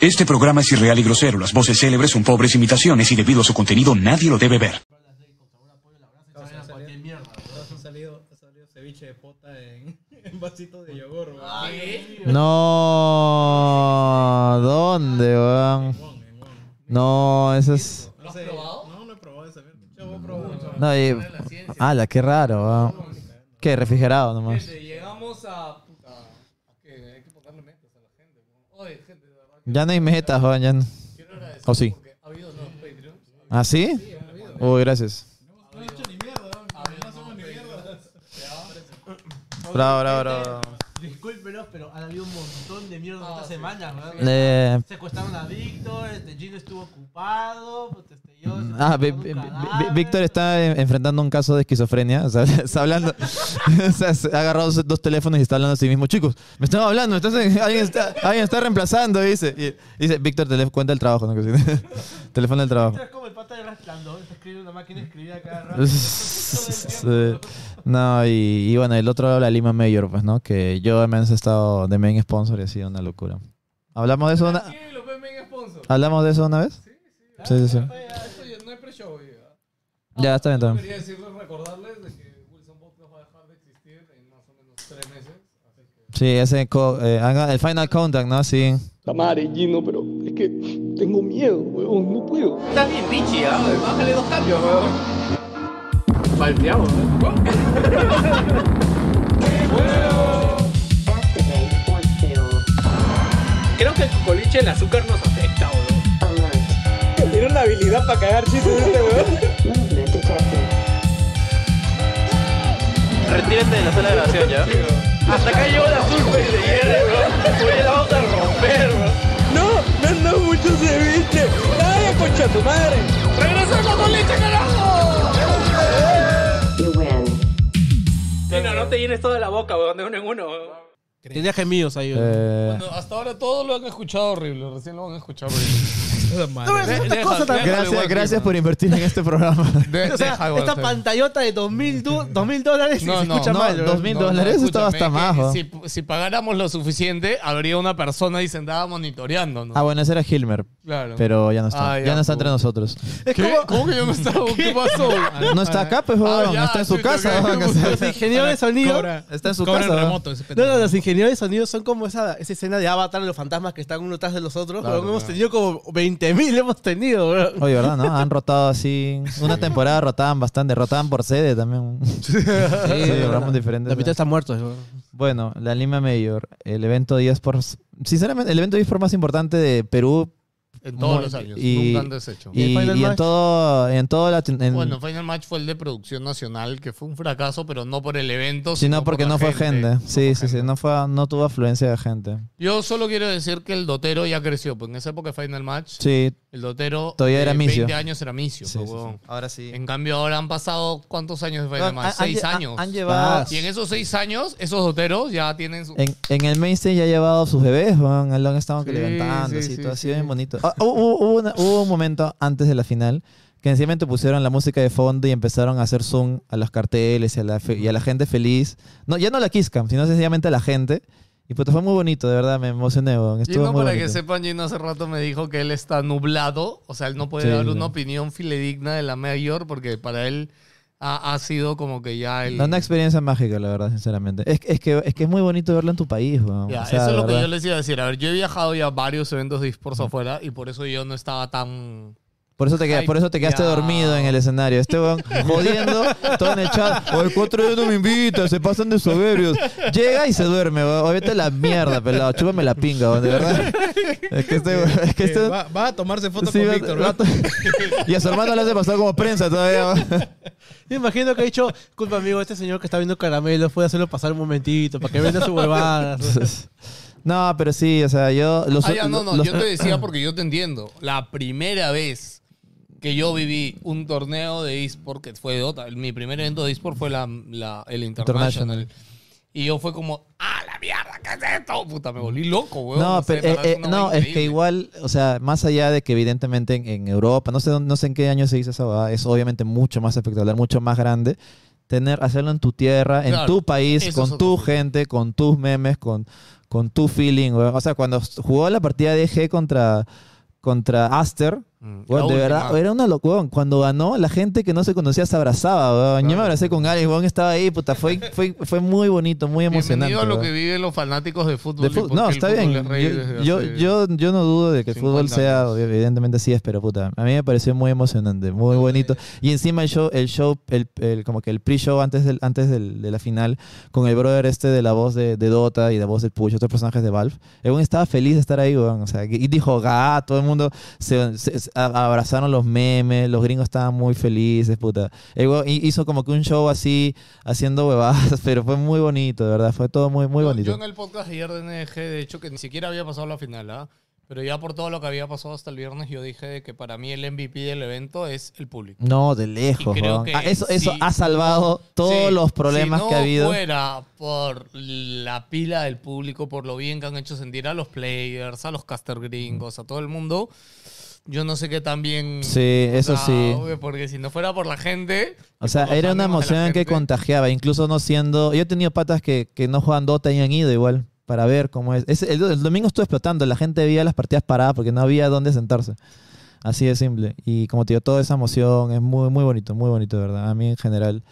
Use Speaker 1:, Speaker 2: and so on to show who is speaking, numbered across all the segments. Speaker 1: Este programa es irreal y grosero. Las voces célebres son pobres imitaciones y debido a su contenido nadie lo debe ver.
Speaker 2: No, sí, salió- no, sí, salido- ha salido ceviche de pota en, en vasito de yogur, weón.
Speaker 3: No, ¿dónde, weón? No, eso es.
Speaker 2: No sé, No, no he probado esa mierda. Yo voy a probar una.
Speaker 3: No, y... Ala, qué raro, weón. Qué refrigerado nomás.
Speaker 4: Llegamos a. Puta, ¿a qué? Hay que ponerle metas a la gente. ¿no? Oye, gente, de verdad,
Speaker 3: Ya no hay metas, weón. Ya no-
Speaker 4: quiero agradecer.
Speaker 3: ¿O sí?
Speaker 4: porque ha habido nuevos Patreons.
Speaker 3: ¿Ah, sí? Uy, gracias.
Speaker 2: No he hecho ni mierda, weón. No hacemos ni mierda.
Speaker 3: Bravo, bravo, bravo.
Speaker 5: Discúlpenos, pero ha habido un montón de mierda
Speaker 4: Ah,
Speaker 5: esta
Speaker 4: sí.
Speaker 5: semana, weón.
Speaker 3: Eh,
Speaker 5: Secuestraron a Víctor, este Gino estuvo ocupado, pues, este, yo,
Speaker 3: ah, Vi-
Speaker 5: secuestraron
Speaker 3: Vi-
Speaker 5: un
Speaker 3: Vi-
Speaker 5: cadáver.
Speaker 3: Víctor está en- enfrentando un caso de esquizofrenia. O sea, está hablando. O sea, se ha agarrado sus dos teléfonos y está hablando a sí mismo. Chicos, me están hablando. entonces alguien, está, alguien está reemplazando, dice. Y dice, Víctor, tele- cuenta el trabajo. ¿no? Que sí. teléfono del trabajo.
Speaker 5: Víctor es como el pata de resplandor, se escribe en una máquina de escribir a cada rato.
Speaker 3: Sí. No, y, y bueno, el otro lado la Lima Mayor, pues, ¿no? Que yo al menos he estado de main sponsor y ha sido una locura. ¿Hablamos de eso una,
Speaker 4: Sí, lo ven en sponsor.
Speaker 3: ¿hablamos de eso una vez? Sí, sí, sí.
Speaker 4: Esto ya no hay pre-show, ya.
Speaker 3: Ya, está bien, está bien.
Speaker 4: Quería decirles, recordarles de que Wilson Podcast va a dejar de existir en más o menos tres meses. Así que.
Speaker 3: Sí, ese co- eh, haga el final contact, ¿no? Sí.
Speaker 6: Tamare, Gino, pero es que tengo miedo, weón, no puedo.
Speaker 4: Estás bien pichi, ¿ah? Bájale dos cambios, weón. Palteamos, weón.
Speaker 7: Activate force field.
Speaker 2: Creo que el cocoliche, el azúcar nos afecta, weón.
Speaker 7: Alert.
Speaker 2: Tiene una habilidad para cagar chistes este, weón.
Speaker 7: Movement detected.
Speaker 2: Retírense de la sala de grabación ya. Hasta acá llegó la surfa y de hierro, weón. Oye, la vamos a romper, weón.
Speaker 7: You win.
Speaker 2: Bueno, no te llenes toda la boca, weón, de uno en uno, weón.
Speaker 5: Tenía gemidos ahí, weón.
Speaker 3: Eh,
Speaker 4: No, hasta ahora todos lo han escuchado horrible, recién lo han escuchado horrible.
Speaker 3: gracias, gracias por invertir en este programa.
Speaker 5: O sea, esta pantallota de 2000 do- 2000 dólares
Speaker 4: No,
Speaker 5: se
Speaker 4: no,
Speaker 5: escucha
Speaker 3: no,
Speaker 5: mal, weón.
Speaker 3: dos mil dólares estaba hasta más, weón.
Speaker 4: Si, si pagáramos lo suficiente, habría una persona ahí sentada monitoreando, ¿no?
Speaker 3: Ah, bueno, ese era Hilmer,
Speaker 4: claro.
Speaker 3: pero ya no está.
Speaker 4: Ah,
Speaker 3: ya,
Speaker 4: ya,
Speaker 3: no está entre
Speaker 4: puta.
Speaker 3: nosotros.
Speaker 4: ¿Qué? ¿Cómo? que yo no estaba? ¿Qué, pasó?
Speaker 3: No está acá, pues,
Speaker 4: Ah,
Speaker 3: weón,
Speaker 4: ya,
Speaker 3: está en su
Speaker 4: sí,
Speaker 3: casa.
Speaker 4: ok.
Speaker 3: weón, o sea,
Speaker 5: Los ingenieros de sonido.
Speaker 3: está en su
Speaker 2: Cobran
Speaker 3: casa. weón.
Speaker 2: remoto ese
Speaker 5: No,
Speaker 2: pendejo.
Speaker 5: no, los ingenieros de sonido son como esa, esa escena de Avatar de los fantasmas que están uno tras de los otros.
Speaker 4: Claro,
Speaker 5: weón. hemos
Speaker 4: claro.
Speaker 5: tenido como 20.000, hemos tenido, weón.
Speaker 3: Oye, ¿verdad? ¿No? Han rotado así. Una temporada rotaban bastante, rotaban por sede también. Sí, programas diferentes.
Speaker 5: La mitad están muertos, weón.
Speaker 3: Bueno, la Lima Mayor, el evento 10 por. Sinceramente, el evento 10 por más importante de Perú
Speaker 4: En todos
Speaker 3: Muy-
Speaker 4: los años.
Speaker 3: y-
Speaker 4: nunca han deshecho.
Speaker 3: y,
Speaker 5: ¿Y el Final
Speaker 3: y en
Speaker 5: Match?
Speaker 3: todo. En todo Latino- en-
Speaker 4: Bueno, Final Match fue el de producción nacional, que fue un fracaso, pero no por el evento.
Speaker 3: sino
Speaker 4: sino
Speaker 3: porque
Speaker 4: por la
Speaker 3: no fue gente. Sí, sí, sí. No, fue, no tuvo afluencia de gente.
Speaker 4: Yo solo quiero decir que el Dotero ya creció, pues en esa época de Final Match,
Speaker 3: Sí,
Speaker 4: el Dotero
Speaker 3: Todavía
Speaker 4: de
Speaker 3: era
Speaker 4: 20
Speaker 3: Micio.
Speaker 4: años era Micio.
Speaker 3: sí,
Speaker 4: pues,
Speaker 3: sí,
Speaker 4: huevón.
Speaker 3: sí. Ahora sí.
Speaker 4: En cambio, ahora han pasado ¿cuántos años de Final
Speaker 3: Han-
Speaker 4: Match?
Speaker 3: han-
Speaker 4: Seis
Speaker 3: han-
Speaker 4: años.
Speaker 3: Han llevado.
Speaker 4: y en esos seis años, esos Doteros ya tienen su...
Speaker 3: En, en el mainstream ya ha llevado sus bebés, weón. Él lo han estado
Speaker 4: Sí,
Speaker 3: levantando,
Speaker 4: sí, sí,
Speaker 3: así, todo ha
Speaker 4: sí.
Speaker 3: sido bien bonito. Ah, hubo, hubo una- hubo un momento antes de la final que encima te pusieron la música de fondo y empezaron a hacer zoom a los carteles y a la, fe- y a la gente feliz. No, ya no la Kisscam, sino sencillamente a la gente. Y puta, fue muy bonito, de verdad, me emocioné, weón. Estuvo
Speaker 4: Gino,
Speaker 3: muy
Speaker 4: para
Speaker 3: bonito.
Speaker 4: que sepan, Gino hace rato me dijo que él está nublado. O sea, él no puede
Speaker 3: Sí,
Speaker 4: dar
Speaker 3: sí.
Speaker 4: una opinión filedigna de la mayor porque para él ha, ha sido como que ya el...
Speaker 3: No, Una experiencia mágica, la verdad, sinceramente. Es, es que, es que es muy bonito verlo en tu país, weón.
Speaker 4: Ya,
Speaker 3: O sea,
Speaker 4: eso es
Speaker 3: de
Speaker 4: lo que
Speaker 3: verdad.
Speaker 4: yo les iba a decir. A ver, yo he viajado ya a varios eventos de esports afuera y por eso yo no estaba tan...
Speaker 3: Por eso te, queda-
Speaker 4: Ay,
Speaker 3: por eso te quedaste
Speaker 4: ya.
Speaker 3: dormido en el escenario. Este weón jodiendo, todo en el chat. O el 4 de no me invita, se pasan de soberbios. Llega y se duerme, weón. O vete a la mierda, pelado. Chúpame la pinga, weón, de verdad. Es que este weón- Es que este.
Speaker 2: Eh, va, va a tomarse foto
Speaker 3: sí,
Speaker 2: con
Speaker 3: va-
Speaker 2: Víctor,
Speaker 3: va-
Speaker 2: ¿verdad?
Speaker 3: y a su hermano le hace pasar como prensa todavía. weón.
Speaker 5: Me imagino que ha dicho, culpa amigo, este señor que está viendo caramelo, puede hacerlo pasar un momentito para que venda su huevada.
Speaker 3: No, pero sí, o sea, yo. Los,
Speaker 4: Ah, ya, no, no,
Speaker 3: los-
Speaker 4: yo te decía porque yo te entiendo. La primera vez que yo viví un torneo de eSport, que fue Dota, mi primer evento de eSport fue la, la- el International.
Speaker 3: International.
Speaker 4: Y yo fue como, ¡ah, la mierda! ¿Qué es esto? Puta, me volví loco, weón.
Speaker 3: No,
Speaker 4: O sea,
Speaker 3: pero, eh,
Speaker 4: para mí
Speaker 3: eh,
Speaker 4: fue una
Speaker 3: no
Speaker 4: hueá
Speaker 3: es que
Speaker 4: increíble.
Speaker 3: igual, o sea, más allá de que evidentemente en, en Europa, no sé, dónde- no sé en qué año se hizo esa boda, es obviamente mucho más espectacular, mucho más grande. tener, hacerlo en tu tierra, en
Speaker 4: Claro,
Speaker 3: tu país,
Speaker 4: eso es
Speaker 3: con
Speaker 4: otro
Speaker 3: tu
Speaker 4: feeling.
Speaker 3: gente, con tus memes, con, con tu feeling. weón. O sea, cuando jugó la partida de G contra, contra Aster,
Speaker 4: Mm,
Speaker 3: Weón,
Speaker 4: la
Speaker 3: de
Speaker 4: última.
Speaker 3: verdad, era una locura. Cuando ganó, la gente que no se conocía se abrazaba. weón. Yo me abracé con Alex, weón, estaba ahí, puta. Fue, fue, fue muy bonito, muy emocionante.
Speaker 4: Bienvenido a lo
Speaker 3: weón.
Speaker 4: que viven los fanáticos de fútbol. y
Speaker 3: De fu-
Speaker 4: por
Speaker 3: no,
Speaker 4: qué el
Speaker 3: está
Speaker 4: fútbol
Speaker 3: bien.
Speaker 4: es rey
Speaker 3: Yo,
Speaker 4: desde
Speaker 3: yo,
Speaker 4: hace-
Speaker 3: yo, yo no dudo de que el fútbol
Speaker 4: 50
Speaker 3: sea,
Speaker 4: años.
Speaker 3: evidentemente sí es, pero puta, a mí me pareció muy emocionante, muy bonito. Y encima el show, el show, el, el- como que el pre-show antes, del, antes del- de la final, con el brother este de la voz de, de Dota y la voz del Push, otros personajes de Valve, el weón estaba feliz de estar ahí, weón. O sea, y dijo, ga, todo el mundo se, se- se a- abrazaron los memes, los gringos estaban muy felices, puta. El weón hi- hizo como que un show así, haciendo huevadas, pero fue muy bonito, de verdad, fue todo muy, muy
Speaker 4: Yo-
Speaker 3: bonito.
Speaker 4: Yo en el podcast ayer de NG, de hecho, que ni siquiera había pasado la final, ¿ah? Pero ya por todo lo que había pasado hasta el viernes, yo dije de que para mí el MVP del evento es el público.
Speaker 3: No, de lejos.
Speaker 4: Y creo
Speaker 3: weón.
Speaker 4: que
Speaker 3: Ah, eso eso
Speaker 4: si
Speaker 3: ha salvado todos
Speaker 4: Sí,
Speaker 3: los problemas
Speaker 4: si no
Speaker 3: que ha habido.
Speaker 4: fuera por la pila del público, por lo bien que han hecho sentir a los players, a los caster gringos, a todo el mundo, yo no sé qué tan bien...
Speaker 3: Sí, eso
Speaker 4: Ah,
Speaker 3: sí.
Speaker 4: obvio, Porque si no fuera por la gente...
Speaker 3: O sea,
Speaker 4: y por los
Speaker 3: era una
Speaker 4: ánimos de la
Speaker 3: emoción que
Speaker 4: gente,
Speaker 3: contagiaba, incluso no siendo... Yo he tenido patas que, que no juegan Dota y han ido igual, para ver cómo es. Ese- el, el domingo estuvo explotando, la gente veía las partidas paradas porque no había dónde sentarse. Así de simple. Y como te digo, toda esa emoción es muy, muy bonito, muy bonito, de verdad. A mí en general.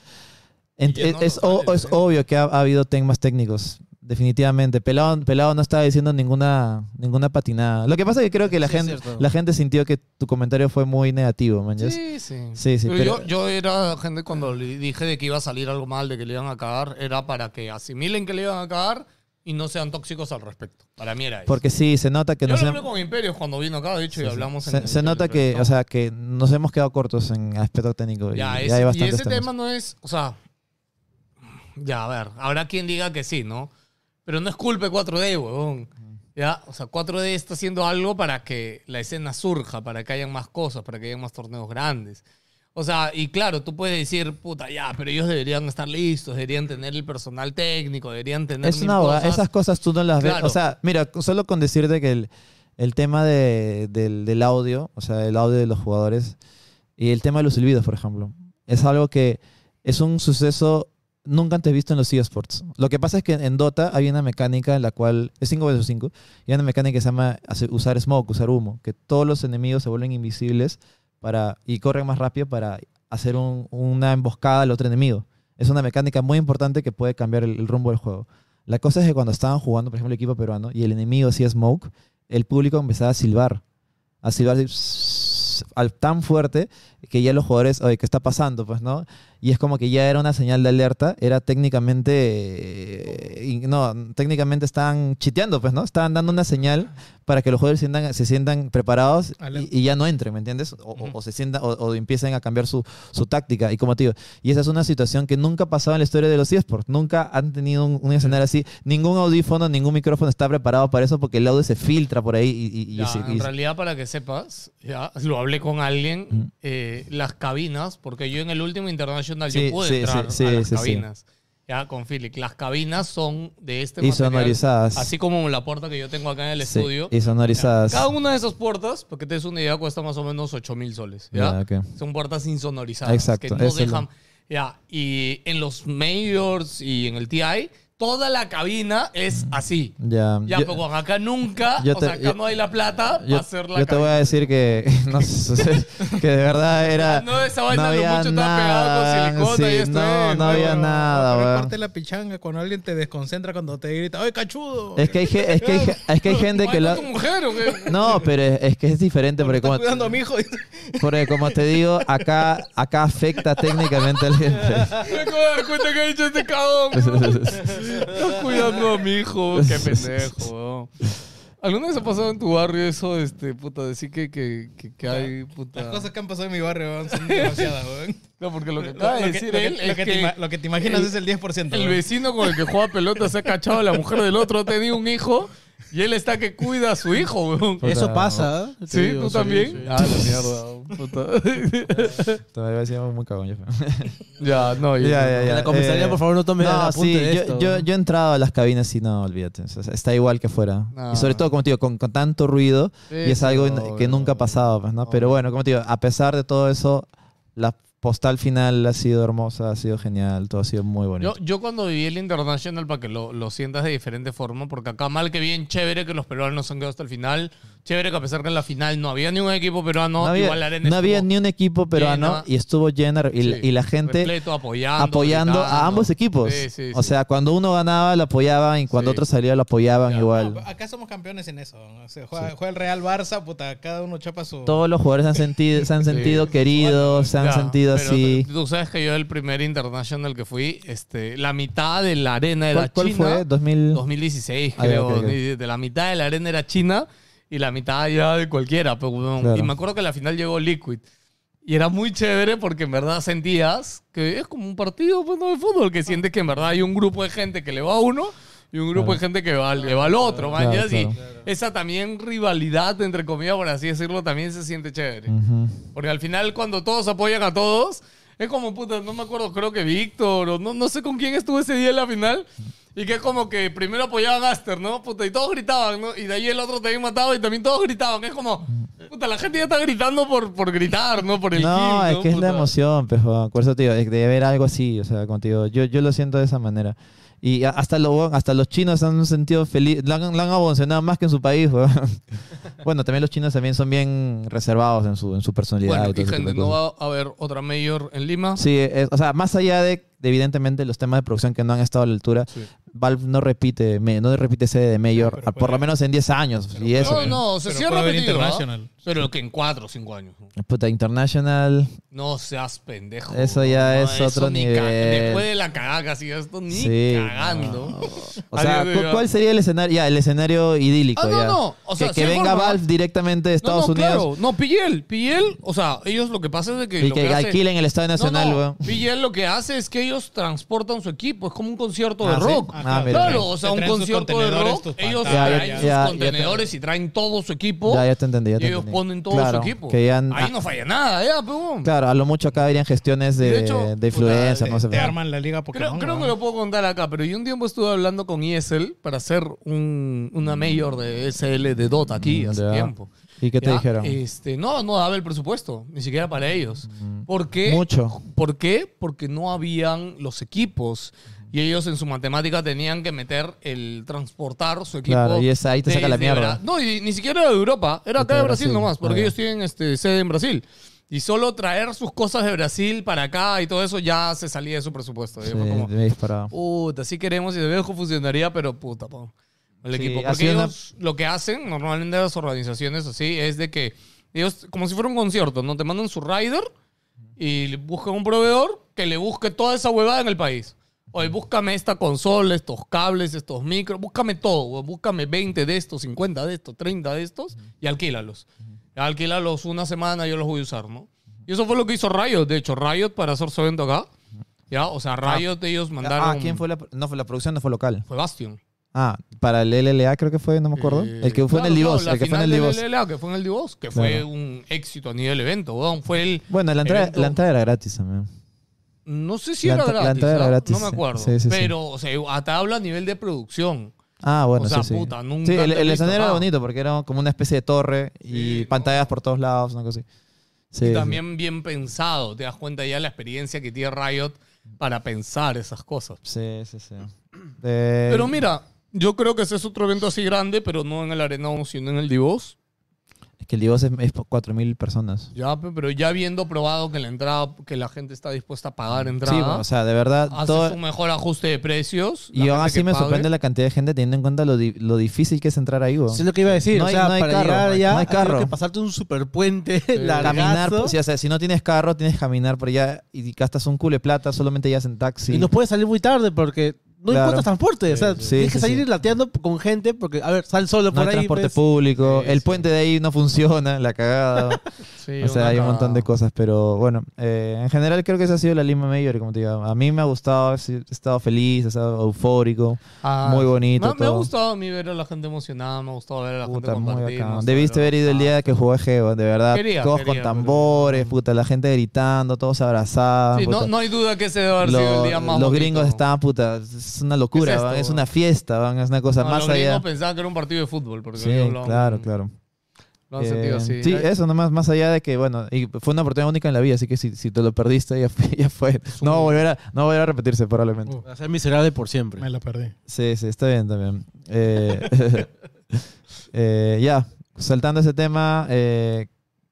Speaker 3: En-
Speaker 4: Y lleno
Speaker 3: es,
Speaker 4: total
Speaker 3: o-
Speaker 4: el
Speaker 3: es
Speaker 4: evento.
Speaker 3: obvio que ha, ha habido temas técnicos, definitivamente. Pelado, Pelado no estaba diciendo ninguna, ninguna patinada. Lo que pasa es que creo que la,
Speaker 5: Sí, es
Speaker 3: gente,
Speaker 5: cierto.
Speaker 3: la gente sintió que tu comentario fue muy negativo, man. ¿ya?
Speaker 4: Sí, sí.
Speaker 3: Sí, sí,
Speaker 4: Pero
Speaker 3: pero-
Speaker 4: yo, yo era gente cuando le dije de que iba a salir algo mal, de que le iban a cagar, era para que asimilen que le iban a cagar y no sean tóxicos al respecto. Para mí era eso.
Speaker 3: Porque sí, se nota que
Speaker 4: yo
Speaker 3: nos
Speaker 4: lo
Speaker 3: hem-
Speaker 4: hablé con Imperios cuando vino acá, de hecho, y
Speaker 3: sí, sí.
Speaker 4: hablamos en
Speaker 3: se,
Speaker 4: el-
Speaker 3: se
Speaker 4: en
Speaker 3: nota
Speaker 4: el
Speaker 3: que,
Speaker 4: resto.
Speaker 3: o sea, que nos hemos quedado cortos en aspecto técnico. y
Speaker 4: Ya,
Speaker 3: y
Speaker 4: ese,
Speaker 3: hay
Speaker 4: y
Speaker 3: bastantes
Speaker 4: ese
Speaker 3: temas.
Speaker 4: tema no es, o sea, ya, a ver, habrá quien diga que sí, ¿no? Pero no es culpa de 4D, huevón. Ya, o sea, 4D está haciendo algo para que la escena surja, para que hayan más cosas, para que hayan más torneos grandes. O sea, y claro, tú puedes decir, puta, ya, pero ellos deberían estar listos, deberían tener el personal técnico, deberían tener
Speaker 3: Es
Speaker 4: mil
Speaker 3: una abogada.
Speaker 4: cosas.
Speaker 3: Esas cosas tú no las ves.
Speaker 4: Claro.
Speaker 3: O sea, mira, solo con decirte que el, el tema de- del, del audio, o sea, el audio de los jugadores y el tema de los silbidos, por ejemplo, es algo que es un suceso nunca antes visto en los eSports. Lo que pasa es que en Dota hay una mecánica en la cual es 5 vs 5 y hay una mecánica que se llama hace- usar smoke, usar humo, que todos los enemigos se vuelven invisibles para, y corren más rápido para hacer un- una emboscada al otro enemigo. Es una mecánica muy importante que puede cambiar el- el rumbo del juego. La cosa es que cuando estaban jugando, por ejemplo, el equipo peruano y el enemigo hacía smoke, el público empezaba a silbar. A silbar así, pss, al- tan fuerte que ya los jugadores, oye, ¿qué está pasando? Pues, ¿no? Y es como que ya era una señal de alerta, era técnicamente. eh, in- no, técnicamente estaban chiteando, pues, ¿no? Estaban dando una señal para que los jugadores sientan- se sientan preparados
Speaker 4: Alerta.
Speaker 3: y, y ya no entren, ¿me entiendes? O, o- o se sientan, o, o empiecen a cambiar su, su táctica. Y como te digo, y esa es una situación que nunca ha pasado en la historia de los eSports. Nunca han tenido un, un escenario así. Ningún audífono, ningún micrófono está preparado para eso porque el audio se filtra por ahí y, y- y
Speaker 4: Ya,
Speaker 3: se- y
Speaker 4: en
Speaker 3: se-
Speaker 4: realidad, para que sepas, ya lo hablé con alguien, eh, las cabinas, porque yo en el último International
Speaker 3: Sí,
Speaker 4: yo pude
Speaker 3: sí,
Speaker 4: entrar
Speaker 3: sí,
Speaker 4: a
Speaker 3: sí,
Speaker 4: las
Speaker 3: sí, sí.
Speaker 4: cabinas. Ya, con Philip. Las cabinas son de este
Speaker 3: y
Speaker 4: material,
Speaker 3: sonorizadas.
Speaker 4: Así como la puerta que yo tengo acá en el
Speaker 3: Sí,
Speaker 4: estudio.
Speaker 3: Y sonorizadas.
Speaker 4: Cada una de esas puertas, porque te des una idea, cuesta más o menos 8 mil soles. ¿ya?
Speaker 3: Ya, ok.
Speaker 4: Son puertas insonorizadas. Que
Speaker 3: Exacto,
Speaker 4: no
Speaker 3: eso es
Speaker 4: dejan. Ya, y en los mayors y en el TI, toda la cabina es así.
Speaker 3: Ya,
Speaker 4: Ya,
Speaker 3: yo-
Speaker 4: pero Juan, acá nunca,
Speaker 3: yo
Speaker 4: o
Speaker 3: te-
Speaker 4: sea, acá
Speaker 3: yo-
Speaker 4: no hay la plata
Speaker 3: yo,
Speaker 4: para hacer la
Speaker 3: yo te voy a
Speaker 4: cabina.
Speaker 3: decir que, no sé, que de verdad era.
Speaker 4: No, esa vaina lo mucho estaba pegado con silicona y
Speaker 3: sí,
Speaker 4: esto eh,
Speaker 3: no,
Speaker 4: es,
Speaker 3: no
Speaker 4: pero
Speaker 3: había
Speaker 4: bueno,
Speaker 3: nada,
Speaker 2: Pero es
Speaker 3: weón.
Speaker 2: parte de la pichanga cuando alguien te desconcentra cuando te grita, ¡ay, cachudo!
Speaker 3: Es que hay, ge- es que hay, ge- es que hay gente que lo.
Speaker 4: ¿Baila tu mujer o qué?
Speaker 3: No, pero es, es que es diferente porque
Speaker 2: Está
Speaker 3: como,
Speaker 2: cuidando a mi hijo.
Speaker 3: porque como te digo, acá, acá afecta técnicamente al gameplay.
Speaker 4: Me acabo de dar cuenta que ha dicho este cabrón. Estás cuidando a mi hijo, qué pendejo. weón. ¿Alguna vez ha pasado en tu barrio eso, este, puta, decir que, que, que, que hay, puta?
Speaker 2: Las cosas que han pasado en mi barrio weón, son demasiadas, weón.
Speaker 4: No, porque lo que acaba de
Speaker 2: Lo lo que-
Speaker 4: decir
Speaker 2: lo que-
Speaker 4: él
Speaker 2: lo
Speaker 4: es
Speaker 2: que te
Speaker 4: que
Speaker 2: ima- lo que te imaginas
Speaker 4: el-
Speaker 2: es el 10%.
Speaker 4: el
Speaker 2: weón.
Speaker 4: vecino con el que juega pelota se ha cachado a la mujer del otro, ha tenido un hijo y él está que cuida a su hijo, weón.
Speaker 5: Eso pasa. ¿eh? Te
Speaker 4: ¿Sí?
Speaker 5: digo,
Speaker 4: ¿Tú también?
Speaker 5: sí.
Speaker 4: Ah, la mierda, weón, puta.
Speaker 3: Todavía decíamos muy cagón, yo creo.
Speaker 4: ya, no, ya.
Speaker 5: En Ah, la comisaría, por favor, no tomen
Speaker 3: Eh, no,
Speaker 5: apunte
Speaker 3: sí,
Speaker 5: de
Speaker 3: yo-
Speaker 5: esto.
Speaker 3: Yo, yo he entrado a las cabinas y no, olvídate. o sea, está igual que afuera.
Speaker 4: No.
Speaker 3: Y sobre todo, como te digo, con, con tanto ruido.
Speaker 4: Sí,
Speaker 3: y es
Speaker 4: sí,
Speaker 3: algo in-
Speaker 4: obvio,
Speaker 3: que nunca ha
Speaker 4: obvio.
Speaker 3: pasado, pues, ¿no? Pero bueno, como te digo, a pesar de todo eso, la postal final ha sido hermosa, ha sido genial, todo ha sido muy bonito.
Speaker 4: Yo, yo cuando viví el International, para que lo, lo sientas de diferente forma, porque acá mal que bien, chévere que los peruanos se han quedado hasta el final, chévere que a pesar que en la final no había ni un equipo peruano,
Speaker 3: no había,
Speaker 4: igual la arena
Speaker 3: no había
Speaker 4: estuvo
Speaker 3: ni un equipo peruano
Speaker 4: llena.
Speaker 3: y estuvo llena y,
Speaker 4: Sí,
Speaker 3: y la gente
Speaker 4: repleto, apoyando,
Speaker 3: apoyando a
Speaker 4: gritando.
Speaker 3: ambos equipos.
Speaker 4: Sí, sí,
Speaker 3: O
Speaker 4: sí.
Speaker 3: sea, cuando uno ganaba lo apoyaban y cuando
Speaker 4: Sí.
Speaker 3: otro salía lo apoyaban
Speaker 4: Ya. Ah,
Speaker 3: igual.
Speaker 2: No, acá somos campeones en eso. ¿no? O sea, juega, juega el Real Barça, puta, cada uno chapa su.
Speaker 3: Todos los jugadores han sentido, se han sentido queridos, se han
Speaker 4: Ya,
Speaker 3: sentido
Speaker 4: pero
Speaker 3: así.
Speaker 4: Tú tú sabes que yo el primer International que fui, este, la mitad de la arena era
Speaker 3: ¿Cuál, cuál
Speaker 4: china.
Speaker 3: fue? 2000.
Speaker 4: 2016,
Speaker 3: Ah, ya,
Speaker 4: creo.
Speaker 3: ok, ok.
Speaker 4: De- De la mitad de la arena era china y la mitad ya de cualquiera. pues, weón.
Speaker 3: Claro.
Speaker 4: Y me acuerdo que la final llegó Liquid. Y era muy chévere porque en verdad sentías que es como un partido pues, no, de fútbol, que sientes que en verdad hay un grupo de gente que le va a uno y un grupo de gente que va, le va al otro.
Speaker 3: Claro,
Speaker 4: mañas, y
Speaker 3: claro.
Speaker 4: esa también rivalidad, entre comillas, por así decirlo, también se siente chévere.
Speaker 3: Ujú.
Speaker 4: Porque al final, cuando todos apoyan a todos, es como, puta, no me acuerdo, creo que Víctor, o no, no sé con quién estuvo ese día en la final. Y que es como que primero apoyaban a Aster, ¿no? Puta, y todos gritaban, ¿no? Y de ahí el otro también mataba y también todos gritaban. Es como, puta, la gente ya está gritando por, por gritar, ¿no? Por el
Speaker 3: No,
Speaker 4: kill,
Speaker 3: es que es la
Speaker 4: Puta.
Speaker 3: emoción, pues, weón. por eso te digo, es de ver algo así, o sea, contigo. Yo, yo lo siento de esa manera. Y a- hasta, lo, hasta los chinos han sentido feliz, la han, la han aboncionado más que en su país. weón. bueno, también los chinos también son bien reservados en su, en su personalidad.
Speaker 4: Bueno,
Speaker 3: y todo
Speaker 4: y
Speaker 3: ese tipo
Speaker 4: gente,
Speaker 3: de
Speaker 4: ¿no
Speaker 3: cosas.
Speaker 4: va a haber otra mayor en Lima?
Speaker 3: Sí, es- o sea, más allá de, de, evidentemente los temas de producción que no han estado a la altura, Valve no repite, me- no repite sede de Mayor,
Speaker 2: pero
Speaker 3: a- por
Speaker 2: puede-
Speaker 3: lo menos en 10 años. Y eso,
Speaker 4: No, no, se
Speaker 2: Pero
Speaker 4: cierra
Speaker 2: puede haber
Speaker 4: repetido, ¿ah?
Speaker 2: International.
Speaker 4: Pero que en cuatro o cinco años. ¿no?
Speaker 3: puta, International,
Speaker 4: No seas pendejo.
Speaker 3: Eso ya
Speaker 4: No,
Speaker 3: es otro
Speaker 4: ni
Speaker 3: nivel.
Speaker 4: ca- Después de la cagada casi esto ni
Speaker 3: Sí,
Speaker 4: cagando.
Speaker 3: O sea,
Speaker 4: Adiós,
Speaker 3: ¿cu-
Speaker 4: adiós.
Speaker 3: ¿cuál sería el escenario? Ya, el escenario idílico.
Speaker 4: Ah, no,
Speaker 3: ya.
Speaker 4: no. O sea,
Speaker 3: que,
Speaker 4: sí
Speaker 3: que
Speaker 4: hay
Speaker 3: venga
Speaker 4: forma.
Speaker 3: Valve directamente de Estados
Speaker 4: no, no,
Speaker 3: Unidos
Speaker 4: Claro. No, Pillel, Pillel, o sea, ellos lo que pasa es de que
Speaker 3: y
Speaker 4: lo
Speaker 3: que,
Speaker 4: que hace-
Speaker 3: alquilen el Estadio Nacional,
Speaker 4: no,
Speaker 3: weón.
Speaker 4: no. Pillel lo que hace es que ellos transportan su equipo, es como un concierto de
Speaker 3: Ah, ¿sí?
Speaker 4: rock.
Speaker 3: Ah,
Speaker 2: claro.
Speaker 3: mira.
Speaker 4: Claro, o sea,
Speaker 2: Te
Speaker 4: un
Speaker 2: traen sus
Speaker 4: concierto de
Speaker 2: contenedores,
Speaker 4: rock,
Speaker 2: tus
Speaker 4: ellos
Speaker 2: pantallas.
Speaker 4: traen
Speaker 3: Ya,
Speaker 4: sus
Speaker 3: ya, ya te-
Speaker 4: contenedores y traen todo su equipo.
Speaker 3: Ya, ya te entendí. Ya
Speaker 4: y
Speaker 3: te
Speaker 4: ellos
Speaker 3: entendí.
Speaker 4: ponen todo
Speaker 3: Claro,
Speaker 4: su equipo.
Speaker 3: que ya han-
Speaker 4: Ahí
Speaker 3: ah,
Speaker 4: no falla nada, ya, pero
Speaker 3: Claro, a lo mucho acá irían gestiones de,
Speaker 4: Y
Speaker 3: de,
Speaker 4: de hecho,
Speaker 3: influencer,
Speaker 4: puta,
Speaker 3: no sé.
Speaker 2: Te arman la liga Pokémon.
Speaker 4: Creo, creo
Speaker 2: ¿no?
Speaker 4: que lo puedo contar acá, pero yo un tiempo estuve hablando con ESL para hacer un, una mayor de SL de Dota aquí hace
Speaker 3: Mm, Ya.
Speaker 4: tiempo.
Speaker 3: ¿Y qué te
Speaker 4: Ya,
Speaker 3: dijeron?
Speaker 4: Este, no, no daba el presupuesto, ni siquiera para ellos. ¿Por qué?
Speaker 3: Mucho.
Speaker 4: ¿Por qué? Porque no habían los equipos y ellos en su matemática tenían que meter el transportar su equipo.
Speaker 3: Claro, y es ahí te saca la
Speaker 4: desde
Speaker 3: mierda.
Speaker 4: Bra- No, y ni siquiera de Europa, era acá
Speaker 3: de
Speaker 4: de Brasil,
Speaker 3: Brasil.
Speaker 4: nomás,
Speaker 3: Ah,
Speaker 4: porque
Speaker 3: ya.
Speaker 4: ellos tienen este, sede en Brasil. Y solo traer sus cosas de Brasil para acá y todo eso ya se salía de su presupuesto. Y
Speaker 3: Sí,
Speaker 4: fue como,
Speaker 3: me he disparado.
Speaker 4: Puta, sí queremos y de viejo funcionaría, pero puta, po. El
Speaker 3: Sí,
Speaker 4: equipo.
Speaker 3: ha
Speaker 4: Porque
Speaker 3: sido una-
Speaker 4: ellos lo que hacen normalmente las organizaciones así es de que ellos, como si fuera un concierto, ¿no? Te mandan su rider y le buscan un proveedor que le busque toda esa huevada en el país. Oye, búscame esta consola, estos cables, estos micros, búscame todo, weón. búscame 20 de estos, 50 de estos, 30 de estos y alquílalos. Alquílalos una semana, yo los voy a usar, ¿no? Y eso fue lo que hizo Riot, de hecho, Riot para hacer su evento acá. Ya, o sea, Riot ellos mandaron
Speaker 3: Ah, ¿quién fue la, no, fue la producción? No fue local.
Speaker 4: fue Bastion.
Speaker 3: Ah, para el LLA creo que fue, no me acuerdo.
Speaker 4: Eh,
Speaker 3: el que fue
Speaker 4: claro,
Speaker 3: en el
Speaker 4: no,
Speaker 3: Divos.
Speaker 4: la
Speaker 3: el que fue
Speaker 4: final
Speaker 3: en el
Speaker 4: del
Speaker 3: Divos.
Speaker 4: LLA, que fue en el Divos, que fue
Speaker 3: Claro.
Speaker 4: un éxito a nivel evento, weón. Fue el.
Speaker 3: Bueno, la entrada,
Speaker 4: evento-
Speaker 3: la entrada era gratis también.
Speaker 4: No sé si
Speaker 3: la
Speaker 4: era
Speaker 3: entra- la
Speaker 4: gratis,
Speaker 3: entrada era
Speaker 4: ¿ah?
Speaker 3: gratis,
Speaker 4: No me
Speaker 3: sí.
Speaker 4: acuerdo.
Speaker 3: Sí, sí, sí.
Speaker 4: pero, o sea, hasta hablo a nivel de producción.
Speaker 3: Ah, bueno,
Speaker 4: O sea,
Speaker 3: sí, sí.
Speaker 4: puta, nunca
Speaker 3: sí, el,
Speaker 4: te he
Speaker 3: el
Speaker 4: visto
Speaker 3: escenario era
Speaker 4: nada.
Speaker 3: bonito porque era como una especie de torre y
Speaker 4: Sí, no.
Speaker 3: pantallas por todos lados, una cosa así. Sí,
Speaker 4: y
Speaker 3: sí.
Speaker 4: también bien pensado. Te das cuenta ya la experiencia que tiene Riot para pensar esas cosas.
Speaker 3: Sí, sí,
Speaker 5: Ah.
Speaker 3: sí. Eh,
Speaker 4: Pero mira, yo creo que ese es otro evento así grande, pero no en el Arenón, sino en el Divos.
Speaker 3: es que el Divos es, es por 4.000 personas.
Speaker 4: Ya, pe- pero ya habiendo probado que la entrada, que la gente está dispuesta a pagar entrada.
Speaker 3: Sí, bueno, o sea, de verdad.
Speaker 4: haces
Speaker 3: todo-
Speaker 4: un mejor ajuste de precios. la
Speaker 3: y aún
Speaker 4: gente
Speaker 3: así
Speaker 4: que
Speaker 3: me
Speaker 4: pague.
Speaker 3: sorprende la cantidad de gente teniendo en cuenta lo, di- lo difícil que es entrar ahí, weón.
Speaker 5: Eso es lo que iba a decir.
Speaker 3: No
Speaker 5: o
Speaker 3: hay-
Speaker 5: sea,
Speaker 3: no hay
Speaker 5: para
Speaker 3: carro, pues,
Speaker 5: llegar
Speaker 3: no hay-
Speaker 5: allá,
Speaker 3: no hay carro.
Speaker 5: tienes que pasarte un superpuente,
Speaker 3: Caminar, pues,
Speaker 5: largazo.
Speaker 3: sí, o sea, si no tienes carro, tienes que caminar por allá y gastas un culo de plata, solamente llegas en taxi.
Speaker 5: Y nos puede salir muy tarde porque no
Speaker 3: Claro.
Speaker 5: importa transporte. O sea,
Speaker 3: sí,
Speaker 5: tienes
Speaker 3: sí,
Speaker 5: que
Speaker 3: sí.
Speaker 5: salir lateando con gente porque, a ver, sal solo
Speaker 3: no hay
Speaker 5: por ahí.
Speaker 3: transporte
Speaker 5: pues.
Speaker 3: público,
Speaker 4: Sí,
Speaker 3: el
Speaker 4: sí.
Speaker 3: puente de ahí no funciona, la cagada.
Speaker 4: Sí,
Speaker 3: O sea,
Speaker 4: una
Speaker 3: hay un montón de
Speaker 4: cagada.
Speaker 3: cosas, pero bueno, eh, en general creo que esa ha sido la Lima Mayor, como te digo. A mí me ha gustado, he si- he estado feliz, he estado eufórico,
Speaker 4: Ah,
Speaker 3: muy bonito.
Speaker 4: Me, me ha
Speaker 3: todo.
Speaker 4: gustado a mí ver a la gente emocionada, me ha gustado ver a la
Speaker 3: Puta,
Speaker 4: gente
Speaker 3: muy
Speaker 4: compartir.
Speaker 3: bacán.
Speaker 4: no sé,
Speaker 3: Debiste
Speaker 4: ver-
Speaker 3: haber ido el día que jugó Geo, de verdad.
Speaker 4: Quería,
Speaker 3: todos
Speaker 4: quería,
Speaker 3: con
Speaker 4: pero-
Speaker 3: tambores, puta, la gente gritando, todos abrazados.
Speaker 4: Sí, no,
Speaker 3: puta.
Speaker 4: no hay duda que ese debe haber sido el
Speaker 3: Lo-
Speaker 4: día más
Speaker 3: los
Speaker 4: bonito.
Speaker 3: gringos estaban, puta, es una locura,
Speaker 4: ¿Qué es
Speaker 3: van,
Speaker 4: esto,
Speaker 3: es
Speaker 4: bro?
Speaker 3: una fiesta, van, es una cosa
Speaker 4: No,
Speaker 3: más
Speaker 4: los
Speaker 3: allá.
Speaker 4: gringos pensaban que era un partido de fútbol. Porque
Speaker 3: Sí,
Speaker 4: había hablado
Speaker 3: claro,
Speaker 4: con-
Speaker 3: claro.
Speaker 4: Lo han sentido
Speaker 3: Eh,
Speaker 4: así.
Speaker 3: Sí, eso nomás, más allá de que, bueno, y fue una oportunidad única en la vida, así que si, si te lo perdiste, ya fue. Ya fue. No, va a volver a, no va a volver a repetirse probablemente.
Speaker 5: Va a ser miserable por siempre.
Speaker 8: Me la perdí.
Speaker 3: Sí, sí, está bien también. Eh, eh, ya, saltando ese tema, eh,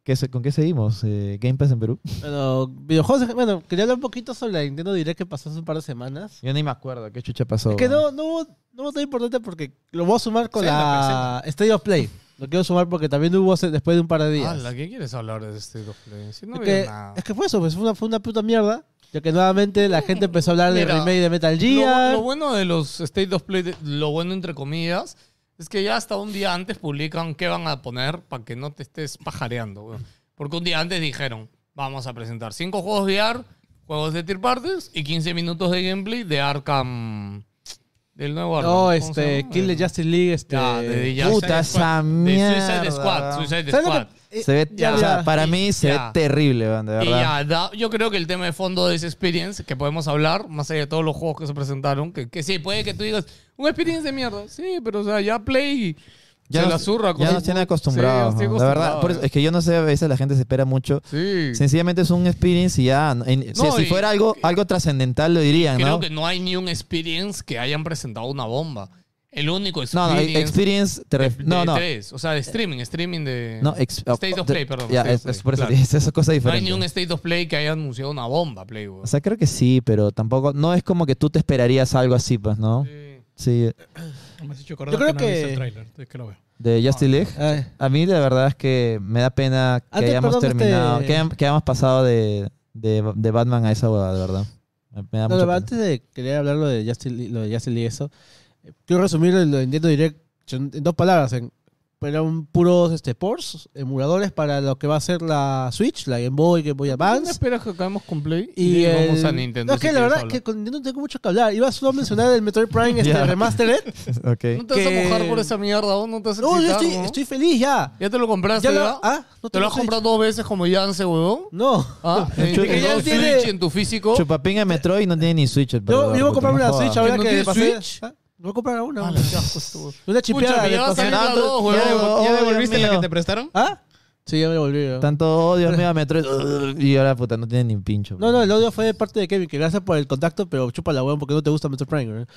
Speaker 3: ¿qué se- ¿con qué seguimos? Eh, Game Pass en Perú.
Speaker 5: Bueno, videojuegos, bueno, quería hablar un poquito sobre la Nintendo Direct que pasó hace un par de semanas.
Speaker 3: Yo ni me acuerdo qué chucha pasó.
Speaker 5: Es que
Speaker 3: weón.
Speaker 5: no, no, hubo- no hubo tan importante porque lo voy a sumar con
Speaker 4: Zelda,
Speaker 5: la State of Play. Lo quiero sumar porque también hubo hace- después de un par de días.
Speaker 4: Ala, Ah, ¿qué quieres hablar de este doble? Si no
Speaker 5: es,
Speaker 4: había
Speaker 5: que,
Speaker 4: nada.
Speaker 5: es que fue eso, pues, fue, una, fue una puta mierda. Ya que nuevamente la gente empezó a hablar del
Speaker 4: Mira,
Speaker 5: remake de Metal
Speaker 4: Lo,
Speaker 5: Gear.
Speaker 4: lo bueno de los State of Play, de- lo bueno entre comillas, es que ya hasta un día antes publican qué van a poner para que no te estés pajareando. weón. Porque un día antes dijeron, vamos a presentar cinco juegos de AR, juegos de tier parties y 15 minutos de gameplay de Arkham. Del nuevo Arkham.
Speaker 5: no,
Speaker 4: ¿Cómo se
Speaker 5: este,
Speaker 4: llama?
Speaker 5: Kill the
Speaker 4: El-
Speaker 5: Justice League, este.
Speaker 4: Ya, de The Justice
Speaker 3: Puta esa
Speaker 4: Squad. De Suicide
Speaker 3: mierda.
Speaker 4: Squad.
Speaker 3: weón.
Speaker 4: Suicide
Speaker 5: ¿Sabes lo
Speaker 4: Squad.
Speaker 5: que- eh,
Speaker 3: Se ve,
Speaker 5: ya,
Speaker 3: o sea,
Speaker 5: ya.
Speaker 3: para
Speaker 4: Y-
Speaker 3: mí se
Speaker 4: ya.
Speaker 3: ve terrible, weón, de
Speaker 4: Y
Speaker 3: verdad.
Speaker 4: ya, da- yo creo que el tema de fondo de ese experience que podemos hablar, más allá de todos los juegos que se presentaron, que, que sí, puede que tú digas, un experience de mierda. Sí, pero o sea, ya Play
Speaker 3: Ya
Speaker 4: se
Speaker 3: nos-
Speaker 4: la zurra.
Speaker 3: Ya
Speaker 4: con-
Speaker 3: nos tiene
Speaker 4: Sí,
Speaker 3: acostumbrados.
Speaker 4: nos tiene
Speaker 3: ¿no? La verdad,
Speaker 4: acostumbrados.
Speaker 3: por eso- es que yo no sé, a veces la gente se espera mucho.
Speaker 4: Sí.
Speaker 3: Sencillamente es un experience y ya. en- si-
Speaker 4: No,
Speaker 3: si
Speaker 4: y-
Speaker 3: fuera algo, algo trascendental lo dirían,
Speaker 4: Creo
Speaker 3: ¿no?
Speaker 4: que no hay ni un experience que hayan presentado una bomba. El único
Speaker 3: No, no,
Speaker 4: experience,
Speaker 3: experience te ref-
Speaker 4: de,
Speaker 3: No, no.
Speaker 4: tres. O sea, de streaming, streaming de...
Speaker 3: No, ex- oh,
Speaker 4: State of Play, perdón,
Speaker 3: Ya,
Speaker 4: State
Speaker 3: es,
Speaker 4: of Play,
Speaker 3: es por eso,
Speaker 4: claro.
Speaker 3: es, es cosa
Speaker 4: no hay
Speaker 3: diferente.
Speaker 4: ni un State of Play que haya anunciado una bomba, Play. weón.
Speaker 3: O sea, creo que sí, pero tampoco. No es como que tú te esperarías algo así, pues, ¿no?
Speaker 4: Sí.
Speaker 3: Sí.
Speaker 8: Me has hecho acordar
Speaker 5: Yo creo
Speaker 8: que no he visto
Speaker 5: que-
Speaker 8: el tráiler, entonces que lo veo.
Speaker 3: De Justice League.
Speaker 5: Ay,
Speaker 3: A mí la verdad es que me da pena que
Speaker 5: Antes,
Speaker 3: hayamos
Speaker 5: perdón,
Speaker 3: terminado,
Speaker 5: este-
Speaker 3: que, hayam- que hayamos pasado de, de, de Batman a esa huevada, de verdad. Me, me da
Speaker 4: Ah,
Speaker 5: no,
Speaker 3: mucha
Speaker 5: no,
Speaker 3: pena.
Speaker 5: antes de querer hablar lo de Justice League, lo de Justice League y eso, eh, quiero resumir lo de Nintendo Direct en en dos palabras. En, eran puros este, ports, emuladores para lo que va a ser la Switch, la Game Boy, Game Boy
Speaker 4: ¿Tú no
Speaker 5: Advance.
Speaker 4: esperas que acabemos con Play?
Speaker 5: Y
Speaker 4: Sí, vamos
Speaker 5: el-
Speaker 4: a Nintendo.
Speaker 5: No, es
Speaker 4: si
Speaker 5: que la
Speaker 4: quieres
Speaker 5: verdad
Speaker 4: hablar.
Speaker 5: que con Nintendo no tengo mucho que hablar. Iba solo a mencionar el Metroid Prime este
Speaker 3: Ya.
Speaker 5: Remastered.
Speaker 4: No
Speaker 3: Ok.
Speaker 4: te vas a
Speaker 5: que-
Speaker 4: mojar por esa mierda, vos no te vas a
Speaker 5: No, yo
Speaker 4: excitar,
Speaker 5: estoy,
Speaker 4: ¿no?
Speaker 5: estoy feliz ya.
Speaker 4: ¿Ya te lo compraste,
Speaker 5: Ya
Speaker 4: ya?
Speaker 5: lo- ah, no
Speaker 4: ¿Te lo
Speaker 5: tengo
Speaker 4: has comprado dos veces como Yance, huevón?
Speaker 5: No.
Speaker 4: ¿Ah? ¿En,
Speaker 3: Chuta,
Speaker 4: en
Speaker 5: ya
Speaker 4: dos
Speaker 5: tiene-
Speaker 4: Switch, en tu físico?
Speaker 3: Chupapín en Metroid no tiene ni Switch. el
Speaker 5: Yo,
Speaker 3: perdedor,
Speaker 5: yo voy a
Speaker 3: puta,
Speaker 5: comprarme
Speaker 3: no
Speaker 5: una
Speaker 3: jodas.
Speaker 5: Switch ahora
Speaker 4: ¿Que no
Speaker 5: que
Speaker 4: tienes
Speaker 5: pasé.
Speaker 4: Switch?
Speaker 5: Ah, Voy a comprar una.
Speaker 4: Ah, la
Speaker 5: una.
Speaker 4: chapa, este, huevón.
Speaker 5: Una chipeada.
Speaker 4: Pucha, me
Speaker 5: le
Speaker 4: llevas a
Speaker 5: pasé.
Speaker 4: mí las dos,
Speaker 3: Ya
Speaker 8: ¿Ya,
Speaker 4: huevón. Oh,
Speaker 3: devo-
Speaker 8: devol-
Speaker 3: ya
Speaker 8: ya
Speaker 3: devolví
Speaker 8: devolviste la
Speaker 3: mío.
Speaker 8: que te prestaron?
Speaker 5: ¿Ah? Sí, ya me volví. yo.
Speaker 3: Tanto odio, mira Metroid. Y ahora, puta, no tiene ni pincho.
Speaker 5: No, no, el odio fue de parte de Kevin, que gracias por el contacto, pero chupa la weón porque no te gusta Metroid Prime, weón.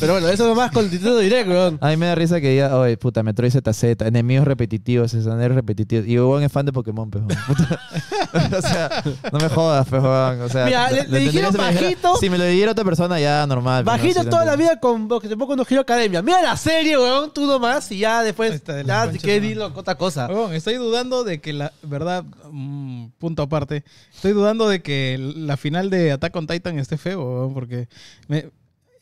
Speaker 5: Pero bueno, eso nomás con el título directo,
Speaker 4: Ah,
Speaker 5: weón.
Speaker 3: A mí me da risa que diga, oye, puta, Metroid ZZ, enemigos repetitivos, escenarios repetitivos. Y yo, weón, es fan de Pokémon, pejón. o sea, no me jodas, pejón. O sea,
Speaker 5: Mira, le-
Speaker 3: lo tendría
Speaker 5: le dijeron
Speaker 3: si me dijera-
Speaker 5: bajito.
Speaker 3: si me lo dijera otra persona, ya, normal. pero no,
Speaker 5: Bajito
Speaker 3: sí lo
Speaker 5: toda la
Speaker 3: entiendo.
Speaker 5: vida con que tampoco nos giro academia. Mira la serie, weón, tú nomás y ya después.
Speaker 8: Esta de las
Speaker 5: ya, si
Speaker 8: conchas,
Speaker 5: quieres
Speaker 8: ¿no?
Speaker 5: dilo con otra cosa.
Speaker 8: Huevón, estoy dudando de que la verdad, mm, punto aparte, estoy dudando de que la final de Attack on Titan esté feo, huevón, porque me-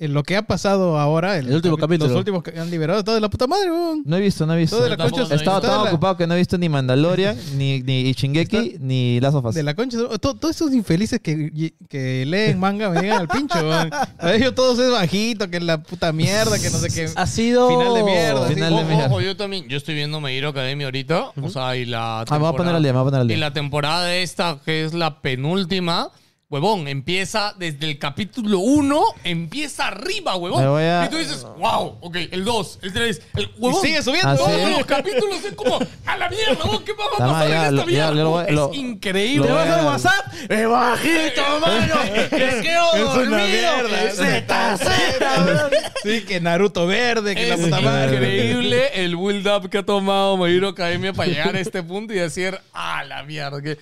Speaker 8: en lo que ha pasado ahora,
Speaker 5: El último capítulo.
Speaker 8: los últimos que han liberado, todo de la puta madre, huevón.
Speaker 3: No he visto, no he visto.
Speaker 8: Todo de la
Speaker 3: Estaba
Speaker 8: concha,
Speaker 4: Tampoco no he
Speaker 3: estaba
Speaker 4: visto.
Speaker 3: tan
Speaker 8: toda la-
Speaker 3: ocupado que no he visto ni Mandalorian, ni, ni Shingeki, ni Last of Us.
Speaker 8: De la concha, to- todos esos infelices que, que leen manga me llegan al pincho, weón. A ellos todos es bajito, que la puta mierda, que no sé qué.
Speaker 5: Ha sido.
Speaker 8: Final de mierda.
Speaker 3: Final
Speaker 8: sí.
Speaker 3: de
Speaker 8: Ojo,
Speaker 3: mierda.
Speaker 4: Ojo, yo también. Yo estoy viendo Meiro Academia ahorita. O sea, y la
Speaker 3: Ah, me voy a poner al día, me voy a poner al
Speaker 4: Y
Speaker 3: día.
Speaker 4: la temporada de esta, que es la penúltima, huevón, empieza desde el capítulo 1, empieza arriba,
Speaker 3: Me
Speaker 4: huevón.
Speaker 3: voy a-
Speaker 4: Y tú dices, wow, ok, el 2, el 3, el huevón.
Speaker 8: sigue subiendo.
Speaker 3: Ah,
Speaker 4: Todos
Speaker 3: ¿sí?
Speaker 4: los capítulos es como, a la mierda, huevón, ¿qué va a
Speaker 3: Está mal,
Speaker 4: pasar en
Speaker 3: ya,
Speaker 4: esta
Speaker 3: lo- ya,
Speaker 4: mierda?
Speaker 3: ya lo voy-
Speaker 4: es
Speaker 3: lo-
Speaker 4: increíble.
Speaker 3: lo
Speaker 5: ¿Te
Speaker 3: voy
Speaker 5: vas al
Speaker 3: Bueno.
Speaker 5: WhatsApp? ¡Es bajito, mano! ¡Es que
Speaker 8: Es una mierda.
Speaker 5: ¡Z, Z!
Speaker 8: Sí, que Naruto verde, que la
Speaker 4: Es
Speaker 8: puta madre.
Speaker 4: increíble el build up que ha tomado Mayuro Academia para llegar a este punto y decir, a la mierda. Que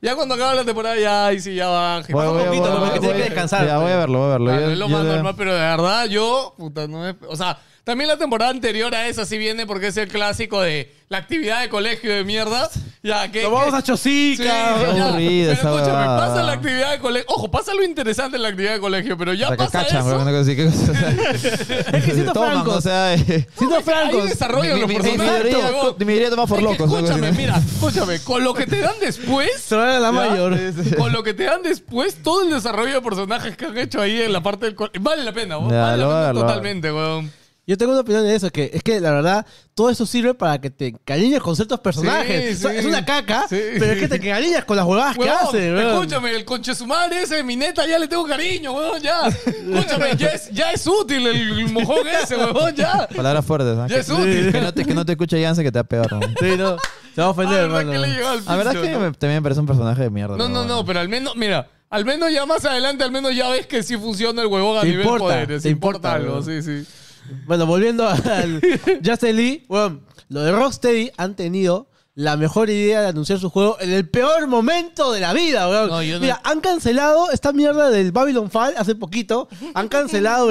Speaker 4: ya cuando acaba la temporada, ya, ahí sí, ya baje.
Speaker 3: Voy,
Speaker 4: Baja
Speaker 3: voy,
Speaker 4: un poquito,
Speaker 3: voy,
Speaker 4: nomás que
Speaker 3: voy, voy.
Speaker 4: tiene que descansar.
Speaker 3: Ya, voy a verlo, voy a verlo.
Speaker 4: Claro,
Speaker 3: Yo-
Speaker 4: es lo
Speaker 3: yo
Speaker 4: más
Speaker 3: de-
Speaker 4: normal, pero de verdad yo, puta, no me- O sea, también la temporada anterior a esa sí viene porque es el clásico de la actividad de colegio de mierda. Ya, que...
Speaker 5: ¡Nos vamos a
Speaker 4: Sí,
Speaker 5: Chosica!
Speaker 4: ya.
Speaker 3: aburrida
Speaker 4: Pero
Speaker 3: esa
Speaker 4: escúchame,
Speaker 3: huevada.
Speaker 4: pasa la actividad de colegio. Ojo, pasa lo interesante en la actividad de colegio, pero ya
Speaker 3: La
Speaker 4: pasa
Speaker 3: cacacha,
Speaker 4: eso.
Speaker 3: weón, una cosa así, ¿qué cosa?
Speaker 5: Es que siendo
Speaker 3: Toman,
Speaker 5: francos.
Speaker 3: o sea, eh,
Speaker 5: Siendo
Speaker 4: Hay
Speaker 5: francos.
Speaker 4: desarrollo en
Speaker 3: mi,
Speaker 4: los
Speaker 3: mi- mi
Speaker 4: personajes.
Speaker 3: teoría,
Speaker 4: huevón.
Speaker 3: mi teoría toma por
Speaker 4: Es que
Speaker 3: locos. ¿no?
Speaker 4: Escúchame, mira, escúchame, con lo que te dan después.
Speaker 5: Se van a la
Speaker 4: ¿ya?
Speaker 5: mayor.
Speaker 4: Con lo que te dan después, todo el desarrollo de personajes que han hecho ahí en la parte del col- Vale la pena, weón,
Speaker 3: Ya,
Speaker 4: vale
Speaker 3: lo
Speaker 4: la
Speaker 3: voy a
Speaker 4: pena
Speaker 3: ver, lo voy a ver.
Speaker 4: totalmente, weón.
Speaker 5: Yo tengo una opinión de eso, que es que la verdad, todo eso sirve para que te encariñes con ciertos personajes.
Speaker 4: Sí,
Speaker 5: O sea, Es
Speaker 4: sí.
Speaker 5: una caca,
Speaker 4: Sí.
Speaker 5: pero es que te encariñas con las huevadas que
Speaker 4: Huevón,
Speaker 5: hacen, weón.
Speaker 4: Escúchame, el conche su madre ese, mi neta, ya le tengo cariño, weón, ya. Escúchame, ya es, ya es útil el mojón ese, weón, ya.
Speaker 3: Palabras fuertes. ¿no?
Speaker 4: Ya es útil.
Speaker 3: Que no te, que no te escuche Jansen, que te va a pegar. ¿no?
Speaker 5: Sí, no. Se va a ofender,
Speaker 4: Alba que
Speaker 5: hermano.
Speaker 4: le llegó al
Speaker 3: La verdad es
Speaker 4: piso,
Speaker 3: que
Speaker 4: ¿no?
Speaker 3: me- también me parece un personaje de mierda.
Speaker 4: No, no, no, pero al menos, mira, al menos ya más adelante, al menos ya ves que sí funciona el huevón a
Speaker 5: Te
Speaker 4: nivel
Speaker 5: importa,
Speaker 4: poderes.
Speaker 5: te importa,
Speaker 4: algo, sí,
Speaker 5: huevón.
Speaker 4: sí.
Speaker 5: Bueno, volviendo al Justin Lee, bueno, los de Rocksteady han tenido la mejor idea de anunciar su juego en el peor momento de la vida, weón.
Speaker 4: No, yo no-
Speaker 5: Mira, han cancelado esta mierda del Babylon Fall hace poquito, han cancelado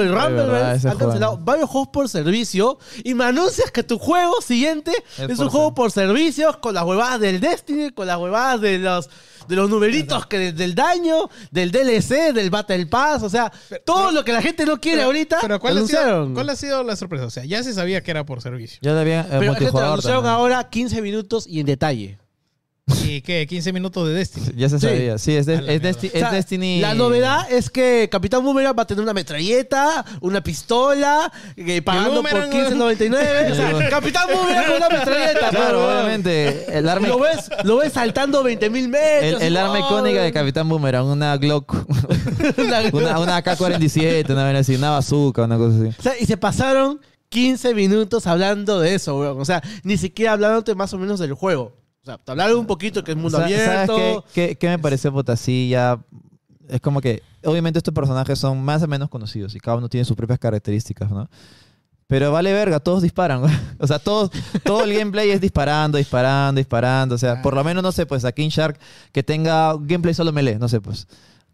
Speaker 5: el
Speaker 3: verdad,
Speaker 5: Rumble
Speaker 3: ese
Speaker 5: han
Speaker 3: juego.
Speaker 5: cancelado varios juegos por servicio y me anuncias que tu juego siguiente es,
Speaker 3: Es
Speaker 5: un
Speaker 3: por
Speaker 5: juego por servicios con las huevadas del Destiny, con las huevadas de los de los numeritos que del daño, del DLC, del Battle Pass, o sea, todo lo que la gente no quiere ahorita
Speaker 8: Pero ¿cuál ha, sido,
Speaker 5: Eh, anunciaron.
Speaker 8: ¿cuál ha sido la sorpresa? O sea, ya se sabía que era por servicio.
Speaker 3: Yo la vi en en
Speaker 5: Pero es que te
Speaker 3: multijugador.
Speaker 5: anunciaron
Speaker 3: también.
Speaker 5: ahora 15 minutos y en detalle.
Speaker 8: ¿Y qué? 15 minutos de Destiny.
Speaker 3: Ya se
Speaker 5: Sí.
Speaker 3: sabía. Sí, es, de-
Speaker 8: A la
Speaker 3: es,
Speaker 8: mierda.
Speaker 3: Desti- es
Speaker 5: O sea,
Speaker 3: Destiny.
Speaker 5: La novedad es que Capitán Boomerang va a tener una metralleta, una pistola, eh, pagando por
Speaker 8: Boomerang,
Speaker 5: 15.99. o sea, Capitán Boomerang con una metralleta,
Speaker 3: Claro,
Speaker 5: claro,
Speaker 3: obviamente. El arma,
Speaker 5: Lo ves, lo ves saltando 20.000 metros. ¡oh!
Speaker 3: el, el arma icónica de Capitán Boomerang, una Glock. una una AK-47, una, vaina así, una bazooka, una cosa así.
Speaker 5: O sea, y se pasaron 15 minutos hablando de eso, weón. O sea, ni siquiera hablándote más o menos del juego. O sea, te hablaron un poquito que es mundo
Speaker 3: Sa-
Speaker 5: abierto.
Speaker 3: ¿Sabes qué, qué- qué me pareció puta? Sí, ya. Es como que. Obviamente, estos personajes son más o menos conocidos y cada uno tiene sus propias características, ¿no? Pero vale verga, todos disparan. güey. O sea, todos, todo el gameplay es disparando, disparando, disparando. O
Speaker 5: Ah.
Speaker 3: sea, por lo menos, no sé, pues a King Shark que tenga gameplay solo melee, no sé, pues.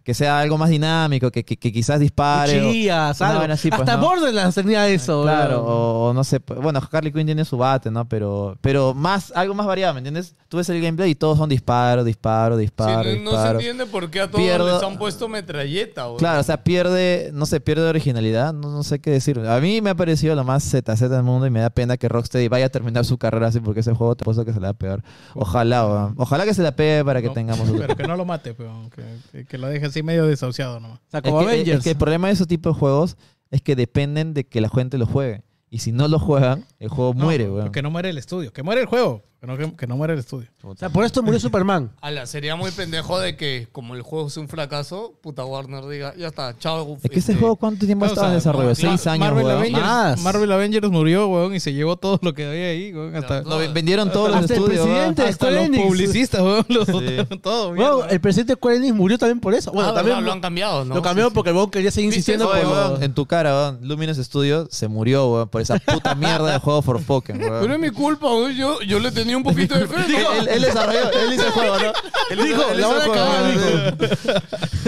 Speaker 3: Que sea algo más dinámico, que, que- que quizás dispare. o-
Speaker 5: Cuchillas,
Speaker 3: Una
Speaker 5: algo.
Speaker 3: vaina así, pues,
Speaker 5: Hasta
Speaker 3: ¿no?
Speaker 5: Borderlands tenía eso.
Speaker 3: Claro,
Speaker 5: weón.
Speaker 3: o, o no sé. pues, Bueno, Harley Quinn tiene su bate, ¿no? Pero, pero más, algo más variado, ¿me entiendes? Tú ves el gameplay y todos son disparo, disparo, disparo.
Speaker 4: Sí, no, no se
Speaker 3: disparo.
Speaker 4: entiende por qué a todos
Speaker 3: Pierdo-
Speaker 4: les han puesto metralleta, weón.
Speaker 3: Claro, o sea, pierde, no sé, pierde originalidad, no, no sé qué decir. A mí me ha parecido lo más ZZ del mundo y me da pena que Rocksteady vaya a terminar su carrera así porque ese juego te apuesto que se la va a pegar. Ojalá, weón. ojalá que se la pegue para que
Speaker 8: No,
Speaker 3: tengamos otro.
Speaker 8: Pero que no lo mate, pero que, que- que lo deje así medio desahuciado nomás.
Speaker 5: O sea,
Speaker 3: Es
Speaker 5: como
Speaker 3: que,
Speaker 5: Avengers.
Speaker 3: es que el problema de ese tipo de juegos es que dependen de que la gente lo juegue. Y si no lo juegan, el juego
Speaker 8: No,
Speaker 3: muere, weón.
Speaker 8: Que no muere el estudio. Que muere el juego. Que no, que, que no muere el estudio.
Speaker 5: O sea, por esto murió Superman.
Speaker 4: Ala, sería muy pendejo de que, como el juego es un fracaso, puta Warner diga, ya está, chao.
Speaker 3: Es que ese
Speaker 4: este,
Speaker 3: juego, ¿cuánto tiempo
Speaker 8: Pausa,
Speaker 3: estaba en desarrollo?
Speaker 8: no,
Speaker 3: Seis
Speaker 8: Mar-
Speaker 3: años,
Speaker 8: Marvel
Speaker 3: weón.
Speaker 8: Avengers,
Speaker 5: Más.
Speaker 8: Marvel Avengers murió, weón, y se llevó todo lo que había ahí, weón. Hasta,
Speaker 4: No,
Speaker 3: Lo- vendieron todos los
Speaker 5: Hasta el
Speaker 3: estudios, weón.
Speaker 5: presidente.
Speaker 8: hasta
Speaker 5: Square
Speaker 8: los
Speaker 5: Enix.
Speaker 8: publicistas, weón. Los botaron todo,
Speaker 5: Bueno,
Speaker 8: mierda.
Speaker 5: el presidente de Square Enix murió también por eso.
Speaker 4: Ah,
Speaker 5: Bueno, también
Speaker 4: verdad, lo han cambiado, ¿no?
Speaker 5: lo cambió
Speaker 4: Sí, sí.
Speaker 5: porque el huevón quería seguir
Speaker 4: ¿Viste
Speaker 5: insistiendo
Speaker 4: eso,
Speaker 5: por
Speaker 3: Oye,
Speaker 5: lo-
Speaker 3: weón, en tu cara, weón. Luminous Studio se murió, weón, por esa puta mierda de juego for Pokémon, weón.
Speaker 4: Pero es mi culpa, weón, yo, yo le tenía un poquito de fe.
Speaker 3: Él, él- él desarrolló, él hizo el juego, ¿no? Él hizo-
Speaker 5: Dijo,
Speaker 3: él
Speaker 5: la
Speaker 3: hizo
Speaker 5: van
Speaker 3: el
Speaker 5: a
Speaker 3: juego,
Speaker 5: cagar,
Speaker 3: ¿no?
Speaker 5: dijo.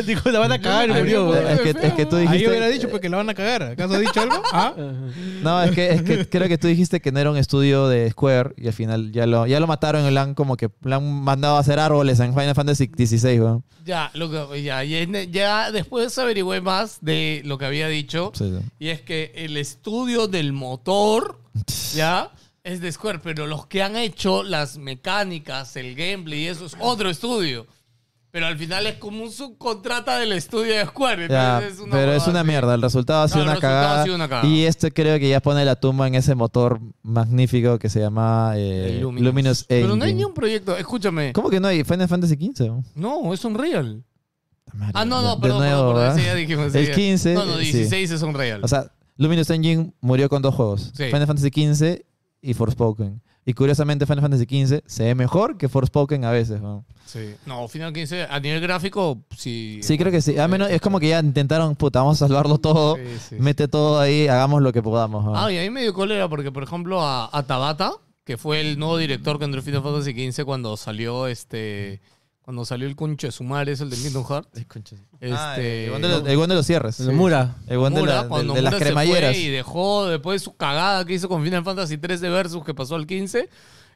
Speaker 5: Dijo, la van a cagar y
Speaker 4: Ay,
Speaker 5: murió,
Speaker 4: Dios,
Speaker 5: weón.
Speaker 3: Es que, es que tú
Speaker 8: Ahí hubiera
Speaker 3: dijiste.
Speaker 8: dicho porque la van a cagar. ¿Acaso ha dicho algo? ¿Ah?
Speaker 3: No, es que, es que creo que tú dijiste que no era un estudio de Square y al final ya lo, ya lo mataron y lo han como que lo han mandado a hacer árboles en Final Fantasy XVI, weón.
Speaker 4: Ya, lo que, ya, ya, ya después averigüé más de lo que había dicho.
Speaker 3: Sí, sí.
Speaker 4: Y es que el estudio del motor, ¿ya? Es de Square, pero los que han hecho las mecánicas, el gameplay y eso es otro estudio. Pero al final es como un subcontrata del estudio de Square.
Speaker 3: Ya,
Speaker 4: entonces una
Speaker 3: pero es
Speaker 4: huevada
Speaker 3: una
Speaker 4: así.
Speaker 3: mierda. El resultado ha sido,
Speaker 4: No, el
Speaker 3: una,
Speaker 4: resultado ha
Speaker 3: cagada,
Speaker 4: sido una cagada.
Speaker 3: Y este creo que ya pone la tumba en ese motor magnífico que se llama eh,
Speaker 4: El
Speaker 3: Luminous.
Speaker 4: Luminous. Pero no hay
Speaker 3: Engine.
Speaker 4: ni un proyecto, escúchame.
Speaker 3: ¿Cómo que no hay Final Fantasy XV? weón?
Speaker 4: No, es un real. Ah, no,
Speaker 3: De-
Speaker 4: no,
Speaker 3: de
Speaker 4: perdón, perdón, perdón,
Speaker 3: nuevo, ¿verdad?
Speaker 4: ese ya dijimos, ese
Speaker 3: El
Speaker 4: ya.
Speaker 3: 15,
Speaker 4: No, no,
Speaker 3: sí.
Speaker 4: 16 es un real.
Speaker 3: O sea, Luminous Engine murió con dos juegos:
Speaker 4: Sí.
Speaker 3: Final Fantasy XV y Forspoken. Y curiosamente, Final Fantasy XV se ve mejor que Forspoken a veces. ¿no?
Speaker 4: Sí. No, Final 15, a nivel gráfico, sí.
Speaker 3: Sí, creo que sí. A menos es como que ya intentaron, puta, vamos a salvarlo todo.
Speaker 4: Sí, sí.
Speaker 3: Mete todo ahí, hagamos lo que podamos. ¿no?
Speaker 4: Ah, y a mí me dio cólera porque, por ejemplo, a, a Tabata, que fue el nuevo director que entró en Final Fantasy XV cuando salió este. Cuando salió el concho de Sumar, es el de Kingdom Hearts. Este,
Speaker 3: Ah, el guante de los- el guante de los cierres.
Speaker 5: El Mura.
Speaker 3: El guante de,
Speaker 4: Nomura,
Speaker 3: la- de-
Speaker 4: cuando
Speaker 3: de las
Speaker 4: Nomura se
Speaker 3: cremalleras.
Speaker 4: fue y dejó después su cagada que hizo con Final Fantasy 13 Versus que pasó al 15.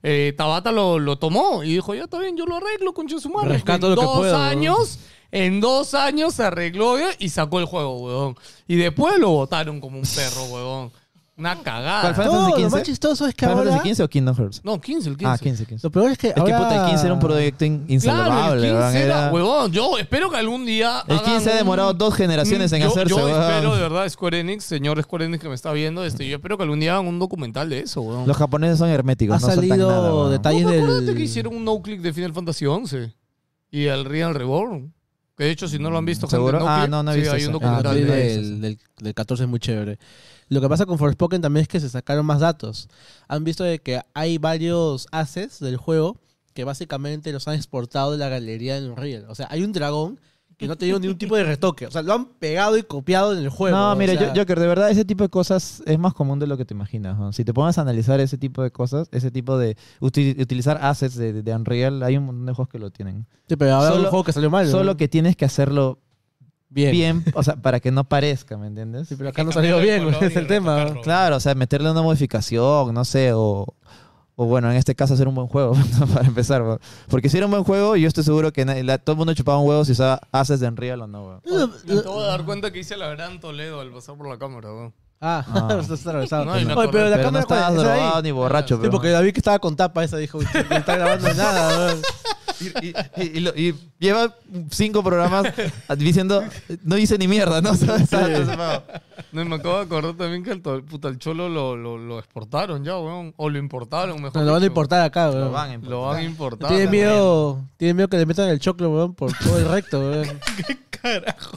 Speaker 4: eh, Tabata lo, lo tomó y dijo, ya está bien, yo lo arreglo con Chesumar.
Speaker 5: Rescato
Speaker 4: en
Speaker 5: lo que
Speaker 4: dos
Speaker 5: puedo,
Speaker 4: años, en dos años se arregló eh, y sacó el juego, huevón. Y después lo botaron como un perro, huevón. Una cagada.
Speaker 3: ¿Cuál fue?
Speaker 5: Todo
Speaker 3: Fantasy
Speaker 5: lo
Speaker 3: 15.
Speaker 5: más chistoso es que
Speaker 3: ¿Final
Speaker 5: ahora...
Speaker 3: Fantasy XV o Kingdom Hearts?
Speaker 4: No, 15, el 15.
Speaker 3: Ah, 15, 15.
Speaker 5: Lo peor es que
Speaker 3: Es que puta, el 15 era un proyecto in-
Speaker 4: Claro, el
Speaker 3: insalvable.
Speaker 4: 15
Speaker 3: weón,
Speaker 4: era,
Speaker 3: era-
Speaker 4: huevón. Yo espero que algún día.
Speaker 3: El 15 ha
Speaker 4: hagan
Speaker 3: demorado
Speaker 4: un-
Speaker 3: dos generaciones en
Speaker 4: Mm, yo,
Speaker 3: hacerse,
Speaker 4: Yo
Speaker 3: weón.
Speaker 4: espero, de verdad, Square Enix, señor Square Enix que me está viendo, este, yo espero que algún día hagan un documental de eso, weón.
Speaker 3: Los japoneses son herméticos,
Speaker 5: Ha
Speaker 3: no sueltan
Speaker 5: salido
Speaker 3: nada, weón.
Speaker 5: detalles.
Speaker 4: No,
Speaker 5: Ahí es
Speaker 4: acuérdate
Speaker 5: del-
Speaker 4: que hicieron un no-click de Final Fantasy XI y el Real Reborn. Que de hecho, si no lo han visto, gente,
Speaker 3: ¿Seguro? Ah,
Speaker 4: click.
Speaker 3: no, no he
Speaker 4: Sí,
Speaker 3: visto
Speaker 4: hay
Speaker 3: eso.
Speaker 4: un
Speaker 5: Ah,
Speaker 4: documental
Speaker 5: sí,
Speaker 4: de eso.
Speaker 5: del, del, del 14 es muy chévere. Lo que pasa con Forspoken también es que se sacaron más datos. Han visto de que hay varios assets del juego que básicamente los han exportado de la galería en Unreal. O sea, hay un dragón que no ha tenido ningún tipo de retoque. O sea, lo han pegado y copiado en el juego.
Speaker 3: No,
Speaker 5: o
Speaker 3: mira,
Speaker 5: sea,
Speaker 3: yo- Joker, de verdad ese tipo de cosas es más común de lo que te imaginas. ¿no? Si te pones a analizar ese tipo de cosas, ese tipo de uti- utilizar assets de, de- de Unreal, hay un montón de juegos que lo tienen.
Speaker 5: Sí, pero ahora
Speaker 3: solo-
Speaker 5: un juego que salió mal. ¿no?
Speaker 3: Solo que tienes que hacerlo
Speaker 5: Bien.
Speaker 3: bien, o sea, para que no parezca, ¿me entiendes?
Speaker 5: Sí, pero acá no salió bien, es el tema. ¿no?
Speaker 3: Claro, o sea, meterle una modificación, no sé, o, o bueno, en este caso hacer un buen juego, ¿no? para empezar. ¿no? Porque si era un buen juego, yo estoy seguro que na- la- todo el mundo chupaba un huevo si usaba assets de Unreal o no. weón.
Speaker 4: Me acabo de dar cuenta que hice la gran Toledo al pasar por la cámara. weón.
Speaker 5: Ah, estás atravesado.
Speaker 4: No, y me
Speaker 5: Oye, pero
Speaker 4: acordé.
Speaker 3: Pero
Speaker 5: la
Speaker 3: no
Speaker 5: cámara cuál
Speaker 3: estabas
Speaker 5: es? ¿Esa de ahí?
Speaker 3: drogado ni borracho,
Speaker 5: Sí,
Speaker 3: pero-
Speaker 5: porque la vi que estaba con tapa esa, dijo, "Uy, no está grabando nada. ¿no?".
Speaker 3: Y, y- y- y lo- y lleva cinco programas diciendo, no hice ni mierda, ¿no? ¿Sabes?
Speaker 4: No, y me acabo de acordar también que el, to- puta, el cholo lo, lo, lo exportaron ya, weón. O lo importaron, mejor.
Speaker 5: Nos lo van a
Speaker 4: dicho.
Speaker 5: importar acá, weón.
Speaker 3: Lo van a importar.
Speaker 4: Lo van a importar.
Speaker 5: Tiene
Speaker 4: weón.
Speaker 5: miedo, tiene miedo que le metan el choclo, weón, por todo el recto, weón.
Speaker 8: Carajo.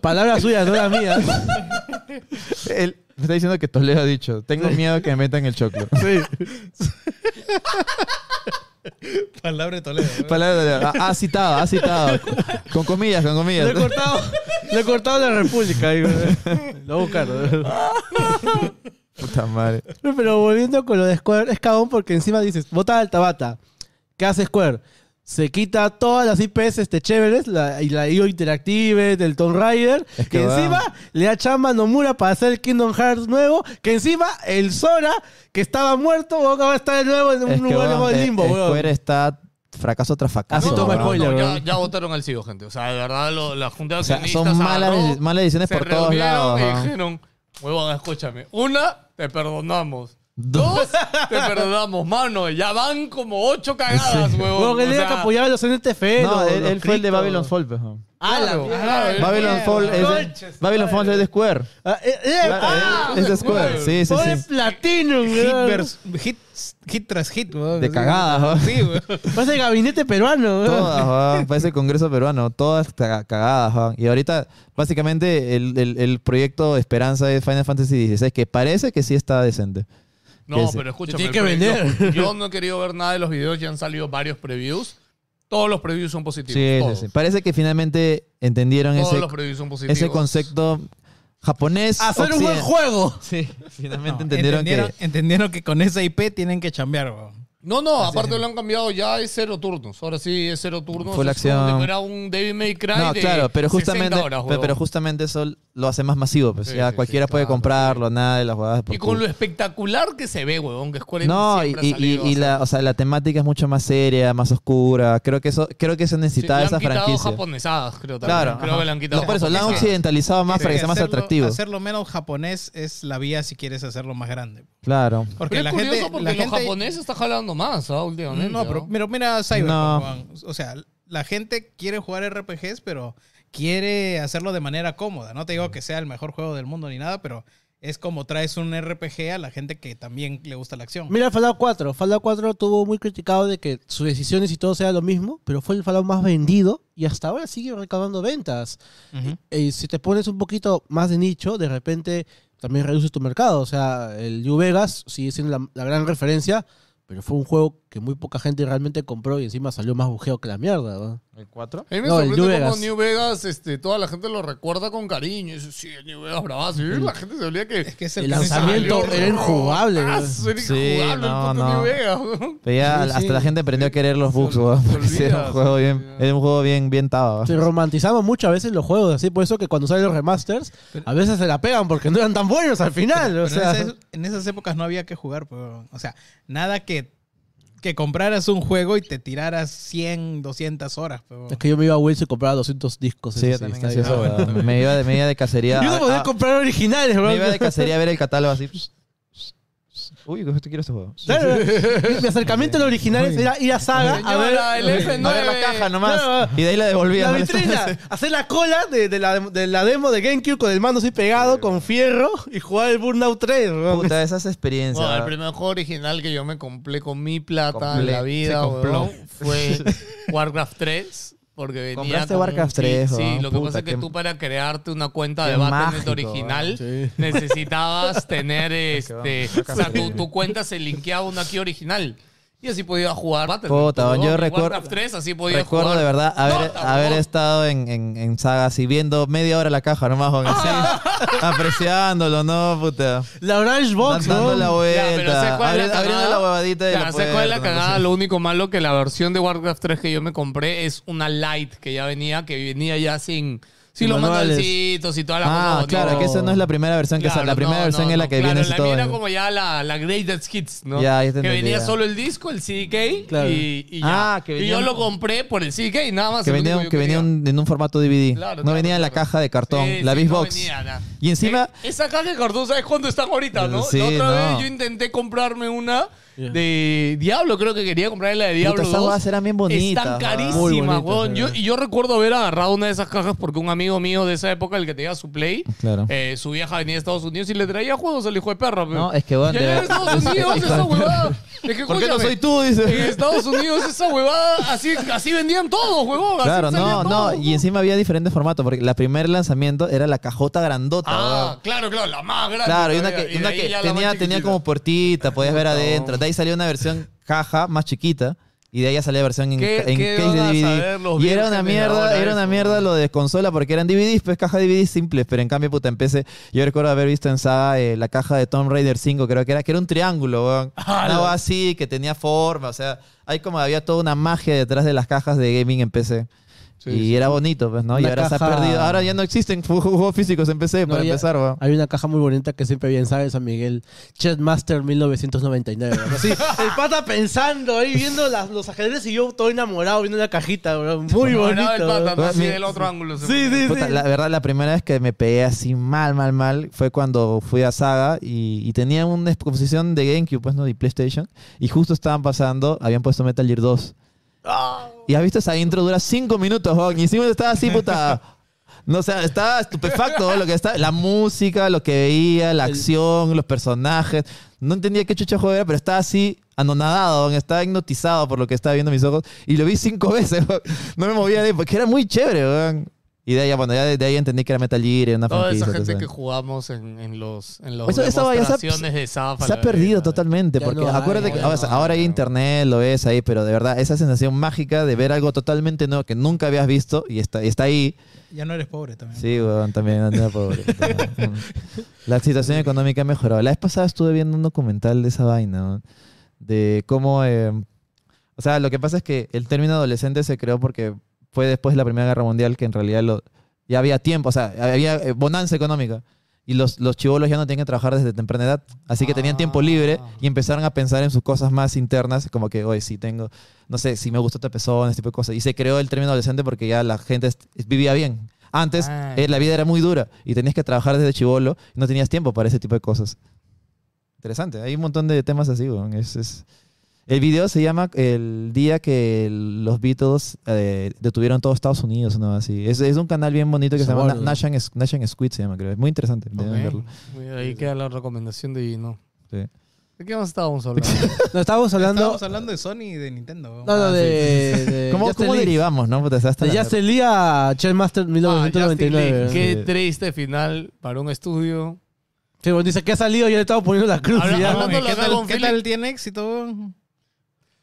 Speaker 5: Palabras suyas, no las mías.
Speaker 3: Él me está diciendo que Toledo ha dicho, tengo miedo que me metan el choclo.
Speaker 8: Palabra de Toledo. weón.
Speaker 3: Palabra de Toledo. Ha, ha citado, ha citado. Con comillas, con
Speaker 5: Le he
Speaker 3: comillas.
Speaker 5: cortado, le he cortado la república, ahí, weón. Lo voy a buscar, weón.
Speaker 3: Puta madre.
Speaker 5: Pero volviendo con lo de Square, es cagón porque encima dices, vota al Tabata. ¿Qué hace Square? Se quita todas las IPs este, chéveres, la, y la IO Interactive, del Tomb Raider,
Speaker 3: Es
Speaker 5: que,
Speaker 3: que va.
Speaker 5: encima le da chamba a Nomura para hacer el Kingdom Hearts nuevo, que encima el Sora, que estaba muerto, weón, ahora está de nuevo en un
Speaker 3: Es que,
Speaker 5: lugar llamado
Speaker 3: weón,
Speaker 5: el Limbo,
Speaker 3: eh,
Speaker 5: weón.
Speaker 3: Square está fracaso tras fracaso.
Speaker 5: Así
Speaker 4: No,
Speaker 5: toma
Speaker 4: no,
Speaker 5: spoiler,
Speaker 4: no, ya,
Speaker 5: weón.
Speaker 4: ya votaron al CEO, gente. O sea, de verdad, lo- la Junta de
Speaker 3: O sea,
Speaker 4: Accionistas
Speaker 3: son
Speaker 4: agarró,
Speaker 3: malas, malas decisiones
Speaker 4: se
Speaker 3: por todos
Speaker 4: reunieron
Speaker 3: lados.
Speaker 4: Y
Speaker 3: ¿no?
Speaker 4: dijeron, huevón, escúchame. Una, te perdonamos.
Speaker 3: Dos.
Speaker 4: Dos, te perdonamos, mano. Ya van como ocho cagadas, huevón.
Speaker 5: Weón, él
Speaker 4: O
Speaker 5: era que
Speaker 4: sea,
Speaker 5: apoyaba los NTF,
Speaker 3: No, él,
Speaker 5: los
Speaker 3: él fue el de
Speaker 5: cripto.
Speaker 3: Babylon Fall. pues, ¿no?
Speaker 4: claro, claro,
Speaker 3: Babylon
Speaker 4: claro.
Speaker 3: Fall es de,
Speaker 5: Conches,
Speaker 3: Babylon Fall es de Square.
Speaker 5: Ah, eh, eh,
Speaker 4: Ah,
Speaker 3: es de Square.
Speaker 4: weón.
Speaker 3: Sí, sí,
Speaker 5: pobre
Speaker 3: sí.
Speaker 5: Platinum,
Speaker 8: Hit,
Speaker 5: weón.
Speaker 8: vers- hit, hit tras hit, weón.
Speaker 3: De
Speaker 8: Así,
Speaker 3: cagadas, ¿no?
Speaker 8: Sí, weón.
Speaker 5: Parece el gabinete peruano, weón.
Speaker 3: Todas, weón. Parece el Congreso peruano. Todas ca- cagadas, weón. Y ahorita, básicamente, el, el, el proyecto de Esperanza es Final Fantasy XVI, que parece que sí está decente.
Speaker 4: No,
Speaker 3: Ese.
Speaker 4: pero escúchame.
Speaker 5: Tiene que
Speaker 4: el preview-
Speaker 5: vender.
Speaker 4: Yo no he querido ver nada de los videos, ya han salido varios previews. Todos los previews son positivos.
Speaker 3: Sí, sí,
Speaker 4: todos.
Speaker 3: sí. Parece que finalmente entendieron
Speaker 4: Todos
Speaker 3: ese,
Speaker 4: los previews son positivos.
Speaker 3: ese concepto japonés.
Speaker 5: Hacer un buen
Speaker 3: occiden-
Speaker 5: juego.
Speaker 3: Sí, finalmente
Speaker 8: No,
Speaker 3: entendieron, que...
Speaker 8: entendieron que con esa IP tienen que chambear, weón.
Speaker 4: No, no, aparte lo han cambiado ya, es cero turnos. Ahora sí es cero turnos.
Speaker 3: Fue la
Speaker 4: es como
Speaker 3: acción.
Speaker 4: si fuera un Devil May Cry.
Speaker 3: No,
Speaker 4: de
Speaker 3: claro, pero
Speaker 4: 60
Speaker 3: justamente,
Speaker 4: horas,
Speaker 3: pero,
Speaker 4: huevón.
Speaker 3: pero justamente eso lo hace más masivo. Pues
Speaker 4: Sí,
Speaker 3: ya
Speaker 4: sí,
Speaker 3: cualquiera
Speaker 4: sí,
Speaker 3: puede
Speaker 4: claro,
Speaker 3: comprarlo, nada de las jugadas por
Speaker 4: y con
Speaker 3: culo.
Speaker 4: lo espectacular que se ve, huevón, que Square Enix
Speaker 3: No, y,
Speaker 4: siempre ha
Speaker 3: y-
Speaker 4: salido
Speaker 3: y- y
Speaker 4: a
Speaker 3: la,
Speaker 4: hacer.
Speaker 3: o sea, la temática es mucho más seria, más oscura. Creo que eso, creo que se
Speaker 4: Sí,
Speaker 3: necesitaba
Speaker 4: le
Speaker 3: esa
Speaker 4: han quitado
Speaker 3: franquicia.
Speaker 4: japonesadas, creo también.
Speaker 3: Claro.
Speaker 4: Creo
Speaker 3: ajá.
Speaker 4: que le han quitado.
Speaker 3: No, por eso, la han
Speaker 4: japonesadas.
Speaker 3: occidentalizado más
Speaker 8: Es
Speaker 3: para que
Speaker 8: que
Speaker 3: sea más
Speaker 8: hacerlo-
Speaker 3: atractivo.
Speaker 8: Hacerlo menos japonés es la vía si quieres hacerlo más grande.
Speaker 3: Claro.
Speaker 8: Porque
Speaker 4: Pero es
Speaker 8: la
Speaker 4: curioso
Speaker 8: gente,
Speaker 4: porque
Speaker 8: la
Speaker 4: los
Speaker 8: gente-
Speaker 4: japoneses están jalando más, ¿ah? Últimamente.
Speaker 8: No, pero
Speaker 4: ¿ah?
Speaker 8: mira, mira Cyberpunk,
Speaker 3: No.
Speaker 8: Juan. O sea, la gente quiere jugar RPGs, pero quiere hacerlo de manera cómoda. No te digo que sea el mejor juego del mundo ni nada, pero es como traes un RPG a la gente que también le gusta la acción.
Speaker 5: Mira el Fallout 4. Fallout 4 tuvo muy criticado de que sus decisiones y todo sea lo mismo, pero fue el Fallout más vendido y hasta ahora sigue recaudando ventas.
Speaker 8: Ujú.
Speaker 5: Eh, si te pones un poquito más de nicho, de repente también reduces tu mercado. O sea, el New Vegas sigue siendo la, la gran referencia, pero fue un juego que muy poca gente realmente compró y encima salió más bujeo que la mierda. ¿no?
Speaker 3: ¿El 4?
Speaker 4: A mí me
Speaker 5: No, el
Speaker 4: sorprende
Speaker 5: New
Speaker 4: cómo
Speaker 5: Vegas.
Speaker 4: New Vegas, este, toda la gente lo recuerda con cariño. Dice, sí, el New Vegas bravazo. Y la gente se olvida que.
Speaker 8: Es que es
Speaker 5: El
Speaker 8: que se
Speaker 5: lanzamiento
Speaker 8: salió,
Speaker 5: era
Speaker 8: ¿no?
Speaker 5: injugable.
Speaker 4: Ah,
Speaker 5: weón.
Speaker 4: era
Speaker 3: Sí,
Speaker 4: injugable el
Speaker 3: no,
Speaker 4: puto
Speaker 3: no.
Speaker 4: New Vegas. weón.
Speaker 3: ya
Speaker 5: Sí, sí.
Speaker 3: hasta la gente aprendió a querer los bugs,
Speaker 4: Se-
Speaker 3: weón,
Speaker 4: se
Speaker 3: porque sí, era
Speaker 4: olvida,
Speaker 3: un juego
Speaker 4: se
Speaker 3: bien,
Speaker 4: olvida.
Speaker 3: era un juego bien, bien tado. weón.
Speaker 5: Se romantizamos muchas veces los juegos, así por eso que cuando salen los remasters, a veces se la pegan porque no eran tan buenos al final.
Speaker 8: Pero
Speaker 5: O
Speaker 8: en
Speaker 5: sea,
Speaker 8: esas- en esas épocas no había que jugar, pero, o sea, nada que, que compraras un juego y te tiraras 100, 200 horas. pero-
Speaker 5: Es que yo me iba a Wilson y compraba 200 discos.
Speaker 3: Sí, yo
Speaker 5: eso
Speaker 3: también
Speaker 5: está
Speaker 3: hacía
Speaker 5: bien. Ah,
Speaker 3: eso,
Speaker 8: bueno,
Speaker 3: weón.
Speaker 8: también.
Speaker 3: me, iba de, me iba de cacería.
Speaker 5: Yo no
Speaker 3: a-
Speaker 5: podía
Speaker 3: a-
Speaker 5: comprar originales, bro.
Speaker 3: me iba de cacería a ver el catálogo así. Uy, justo quiero este juego.
Speaker 5: Claro, mi acercamiento a los originales era ir a Saga a ver,
Speaker 4: Señora, el F9.
Speaker 3: A ver la caja nomás.
Speaker 5: Claro.
Speaker 3: Y de ahí la devolvía.
Speaker 5: la vitrina, hacer la cola de, de la, de la demo de GameCube con el mando así pegado, con fierro, y jugar el Burnout 3, bro.
Speaker 3: Puta, esas experiencias.
Speaker 4: Bueno, el
Speaker 3: weón.
Speaker 4: primer juego original que yo me compré con mi plata
Speaker 3: Complé,
Speaker 4: en la vida
Speaker 3: se compló.
Speaker 4: weón, fue Warcraft 3. Porque venía
Speaker 3: Compraste
Speaker 4: con
Speaker 3: Warcraft
Speaker 4: sí,
Speaker 3: 3,
Speaker 4: Sí,
Speaker 3: weón,
Speaker 4: lo que
Speaker 3: puta,
Speaker 4: pasa es que
Speaker 3: qué-
Speaker 4: tú para crearte una cuenta de
Speaker 3: qué
Speaker 4: Battle.net
Speaker 3: mágico,
Speaker 4: original
Speaker 5: weón. Sí.
Speaker 4: necesitabas tener este...
Speaker 3: vamos,
Speaker 4: o sea,
Speaker 3: Warcraft
Speaker 4: tu,
Speaker 3: tres.
Speaker 4: tu cuenta se linkeaba a una key original. Y así podía jugar Battle.net,
Speaker 3: Puta,
Speaker 4: weón,
Speaker 3: yo
Speaker 4: y
Speaker 3: recuerdo-
Speaker 4: Warcraft 3 así podía
Speaker 3: Recuerdo
Speaker 4: jugar.
Speaker 3: de verdad haber,
Speaker 4: Dota,
Speaker 3: haber
Speaker 4: weón.
Speaker 3: estado en, en, en sagas y viendo media hora la caja nomás, weón, así, apreciándolo, ¿no? Puta.
Speaker 5: La Orange Box,
Speaker 3: Dando
Speaker 5: ¿no?
Speaker 3: la
Speaker 4: Ya,
Speaker 3: vuelta,
Speaker 4: pero ¿sabes cuál es
Speaker 3: abri- abriendo la huevadita de
Speaker 4: Ya,
Speaker 3: la
Speaker 4: ¿sabes cuál es la
Speaker 3: puerta, una
Speaker 4: cagada?
Speaker 3: cosa
Speaker 4: Lo único malo que la versión de Warcraft 3 que yo me compré es una light que ya venía, que venía ya sin, sin
Speaker 5: Sin
Speaker 4: los
Speaker 5: manuales.
Speaker 4: manualcitos y toda la
Speaker 3: Ah,
Speaker 4: cosa,
Speaker 3: claro,
Speaker 4: ¿no?
Speaker 3: que esa no es la primera versión que
Speaker 4: Claro,
Speaker 3: sale. La primera
Speaker 4: no,
Speaker 3: versión
Speaker 4: no,
Speaker 3: es la
Speaker 4: no,
Speaker 3: que
Speaker 4: claro,
Speaker 3: viene ese
Speaker 4: la
Speaker 3: todo.
Speaker 4: mía era como ya la, la Greatest Hits, ¿no?
Speaker 3: Ya, ya te
Speaker 4: que
Speaker 3: entendí,
Speaker 4: venía
Speaker 3: ya.
Speaker 4: solo el disco, el CDK
Speaker 5: Claro.
Speaker 4: y, y ya.
Speaker 3: Ah, que
Speaker 4: y
Speaker 3: venía-
Speaker 4: yo lo compré por el CDK, nada más.
Speaker 3: que
Speaker 4: el
Speaker 3: venía,
Speaker 4: único yo
Speaker 3: que venía
Speaker 4: quería.
Speaker 3: un- en un formato DVD.
Speaker 4: Claro,
Speaker 3: no
Speaker 4: claro,
Speaker 3: venía en la
Speaker 4: claro.
Speaker 3: caja de cartón,
Speaker 4: Sí,
Speaker 3: la
Speaker 4: sí,
Speaker 3: Big
Speaker 4: no
Speaker 3: Box.
Speaker 4: venía, nada.
Speaker 3: y encima,
Speaker 4: Eh, esa caja de cartón, ¿sabes cuándo están ahorita, no?
Speaker 3: Sí,
Speaker 4: la otra
Speaker 3: no.
Speaker 4: vez yo intenté comprarme una de Diablo, creo que quería comprarme la de Diablo.
Speaker 3: esas
Speaker 4: 2.
Speaker 3: huevas eran bien bonitas, eh.
Speaker 4: Están
Speaker 3: ¿verdad?
Speaker 5: Muy
Speaker 4: carísimas,
Speaker 5: bonitas,
Speaker 4: weón. Yo,
Speaker 5: sí.
Speaker 4: y yo recuerdo haber agarrado una de esas cajas porque un amigo mío de esa época, el que tenía su Play,
Speaker 3: Claro.
Speaker 4: eh, su vieja venía de Estados Unidos y le traía juegos al hijo de perra. pe.
Speaker 3: No, es que, weón,
Speaker 4: Ya
Speaker 3: de
Speaker 4: en
Speaker 3: verdad-
Speaker 4: Estados Unidos esa huevada. Es que,
Speaker 3: ¿por qué no
Speaker 4: escúchame,
Speaker 3: soy tú?
Speaker 4: En
Speaker 3: Dice.
Speaker 4: Estados Unidos esa huevada, así, así vendían todos, huevón. así
Speaker 3: Claro,
Speaker 4: salían
Speaker 3: no, no.
Speaker 4: todos,
Speaker 3: Y
Speaker 4: huevón.
Speaker 3: encima había diferentes formatos, porque la primer lanzamiento era la cajota grandota.
Speaker 4: Ah,
Speaker 3: weón.
Speaker 4: claro, claro, la más grande.
Speaker 3: Claro, y una
Speaker 4: todavía.
Speaker 3: que,
Speaker 4: Y de
Speaker 3: una
Speaker 4: ahí
Speaker 3: que
Speaker 4: ya la más
Speaker 3: tenía, tenía
Speaker 4: chiquitita.
Speaker 3: como puertita, podías ver
Speaker 4: Puta,
Speaker 3: adentro.
Speaker 4: weón.
Speaker 3: De ahí salió una versión caja más chiquita. Y de ahí ya salía versión en,
Speaker 4: ¿Qué-
Speaker 3: en
Speaker 4: qué
Speaker 3: case
Speaker 4: van a
Speaker 3: de
Speaker 4: saber
Speaker 3: DVD.
Speaker 4: los
Speaker 3: Y era
Speaker 4: vírgenes
Speaker 3: una
Speaker 4: ahora
Speaker 3: mierda, era una
Speaker 4: eso,
Speaker 3: mierda
Speaker 4: weón?
Speaker 3: lo de consola porque eran DVDs, pues caja de DVDs simples, pero en cambio puta en PC. Yo recuerdo haber visto en Saga eh, la caja de Tomb Raider 5, creo que era que era un triángulo, weón.
Speaker 4: Ah,
Speaker 3: Algo así que tenía forma, o sea, hay como había toda una magia detrás de las cajas de gaming en PC. y era bonito, pues, ¿no? y
Speaker 5: Una
Speaker 3: ahora se ha
Speaker 5: caja-
Speaker 3: perdido. Ahora ya no existen ju- juegos físicos en PC,
Speaker 5: No,
Speaker 3: para
Speaker 5: ya-
Speaker 3: empezar, weón.
Speaker 5: Hay una caja muy bonita que siempre había en Saga de San Miguel, Chatmaster 1999. ¿no? Así, el pata pensando ahí, viendo las- los ajedrez y yo todo enamorado viendo la cajita, bro. Muy
Speaker 4: No, no,
Speaker 5: bonito.
Speaker 4: el pata, no,
Speaker 5: bro.
Speaker 4: así
Speaker 3: Mi-
Speaker 4: del otro ángulo. se
Speaker 5: Sí,
Speaker 4: pone.
Speaker 5: sí,
Speaker 3: Puta,
Speaker 5: sí.
Speaker 3: la verdad, la primera vez que me pegué así mal, mal, mal fue cuando fui a Saga y, y tenía una exposición de GameCube, pues, ¿no? Y PlayStation. Y justo estaban pasando, habían puesto Metal Gear 2.
Speaker 5: Ah.
Speaker 3: Y has visto esa intro, dura 5 minutos, weón. Y encima yo estaba así, puta. No, o sea, estaba estupefacto weón, lo que está, la música, lo que veía, la acción, los personajes. No entendía qué chucha juego era, pero estaba así anonadado, weón. estaba hipnotizado por lo que estaba viendo mis ojos. Y lo vi cinco veces, weón. no me movía de ahí, porque era muy chévere, weón. Y de ahí, bueno, ya de, de ahí entendí que era Metal Gear, era una
Speaker 4: Toda
Speaker 3: franquicia.
Speaker 4: esa gente
Speaker 3: todo
Speaker 4: que
Speaker 3: eso.
Speaker 4: jugamos en, en los en los
Speaker 3: Eso- esa vaina se ha-
Speaker 4: demostraciones de Zafa.
Speaker 3: Se
Speaker 4: la
Speaker 3: ha perdido
Speaker 4: verdad.
Speaker 3: totalmente,
Speaker 5: Ya
Speaker 3: porque
Speaker 5: no hay,
Speaker 3: acuérdate que
Speaker 5: ya
Speaker 3: ahora-
Speaker 5: no hay,
Speaker 3: ahora hay
Speaker 5: ya no.
Speaker 3: internet, lo ves ahí, pero de verdad, esa sensación mágica de ver algo totalmente nuevo que nunca habías visto y está, y está ahí.
Speaker 8: Ya no eres pobre también.
Speaker 3: Sí, weón, también anda pobre. La situación económica ha mejorado. La vez pasada estuve viendo un documental de esa vaina, weón, de cómo... eh, o sea, lo que pasa es que el término adolescente se creó porque fue después de la Primera Guerra Mundial que en realidad lo, ya había tiempo, o sea, había eh, bonanza económica. Y los, los chivolos ya no tenían que trabajar desde temprana edad. Así que tenían tiempo libre
Speaker 5: Ah.
Speaker 3: y empezaron a pensar en sus cosas más internas, como que, oye, si tengo, no sé, si me gusta esta persona, ese tipo de cosas. Y se creó el término adolescente porque ya la gente est- vivía bien. Antes
Speaker 4: Ah.
Speaker 3: eh, la vida era muy dura y tenías que trabajar desde chivolo y no tenías tiempo para ese tipo de cosas. Interesante, hay un montón de temas así, weón. Es- es- El video se llama El día que los Beatles eh, detuvieron todo Estados Unidos, ¿no? Así. Es, es un canal bien bonito que se llama
Speaker 5: Sabor,
Speaker 3: Na-
Speaker 5: ¿no?
Speaker 3: Nash and, Squ- Nash and Squid, se llama, creo. Es muy interesante, deben verlo.
Speaker 4: Ok. Mira, Ahí queda la recomendación de Gino.
Speaker 3: Sí.
Speaker 4: ¿De qué más estábamos hablando?
Speaker 5: No, estábamos hablando.
Speaker 8: Estábamos hablando de Sony y de Nintendo. weón. Ah,
Speaker 5: No,
Speaker 3: Ah,
Speaker 5: no, de. de
Speaker 3: ¿Cómo,
Speaker 5: Justin
Speaker 3: cómo
Speaker 5: League.
Speaker 3: derivamos, no? Puta, hasta
Speaker 5: De
Speaker 3: la-
Speaker 5: Justin Lee a Chatmaster
Speaker 4: Ah, Justin Lin.
Speaker 5: 1999. ¿no?
Speaker 4: Qué triste final para un estudio.
Speaker 5: Sí, bueno, dice que ha salido y yo le estaba poniendo la cruz.
Speaker 4: Habla-
Speaker 5: ya.
Speaker 4: hablando
Speaker 8: Oye,
Speaker 4: de
Speaker 8: ¿Qué,
Speaker 4: los
Speaker 8: tal,
Speaker 4: Dragon
Speaker 8: ¿Qué
Speaker 4: Philip-
Speaker 8: tal tiene éxito? weón?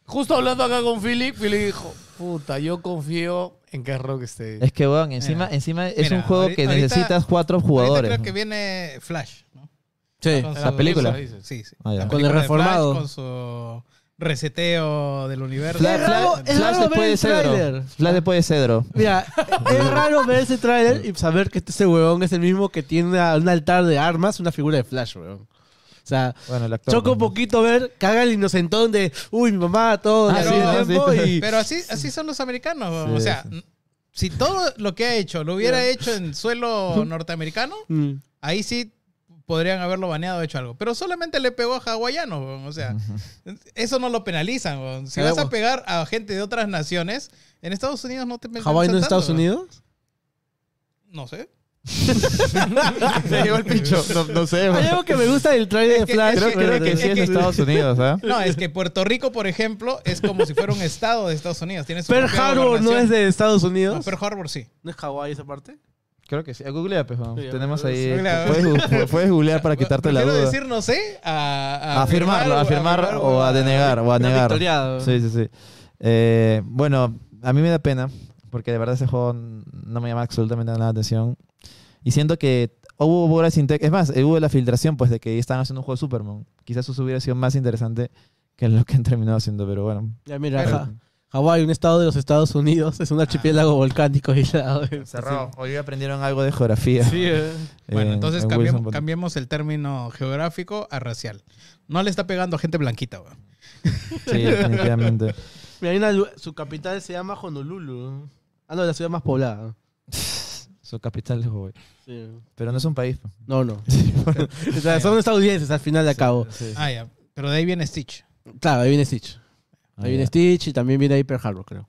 Speaker 4: Justo hablando acá con Philip, Philip dijo, puta, yo confío en que Rocksteady.
Speaker 3: Es que, weón, encima, encima es
Speaker 8: mira,
Speaker 3: un juego
Speaker 8: ahorita-
Speaker 3: que
Speaker 8: ahorita-
Speaker 3: necesitas cuatro
Speaker 8: Ahorita
Speaker 3: jugadores.
Speaker 8: creo que viene Flash. ¿no?
Speaker 5: Sí.
Speaker 8: Con
Speaker 4: La
Speaker 8: su-
Speaker 3: película.
Speaker 4: dices.
Speaker 8: Sí, sí.
Speaker 3: Ah, ya.
Speaker 8: La
Speaker 5: Con el
Speaker 8: película de
Speaker 5: reformado.
Speaker 8: Flash, con su reseteo del universo.
Speaker 3: Fla-
Speaker 5: Es raro-
Speaker 3: Fla-
Speaker 5: es
Speaker 3: Flash
Speaker 5: raro ver
Speaker 3: después
Speaker 5: el
Speaker 3: de Cedro.
Speaker 5: tráiler.
Speaker 3: Flash después de Cedro.
Speaker 5: Mira, es raro ver ese tráiler y saber que ese huevón es el mismo que tiene una- un altar de armas, una figura de Flash, huevón. O sea,
Speaker 3: Bueno, el actor.
Speaker 5: choca
Speaker 3: ¿no?
Speaker 5: un poquito ver, caga el inocentón de, uy, mi mamá, todo,
Speaker 3: Ah,
Speaker 5: de
Speaker 3: sí,
Speaker 5: todo el
Speaker 3: sí.
Speaker 5: tiempo y...
Speaker 8: Pero así, así son los americanos. weón.
Speaker 3: Sí,
Speaker 8: o sea,
Speaker 3: sí.
Speaker 8: n- si todo lo que ha hecho lo hubiera hecho en suelo norteamericano,
Speaker 5: Mm.
Speaker 8: ahí sí podrían haberlo baneado o hecho algo. Pero solamente le pegó a hawaianos, weón. o sea, eso no lo penalizan. weón. Si vas a
Speaker 5: Sabemos.
Speaker 8: pegar a gente de otras naciones, en Estados Unidos no te penalizan
Speaker 5: ¿Hawái no es
Speaker 8: tanto,
Speaker 5: Estados
Speaker 8: weón.
Speaker 5: Unidos?
Speaker 8: No sé.
Speaker 3: Se llevó el pincho. No, no sé.
Speaker 5: Hay algo que me gusta del trailer de
Speaker 8: que-
Speaker 5: Flash.
Speaker 8: es
Speaker 3: Creo, creo que sí es Estados Unidos, ¿ah?
Speaker 8: No, es que Puerto Rico, por ejemplo, es como si fuera un estado de Estados Unidos. Tiene su
Speaker 5: Pearl
Speaker 8: propia
Speaker 5: Harbor no
Speaker 8: gobernación.
Speaker 5: es de Estados
Speaker 8: No,
Speaker 5: Unidos.
Speaker 8: Pearl Harbor sí.
Speaker 5: ¿No es Hawái esa parte?
Speaker 3: Creo que sí. Ah, Googlea, pues, vamos.
Speaker 5: Sí,
Speaker 3: Tenemos
Speaker 5: googlea.
Speaker 3: ahí.
Speaker 8: Googlea.
Speaker 3: Puedes, gu- pu- puedes googlear para quitarte la
Speaker 8: Prefiero
Speaker 3: duda.
Speaker 8: decir no sé a...
Speaker 3: A afirmarlo, a afirmar
Speaker 8: afirmar
Speaker 3: o a denegar. O a negar.
Speaker 5: Victoriado.
Speaker 3: Sí, sí, sí. Eh, bueno, a mí me da pena, porque de verdad ese juego no me llama absolutamente nada la atención. Y siento que hubo obras sin tech. Es más, eh, hubo la filtración, pues, de que estaban haciendo un juego de Superman. Quizás eso hubiera sido más interesante que lo que han terminado haciendo, pero bueno.
Speaker 5: Ya mira,
Speaker 8: Pero-
Speaker 5: Ja- Hawái, un estado de los Estados Unidos, es un
Speaker 3: Ah.
Speaker 5: archipiélago volcánico aislado.
Speaker 3: Hoy aprendieron algo de geografía.
Speaker 5: Sí, eh.
Speaker 8: Bueno,
Speaker 3: Eh,
Speaker 8: entonces
Speaker 3: en
Speaker 8: cambiamos-
Speaker 3: Wilson.
Speaker 8: cambiemos el término geográfico a racial. No le está pegando a gente blanquita, weón.
Speaker 3: Sí, definitivamente.
Speaker 5: Mira, hay una lu- su capital se llama Honolulu. Ah, no, la ciudad más poblada.
Speaker 3: Su capital de Hawái.
Speaker 5: Sí.
Speaker 3: Pero no es un país. pues.
Speaker 5: No, no. O sea, son estadounidenses al final de cabo.
Speaker 3: Sí.
Speaker 8: Ah, ya. Pero de ahí viene Stitch.
Speaker 5: Claro, ahí viene Stitch.
Speaker 3: Ah,
Speaker 5: Ahí viene
Speaker 3: ya.
Speaker 5: Stitch y también viene ahí Pearl Harbor, creo.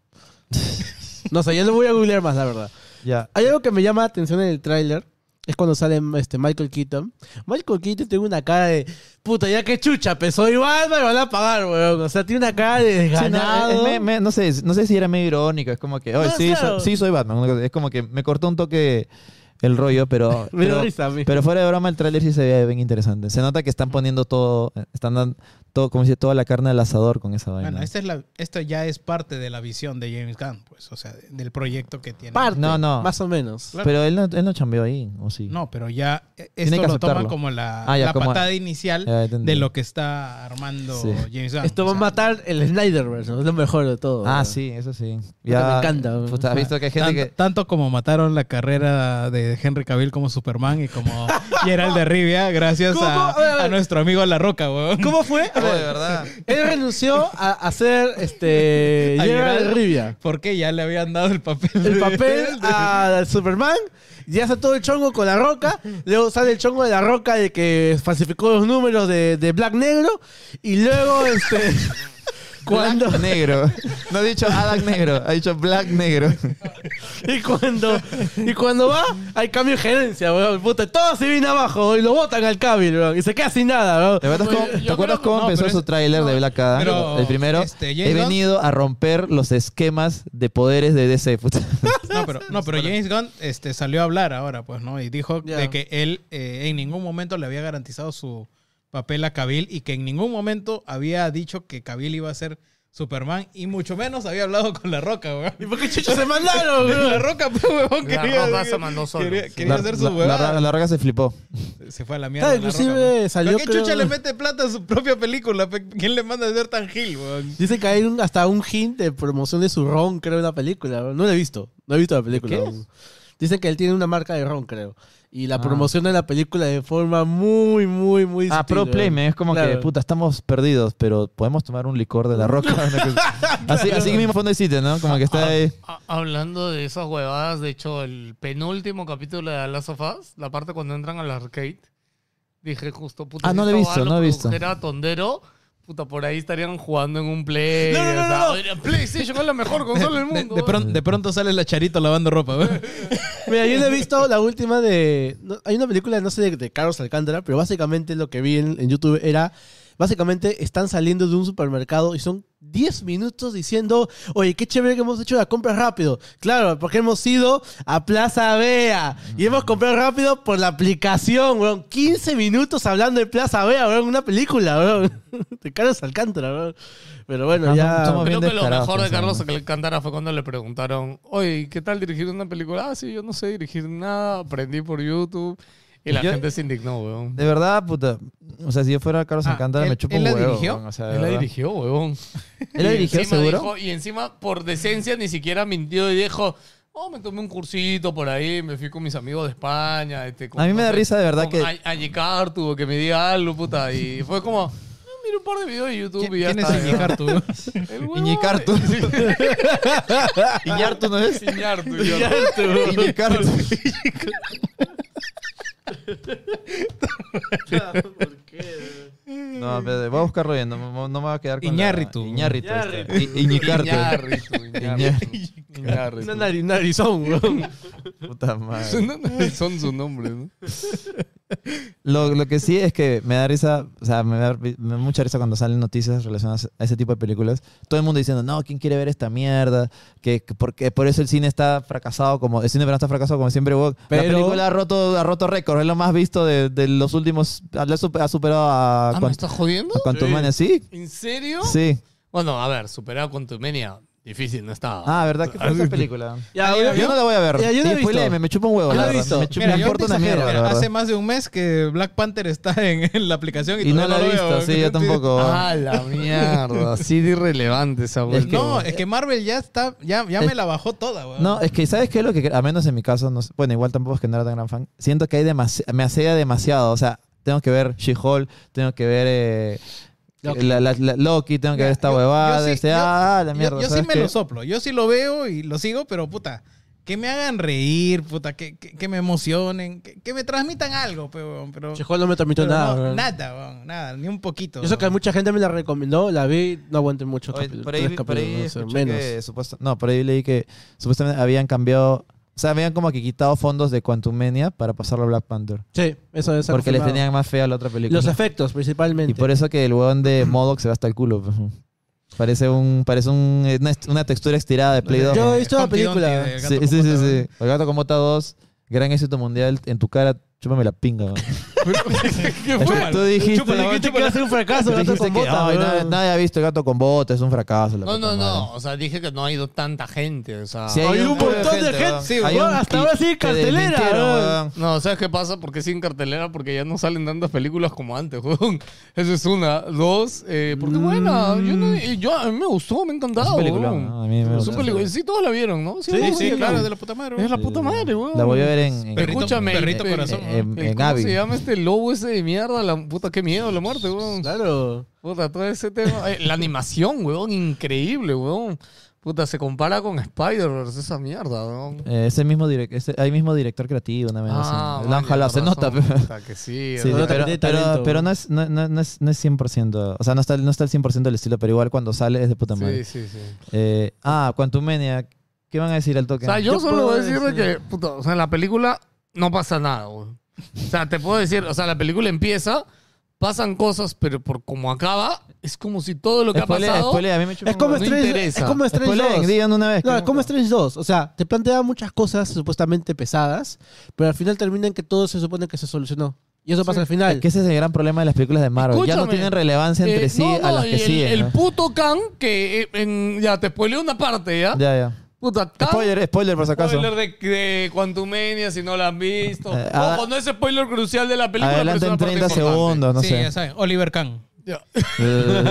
Speaker 5: No sé, yo lo voy a googlear más, la verdad.
Speaker 3: Ya.
Speaker 5: Hay algo que me llama la atención en el tráiler. Es cuando sale este, Michael Keaton. Michael Keaton tiene una cara de... Puta, ya que chucha, pesó y Batman, van a pagar, weón. O sea, tiene una cara de
Speaker 3: Sí, no,
Speaker 5: desganado.
Speaker 3: es- me- me- no, sé, no sé si era medio irónico. Es como que, oh,
Speaker 5: No,
Speaker 3: sí,
Speaker 5: claro.
Speaker 3: so- sí, soy Batman. una cosa- Es como que me cortó un toque el rollo, pero.
Speaker 5: Me da
Speaker 3: pero,
Speaker 5: risa a mí.
Speaker 3: pero fuera de broma, el tráiler sí se ve bien interesante. Se nota que están poniendo todo, están dando todo, como dice, toda la carne al asador con esa vaina.
Speaker 8: Bueno, esta es la, esto ya es parte de la visión de James Gunn, pues, o sea, de- del proyecto que tiene.
Speaker 5: Parte,
Speaker 3: No, no.
Speaker 5: más o menos.
Speaker 8: claro.
Speaker 3: Pero él no, él no chambeó ahí, ¿o sí?
Speaker 8: No, pero ya eh,
Speaker 3: Tiene
Speaker 8: esto
Speaker 3: que
Speaker 8: lo toman
Speaker 3: aceptarlo.
Speaker 8: como la,
Speaker 3: Ah, ya,
Speaker 8: la
Speaker 3: como-
Speaker 8: patada inicial
Speaker 3: Ya, entendí.
Speaker 8: de lo que está armando
Speaker 3: Sí.
Speaker 8: James Gunn.
Speaker 5: Esto
Speaker 8: o
Speaker 5: va a
Speaker 8: sea,
Speaker 5: matar el Snyderverse, ¿no? es lo mejor de todo.
Speaker 3: Ah,
Speaker 5: weón.
Speaker 3: sí, eso sí.
Speaker 5: me encanta, weón.
Speaker 3: puta, has visto que hay gente
Speaker 8: Tan-
Speaker 3: que.
Speaker 8: Tanto como mataron la carrera de Henry Cavill como Superman y como Gerald de Rivia, gracias
Speaker 5: ¿Cómo?
Speaker 8: a,
Speaker 5: A ver, a ver.
Speaker 8: a nuestro amigo La Roca, weón.
Speaker 5: ¿Cómo fue? A
Speaker 3: Oh,
Speaker 5: ver,
Speaker 3: de verdad.
Speaker 5: Él renunció a hacer este
Speaker 8: A
Speaker 5: Gerard de
Speaker 8: Geralt.
Speaker 5: Rivia.
Speaker 8: Porque ya le habían dado el papel.
Speaker 5: El
Speaker 8: de-
Speaker 5: papel a Superman, ya hace todo el chongo con la roca, luego sale el chongo de la roca de que falsificó los números de, de Black Negro, y luego este cuando
Speaker 3: Black negro. No ha dicho Adam negro, ha dicho Black negro.
Speaker 5: y cuando y cuando va, hay cambio de gerencia, weón. Puta, todo se viene abajo weón, y lo botan al cable, weón, y se queda sin nada,
Speaker 3: ¿Te
Speaker 5: weón.
Speaker 3: acuerdas
Speaker 4: Oye,
Speaker 3: cómo,
Speaker 4: Pues, yo
Speaker 3: te
Speaker 4: creo
Speaker 3: acuerdas
Speaker 4: que-
Speaker 3: cómo
Speaker 8: no,
Speaker 3: empezó
Speaker 8: pero
Speaker 3: su
Speaker 8: es-
Speaker 3: tráiler de Black Adam?
Speaker 8: pero,
Speaker 3: el primero.
Speaker 8: este, James
Speaker 3: he
Speaker 8: Gunn-
Speaker 3: venido a romper los esquemas de poderes de DC. puta.
Speaker 8: No, pero, no, pero James Gunn este, salió a hablar ahora, pues, ¿no? Y dijo
Speaker 5: Ya.
Speaker 8: de que él eh, en ningún momento le había garantizado su papel a Cavill y que en ningún momento había dicho que Cavill iba a ser Superman y mucho menos había hablado con La Roca, weón.
Speaker 5: ¿Y por qué chucho se mandaron,
Speaker 8: La
Speaker 5: weón?
Speaker 8: Roca, pues, weón,
Speaker 4: La
Speaker 8: quería...
Speaker 4: Roca se mandó solo.
Speaker 8: Quería,
Speaker 4: Sí.
Speaker 8: quería
Speaker 3: la,
Speaker 8: hacer su
Speaker 3: la- la
Speaker 8: huevada.
Speaker 3: ra- la raga se flipó.
Speaker 8: Se fue a la mierda.
Speaker 5: Claro,
Speaker 8: La
Speaker 5: inclusive
Speaker 8: Roca, weón.
Speaker 5: salió,
Speaker 8: ¿Para qué
Speaker 5: creo-
Speaker 8: chucha le mete plata a su propia película? pe? ¿Quién le manda a ser tan gil, weón?
Speaker 5: Dice que hay un- hasta un hint de promoción de su ron, creo, en la película. No lo he visto. No he visto la película. aún. Dicen que él tiene una marca de ron, creo. Y la
Speaker 3: Ah.
Speaker 5: promociona en la película de forma muy, muy, muy...
Speaker 3: Ah,
Speaker 5: sutil,
Speaker 3: Pro
Speaker 5: ¿no?
Speaker 3: Playman es como que,
Speaker 5: Claro.
Speaker 3: puta, estamos perdidos, pero podemos tomar un licor de la roca. Una cosa- así, así mismo fondo de sitio, ¿no? Como que está ahí.
Speaker 4: Ha- hablando de esas huevadas, de hecho, el penúltimo capítulo de Last of Us, la parte cuando entran al arcade, dije justo, puta,
Speaker 3: Ah, no lo he visto, no lo he visto.
Speaker 4: Era tondero, puta, por ahí estarían jugando en un play.
Speaker 5: No, no, no,
Speaker 4: o sea,
Speaker 5: no, no.
Speaker 4: oye, PlayStation es la mejor consola del
Speaker 8: De,
Speaker 4: mundo.
Speaker 8: de pron- de pronto sale la charito lavando ropa, weón.
Speaker 5: Mira, yo no he visto la última de... no, hay una película, no sé, de, de Carlos Alcántara, pero básicamente lo que vi en, en YouTube era... Básicamente están saliendo de un supermercado y son 10 minutos diciendo, oye, qué chévere que hemos hecho la compra rápido. Claro, porque hemos ido a Plaza Vea y hemos comprado rápido por la aplicación, weón. 15 minutos hablando de Plaza Vea, weón, una película, weón. De Carlos Alcántara, weón. Pero bueno,
Speaker 3: Ah,
Speaker 5: ya...
Speaker 3: somos
Speaker 4: Creo
Speaker 3: bien
Speaker 4: que lo
Speaker 3: descarados,
Speaker 4: mejor de
Speaker 3: pensando.
Speaker 4: Carlos Alcántara fue cuando le preguntaron, oye, ¿qué tal dirigir una película? Ah, sí, yo no sé dirigir nada, aprendí por YouTube. Y la
Speaker 3: Yo-
Speaker 4: gente se indignó, weón.
Speaker 3: De verdad, puta. O sea, si yo fuera Carlos
Speaker 8: Ah,
Speaker 3: Alcántara,
Speaker 8: ¿él-
Speaker 3: me chupo
Speaker 8: él
Speaker 3: un
Speaker 8: la
Speaker 3: huevo.
Speaker 8: dirigió?
Speaker 3: weón, o sea, de
Speaker 4: Él la
Speaker 3: verdad.
Speaker 4: dirigió, weón.
Speaker 3: ¿Él la
Speaker 4: Y
Speaker 3: dirigió,
Speaker 4: encima
Speaker 3: seguro?
Speaker 4: dijo- y encima, por decencia, ni siquiera mintió y dijo, oh, me tomé un cursito por ahí, me fui con mis amigos de España. Este, con-
Speaker 3: A mí me
Speaker 4: no
Speaker 3: da
Speaker 4: sé,
Speaker 3: risa, de verdad,
Speaker 4: con
Speaker 3: que-
Speaker 4: Ay- Angie Cartu, que me diga algo, puta. Y fue como, "Ah, mira un par de videos de YouTube y ya
Speaker 8: ¿Quién es
Speaker 4: está.
Speaker 8: Iñigo Cartu, weón?
Speaker 4: El huevón-
Speaker 3: Iñicartu. Iñartu, ¿no es?
Speaker 4: Iñartu, Iñartu.
Speaker 5: Alcántara.
Speaker 3: Iñicartu.
Speaker 5: ¿Por qué?
Speaker 3: No, espérate, voy a buscarlo bien, no, me- no me va a quedar con la- este.
Speaker 8: Iñárritu.
Speaker 3: Iñárritu. ahí está. I- Iñicartu.
Speaker 4: Iñarritu, Iñarritu. Iñárritu.
Speaker 5: Una nari- narizón, weón.
Speaker 3: Puta madre.
Speaker 4: Son su nombre, ¿no?
Speaker 3: Lo, lo que sí es que me da risa, o sea, me da, me da mucha risa cuando salen noticias relacionadas a ese tipo de películas. Todo el mundo diciendo, no, ¿quién quiere ver esta mierda? Que, que porque por eso el cine está fracasado, como el cine peruano está fracasado, como siempre hubo.
Speaker 5: Pero-
Speaker 3: La película ha roto, ha roto récords, es lo más visto de, de los últimos. Ha super- ha superado a,
Speaker 4: Ah, ¿me
Speaker 3: Quant-
Speaker 4: estás jodiendo?
Speaker 3: a Quantum Mania, sí.
Speaker 4: ¿En serio?
Speaker 3: Sí.
Speaker 4: Bueno, a ver, superado con tu menia, difícil no estaba.
Speaker 3: Ah, ¿verdad? ¿Qué fue esa película?
Speaker 5: Ya, ahora-
Speaker 3: Ah, Yo no la voy a ver.
Speaker 5: Ya, yo no he
Speaker 3: Sí, fue
Speaker 5: visto.
Speaker 3: leve, me chupa un huevo,
Speaker 5: Yo
Speaker 3: Ah, la
Speaker 5: no he
Speaker 3: verdad.
Speaker 5: visto.
Speaker 3: Me chupa
Speaker 8: Mira,
Speaker 3: me
Speaker 8: yo
Speaker 3: importa
Speaker 8: te
Speaker 3: una
Speaker 8: exagero,
Speaker 3: mierda, la
Speaker 8: mira, hace
Speaker 3: verdad.
Speaker 8: más de un mes que Black Panther está en, en la aplicación y,
Speaker 3: Y no
Speaker 8: todavía
Speaker 3: la he
Speaker 8: lo veo.
Speaker 3: visto, sí, yo tampoco.
Speaker 4: Ah, la mierda. Así de irrelevante esa
Speaker 8: Es
Speaker 4: vuelta.
Speaker 8: que- no, es que Marvel ya está, ya, ya me la bajó toda, weón.
Speaker 3: No, es que ¿sabes qué? es Lo que, a menos en mi caso, no sé- bueno, igual tampoco es que no era tan gran fan. Siento que hay demasi- me asedia demasiado. O sea, tengo que ver She-Hulk, tengo que ver eh,
Speaker 5: Loki.
Speaker 3: la- la- la- Loki, tengo que
Speaker 8: Mira,
Speaker 3: ver esta
Speaker 8: yo-
Speaker 3: huevada.
Speaker 8: yo sí-
Speaker 3: este,
Speaker 8: yo-
Speaker 3: ah, la
Speaker 8: Yo-
Speaker 3: mierda.
Speaker 8: yo sí
Speaker 3: ¿sabes
Speaker 8: me
Speaker 3: qué?
Speaker 8: lo soplo, yo sí lo veo y lo sigo, pero puta, que me hagan reír, puta, que, que, que me emocionen, que, que me transmitan algo, pe, weón, pero,
Speaker 5: Chejol no me transmitió
Speaker 8: pero
Speaker 5: nada,
Speaker 8: no,
Speaker 5: weón.
Speaker 8: nada, weón, nada, ni un poquito.
Speaker 5: Yo sé que
Speaker 8: weón.
Speaker 5: mucha gente me la recomendó, la vi, no aguanté mucho.
Speaker 3: Oye,
Speaker 5: capítulo,
Speaker 3: por ahí,
Speaker 5: tres
Speaker 3: por ahí
Speaker 5: capítulos, no sé,
Speaker 3: escuché que supuesto- no, por ahí leí que supuestamente habían cambiado. O sea, habían como que quitado fondos de Quantumania para pasarlo a Black Panther.
Speaker 5: Sí, eso es.
Speaker 3: Porque les tenían más fea la otra película.
Speaker 5: Los efectos, principalmente.
Speaker 3: Y por eso que el huevón de Modoc se va hasta el culo. pues. Parece un parece un- una, est- una textura estirada de Play Doh.
Speaker 5: Yo he visto la
Speaker 8: Humpty Dumpty
Speaker 5: película.
Speaker 8: del gato
Speaker 3: Sí,
Speaker 8: con
Speaker 3: sí,
Speaker 8: botas,
Speaker 3: sí,
Speaker 8: weón.
Speaker 3: sí. El gato con bota 2, gran éxito mundial. En tu cara, chúpame la pinga. weón.
Speaker 8: ¿Qué
Speaker 3: Tú-
Speaker 8: fue?
Speaker 3: Tú dijiste,
Speaker 8: Chúpala, weón,
Speaker 5: Dijiste que iba a
Speaker 8: chúpala.
Speaker 5: ser un fracaso,
Speaker 3: tú
Speaker 5: gato
Speaker 3: dijiste
Speaker 5: con
Speaker 3: que
Speaker 5: botas,
Speaker 3: "Ay,
Speaker 5: weón.
Speaker 3: nadie, nadie ha visto el gato con bota, es un fracaso. la
Speaker 4: No,
Speaker 3: puta
Speaker 4: no, no.
Speaker 3: madre".
Speaker 4: O sea, dije que no ha ido tanta gente. O sea,
Speaker 3: Sí,
Speaker 5: Hay un
Speaker 3: culo
Speaker 5: montón de gente,
Speaker 3: weón.
Speaker 5: sí,
Speaker 3: Hay
Speaker 5: weón,
Speaker 3: un
Speaker 5: hasta
Speaker 3: kit
Speaker 5: ahora sí,
Speaker 3: que
Speaker 5: cartelera,
Speaker 3: desmintieron,
Speaker 5: weón.
Speaker 3: weón.
Speaker 4: No, ¿sabes qué pasa? Porque sin cartelera, porque ya no salen tantas películas como antes, weón. Eso es una. Dos, eh, porque buena. Yo, no- eh, yo- a mí me gustó, me ha encantado.
Speaker 3: Mm. Es un peliculón,
Speaker 4: weón.
Speaker 3: ¿no? A mí me
Speaker 4: Es
Speaker 3: gustó.
Speaker 4: un peliculón. Sí, todos la vieron, ¿no?
Speaker 8: Sí,
Speaker 4: todos
Speaker 8: sí,
Speaker 4: la
Speaker 8: claro,
Speaker 4: vieron.
Speaker 8: de la puta madre, weón.
Speaker 4: Es la puta madre, weón.
Speaker 3: La voy a ver en. en-
Speaker 8: Perrito-
Speaker 4: Escúchame,
Speaker 8: perrito
Speaker 4: el-
Speaker 8: corazón,
Speaker 4: el- el-
Speaker 3: ¿no? En
Speaker 4: ¿Cómo
Speaker 3: Gaby.
Speaker 4: se llama este lobo ese de mierda? La puta, qué miedo, la muerte, weón.
Speaker 5: Claro.
Speaker 4: Puta, todo ese tema. eh, la animación, weón, increíble, weón. Puta, se compara con Spider-Verse, esa mierda, weón.
Speaker 3: eh, ese mismo direc- ese- hay mismo director creativo, una vez.
Speaker 4: Ah,
Speaker 3: La han
Speaker 4: vaya,
Speaker 3: jalado, se
Speaker 4: con
Speaker 3: nota.
Speaker 4: razón,
Speaker 3: pe.
Speaker 4: puta, que sí,
Speaker 3: Sí,
Speaker 5: ¿no?
Speaker 4: weón.
Speaker 3: sí, pero,
Speaker 5: Tiene
Speaker 3: pero-
Speaker 5: talento.
Speaker 3: pero no, es, no, no- no es, no es 100%. O sea, no está, no está el 100% del estilo, pero igual cuando sale es de puta madre.
Speaker 4: Sí, sí, sí.
Speaker 3: Eh, ah, Quantumania. ¿Qué van a decir al toque?
Speaker 4: O sea, yo,
Speaker 5: Yo
Speaker 4: solo
Speaker 5: puedo
Speaker 4: voy a decir de
Speaker 5: decir-
Speaker 4: que, puta, o sea, en la película no pasa nada, güey. O sea, te puedo decir, o sea, la película empieza, pasan cosas, pero por como acaba, es como si todo lo que
Speaker 3: Spoiler,
Speaker 4: ha pasado...
Speaker 3: spoiler, a mí me chupa
Speaker 5: Es
Speaker 3: un
Speaker 5: como
Speaker 3: huevo.
Speaker 4: no
Speaker 5: Strange, es
Speaker 4: interesa.
Speaker 5: como Strange
Speaker 3: Spoiler,
Speaker 5: 2.
Speaker 3: digan una vez.
Speaker 5: No, es
Speaker 3: ¿cómo?
Speaker 5: como Strange 2. O sea, te plantea muchas cosas supuestamente pesadas, pero al final termina en que todo se supone que se solucionó. Y eso pasa al final.
Speaker 3: Que ese es el gran problema de las películas de Marvel. ya no
Speaker 4: Escúchame.
Speaker 3: tienen relevancia entre
Speaker 4: eh,
Speaker 3: sí
Speaker 4: no,
Speaker 3: a
Speaker 4: no,
Speaker 3: las que
Speaker 4: y el,
Speaker 3: siguen.
Speaker 4: el
Speaker 3: ¿no?
Speaker 4: puto Khan, que eh, en- ya te spoileó una parte, ¿ya?
Speaker 3: Ya, ya.
Speaker 4: Puta, Khan...
Speaker 3: Spoiler, spoiler por si acaso.
Speaker 4: ¿Ah? Spoiler de, de Quantumania, si no la han visto.
Speaker 3: Eh, ah,
Speaker 4: Ojo, no es spoiler crucial de la película.
Speaker 3: Adelante
Speaker 4: pero
Speaker 3: en
Speaker 4: es una
Speaker 3: 30
Speaker 4: parte importante.
Speaker 3: segundos, no
Speaker 8: sí, ya
Speaker 3: sé.
Speaker 8: saben, Oliver Kahn.
Speaker 4: Ya.
Speaker 3: Eh,